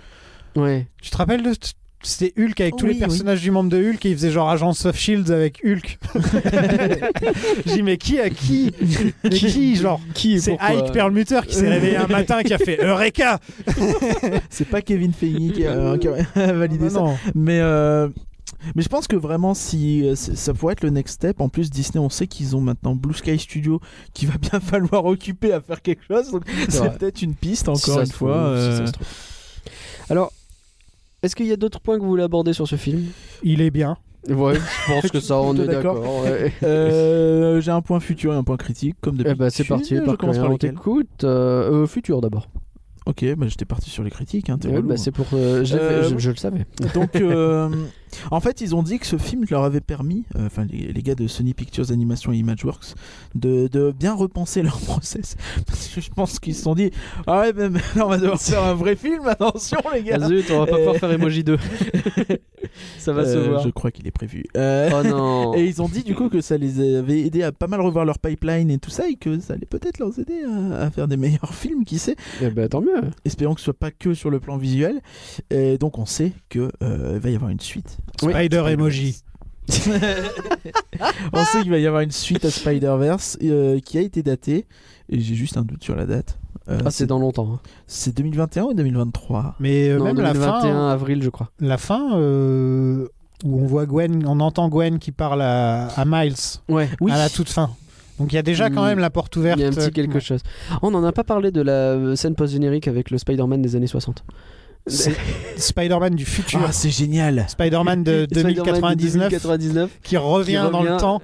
[SPEAKER 6] ouais.
[SPEAKER 8] Tu te rappelles de c'était Hulk avec tous
[SPEAKER 7] Oui,
[SPEAKER 8] les personnages du monde de Hulk et il faisait genre Agence of Shields avec Hulk. J'ai dit, mais qui à qui Mais qui genre
[SPEAKER 6] Qui
[SPEAKER 8] C'est Ike Perlmutter qui s'est réveillé un matin qui a fait euh, Eureka
[SPEAKER 7] C'est pas Kevin Feige qui a, qui a validé ça.
[SPEAKER 8] Non.
[SPEAKER 7] Mais, euh, mais je pense que vraiment, si euh, c- ça pourrait être le next step. En plus, Disney, on sait qu'ils ont maintenant Blue Sky Studio qui va bien falloir occuper à faire quelque chose. Donc
[SPEAKER 6] vrai.
[SPEAKER 7] c'est peut-être une piste,
[SPEAKER 6] Si
[SPEAKER 7] encore
[SPEAKER 6] ça
[SPEAKER 7] une
[SPEAKER 6] se
[SPEAKER 7] fois.
[SPEAKER 6] trouve, si
[SPEAKER 7] euh,
[SPEAKER 6] ça se trouve. Alors, est-ce qu'il y a d'autres points que vous voulez aborder sur ce film
[SPEAKER 8] Il est bien.
[SPEAKER 6] Ouais, je pense que ça, on
[SPEAKER 7] Plutôt
[SPEAKER 6] est
[SPEAKER 7] d'accord.
[SPEAKER 6] d'accord. ouais.
[SPEAKER 7] euh, J'ai un point futur et un point critique, comme
[SPEAKER 6] Eh
[SPEAKER 7] d'habitude.
[SPEAKER 6] bah, c'est parti,
[SPEAKER 7] Je
[SPEAKER 6] par
[SPEAKER 7] commence par
[SPEAKER 6] on
[SPEAKER 7] lequel
[SPEAKER 6] t'écoute. Euh, euh, futur d'abord.
[SPEAKER 7] Ok, bah, j'étais parti sur les critiques. Hein, t'es
[SPEAKER 6] Ouais,
[SPEAKER 7] relou,
[SPEAKER 6] bah,
[SPEAKER 7] hein.
[SPEAKER 6] c'est pour. euh, je, l'ai
[SPEAKER 7] Euh,
[SPEAKER 6] fait- je-
[SPEAKER 7] oui.
[SPEAKER 6] je le savais.
[SPEAKER 7] Donc, euh, en fait, ils ont dit que ce film leur avait permis, euh, enfin, les, les gars de Sony Pictures Animation et Imageworks, de, de bien repenser leur process. Parce que je pense qu'ils se sont dit, ah ouais, mais maintenant, on va devoir faire un vrai film, attention les gars.
[SPEAKER 6] Ah zut, on va pas
[SPEAKER 7] Euh,
[SPEAKER 6] pouvoir faire Emoji 2. ça va se
[SPEAKER 7] Euh,
[SPEAKER 6] voir.
[SPEAKER 7] Je crois qu'il est prévu. Euh,
[SPEAKER 6] Oh non.
[SPEAKER 7] Et ils ont dit du coup que ça les avait aidés à pas mal revoir leur pipeline et tout ça, et que ça allait peut-être leur aider à, à faire des meilleurs films, qui sait.
[SPEAKER 6] Eh bah, tant mieux.
[SPEAKER 7] Espérons que ce soit pas que sur le plan visuel. Et donc on sait que euh, il va y avoir une suite.
[SPEAKER 6] Oui.
[SPEAKER 8] Spider Emoji.
[SPEAKER 7] On sait qu'il va y avoir une suite à Spider-Verse euh, qui a été datée. Et j'ai juste un doute sur la date. Euh,
[SPEAKER 6] Ah, c'est dans longtemps. hein.
[SPEAKER 7] c'est 2021 ou 2023
[SPEAKER 8] Mais euh,
[SPEAKER 6] Non,
[SPEAKER 8] même la
[SPEAKER 6] 2021
[SPEAKER 8] fin, hein.
[SPEAKER 6] avril, je crois.
[SPEAKER 8] la fin euh, où on voit Gwen, on entend Gwen qui parle à, à Miles
[SPEAKER 6] Ouais.
[SPEAKER 8] à la toute fin. Donc il y Mm. a déjà quand
[SPEAKER 6] Hmm.
[SPEAKER 8] même la porte ouverte.
[SPEAKER 6] Il y a un petit quelque
[SPEAKER 8] Bon.
[SPEAKER 6] chose. On n'en a pas parlé de la euh, scène post-générique avec le Spider-Man des années 60.
[SPEAKER 8] C'est euh, Spider-Man du futur.
[SPEAKER 7] Ah, c'est génial
[SPEAKER 8] Spider-man de
[SPEAKER 6] Spider-Man
[SPEAKER 8] 2099
[SPEAKER 6] 2099.
[SPEAKER 8] qui revient dans le
[SPEAKER 6] revient.
[SPEAKER 8] temps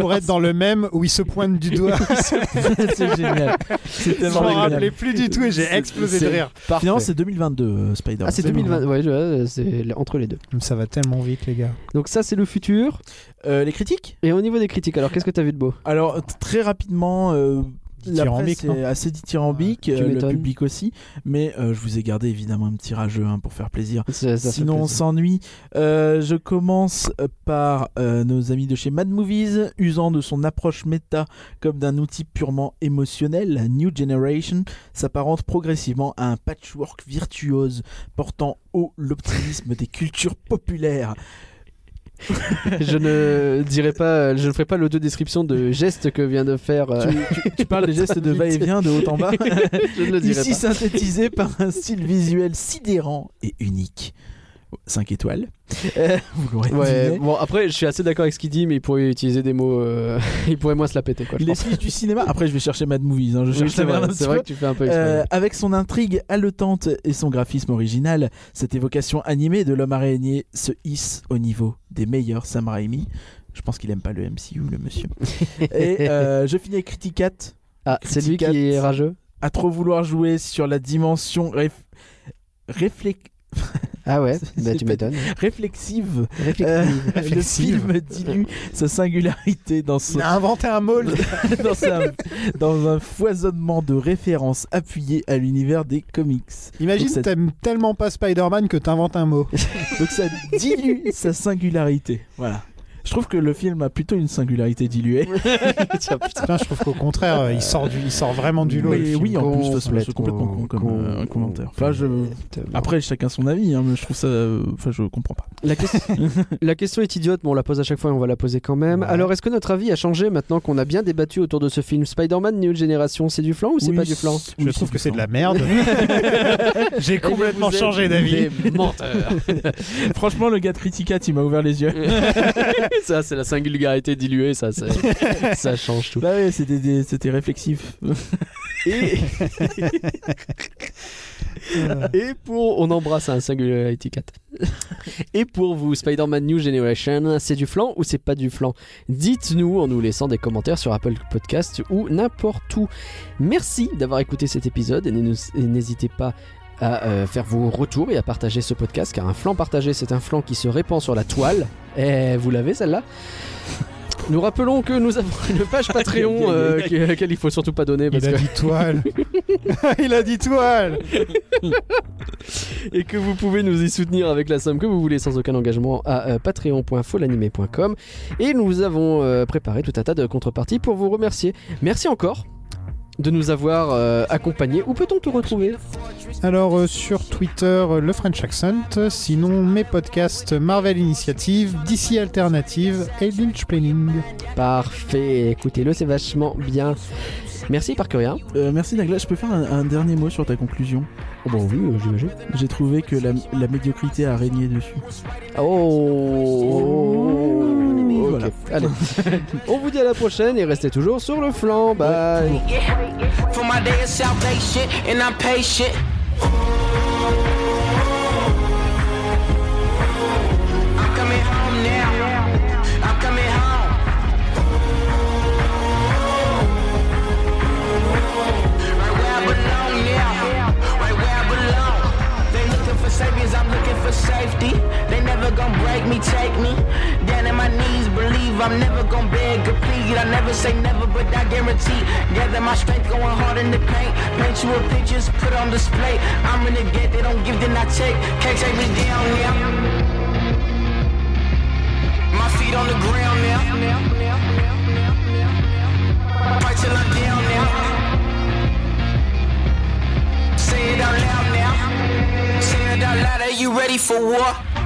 [SPEAKER 8] pour être dans le même où il se pointe du doigt.
[SPEAKER 7] C'est génial C'est
[SPEAKER 8] Je
[SPEAKER 7] tellement
[SPEAKER 8] m'en
[SPEAKER 7] génial.
[SPEAKER 8] rappelais plus du tout et j'ai
[SPEAKER 6] C'est-
[SPEAKER 8] explosé de
[SPEAKER 6] c'est-
[SPEAKER 8] rire.
[SPEAKER 6] Parfait.
[SPEAKER 7] Finalement, c'est 2022, euh, Spider-Man.
[SPEAKER 6] Ah, c'est 2020. Ouais, je- ouais, c'est entre les deux.
[SPEAKER 8] Ça va tellement vite, les gars.
[SPEAKER 6] Donc ça, c'est le futur.
[SPEAKER 7] Euh, les critiques
[SPEAKER 6] Et au niveau des critiques, alors qu'est-ce que t'as vu de beau
[SPEAKER 7] Alors, t- très rapidement, euh, la
[SPEAKER 8] Dithyrambique,
[SPEAKER 7] presse est
[SPEAKER 8] non
[SPEAKER 7] assez dithyrambique,
[SPEAKER 6] Ouais, tu
[SPEAKER 7] euh, le
[SPEAKER 6] m'étonnes.
[SPEAKER 7] public aussi. Mais euh, je vous ai gardé évidemment un petit rageux hein, pour faire plaisir.
[SPEAKER 6] Ça- ça fait
[SPEAKER 7] Sinon, on
[SPEAKER 6] plaisir.
[SPEAKER 7] s'ennuie. Euh, je commence par euh, nos amis de chez Mad Movies, usant de son approche méta comme d'un outil purement émotionnel. La New Generation s'apparente progressivement à un patchwork virtuose portant haut l'optimisme des cultures populaires.
[SPEAKER 6] je ne dirai pas, je ne ferai pas l'audio-description de geste que vient de faire. euh,
[SPEAKER 7] Tu, tu- tu parles des gestes de va-et-vient de haut en bas,
[SPEAKER 6] je ne le dirai
[SPEAKER 7] ici synthétisé par un style visuel sidérant et unique. 5 étoiles. Euh, vous l'aurez
[SPEAKER 6] pas. Ouais.
[SPEAKER 7] deviné.
[SPEAKER 6] Bon, après, je suis assez d'accord avec ce qu'il dit, mais il pourrait utiliser des mots. euh, il pourrait moins se la péter, quoi. je
[SPEAKER 7] Les
[SPEAKER 6] pense.
[SPEAKER 7] fiches du cinéma. Après, je vais chercher Mad Movies. hein, Je
[SPEAKER 6] Oui,
[SPEAKER 7] cherche
[SPEAKER 6] c'est
[SPEAKER 7] la
[SPEAKER 6] vrai,
[SPEAKER 7] merde un
[SPEAKER 6] c'est
[SPEAKER 7] petit
[SPEAKER 6] vrai
[SPEAKER 7] peu.
[SPEAKER 6] que tu fais un peu exprès.
[SPEAKER 7] Euh, avec son intrigue haletante et son graphisme original, cette évocation animée de l'homme araignée se hisse au niveau des meilleurs Sam Raimi. Je pense qu'il aime pas le MCU, le monsieur. et euh, je finis avec Criticat,
[SPEAKER 6] ah, c'est lui qui est
[SPEAKER 7] critiquate.
[SPEAKER 6] rageux.
[SPEAKER 7] à trop vouloir jouer sur la dimension réf- réflec-
[SPEAKER 6] Ah ouais.
[SPEAKER 7] C'est-
[SPEAKER 6] Bah
[SPEAKER 7] c'est
[SPEAKER 6] tu
[SPEAKER 7] pas-
[SPEAKER 6] m'étonnes.
[SPEAKER 7] réflexive.
[SPEAKER 6] Réflexive.
[SPEAKER 7] Euh, le film dilue sa singularité dans son
[SPEAKER 8] On a inventé un mot. le-
[SPEAKER 7] dans, un, dans un foisonnement de références appuyées à l'univers des comics.
[SPEAKER 8] Imagine,
[SPEAKER 7] Donc, ça-
[SPEAKER 8] t'aimes tellement pas Spider-Man que t'inventes un mot.
[SPEAKER 7] Donc ça dilue sa singularité. Voilà. Je trouve que le film a plutôt une singularité diluée.
[SPEAKER 8] Putain, je trouve qu'au contraire, euh, il sort, du, il sort vraiment du lot.
[SPEAKER 7] Mais
[SPEAKER 8] le film.
[SPEAKER 7] oui, en plus, ça, c'est
[SPEAKER 6] Complètement
[SPEAKER 7] complètement con comme,
[SPEAKER 6] con-
[SPEAKER 7] euh, commentaire.
[SPEAKER 6] con-
[SPEAKER 7] Enfin, je- Après, chacun son avis, hein, mais je trouve ça. euh, Enfin, je comprends pas.
[SPEAKER 6] la, question- la question est idiote, mais on la pose à chaque fois et on va la poser quand même. Alors, est-ce que notre avis a changé maintenant qu'on a bien débattu autour de ce film Spider-Man New Generation C'est du flan ou c'est
[SPEAKER 7] Oui,
[SPEAKER 6] pas du flan
[SPEAKER 7] oui,
[SPEAKER 8] Je trouve que
[SPEAKER 7] du
[SPEAKER 8] c'est de
[SPEAKER 7] flan.
[SPEAKER 8] la merde. J'ai complètement changé d'avis.
[SPEAKER 7] Franchement, le gars de Criticat, il m'a ouvert les yeux.
[SPEAKER 6] ça, c'est la singularité diluée, ça, ça, ça change tout.
[SPEAKER 7] Bah ouais, c'était des- c'était réflexif.
[SPEAKER 6] Et... Et pour. On embrasse hein, un Singularity 4. Et pour vous, Spider-Man New Generation, c'est du flan ou c'est pas du flan Dites-nous en nous laissant des commentaires sur Apple Podcast ou n'importe où. Merci d'avoir écouté cet épisode et n'hé- et n'hésitez pas à euh, faire vos retours et à partager ce podcast car un flan partagé c'est un flan qui se répand sur la toile. Et vous l'avez celle-là Nous rappelons que nous avons une page Patreon euh, qui- à laquelle il faut surtout pas donner parce
[SPEAKER 8] Il a
[SPEAKER 6] que-
[SPEAKER 8] dit toile. Il a dit toile.
[SPEAKER 6] et que vous pouvez nous y soutenir avec la somme que vous voulez sans aucun engagement à euh, patreon.folanimé.com et nous avons euh, préparé tout un tas de contreparties pour vous remercier. Merci encore de nous avoir euh, accompagnés. Où peut-on te retrouver
[SPEAKER 8] Alors euh, sur Twitter, euh, le French Accent. Sinon mes podcasts Marvel Initiative, DC Alternative et Lynch Planning.
[SPEAKER 6] Parfait, écoutez-le, c'est vachement bien. Merci par rien.
[SPEAKER 7] Euh, merci Nagla, je peux faire un, un dernier mot sur ta conclusion
[SPEAKER 6] bon oui, euh, j'imagine.
[SPEAKER 7] J'ai trouvé que la, la médiocrité a régné dessus.
[SPEAKER 6] Oh Ok,
[SPEAKER 7] Voilà.
[SPEAKER 6] Allez, on vous dit à la prochaine et restez toujours sur le flanc. Bye.
[SPEAKER 9] For my day of salvation, and I'm patient. I'm coming home now. I'm coming home. Right where I belong now. Right where I belong. They looking for saviors, I'm looking for safety. They never gonna break me, take me. Down on my knees, believe I'm never gonna beg or plead. I never say never, but I guarantee. Gather my strength, going hard in the paint. Paint you a pictures, put on display. I'm in the get, they don't give, then I take. Can't take me down now. My feet on the ground now. Fight till I'm down now. Say it out loud now. Say it out loud. Are you ready for war?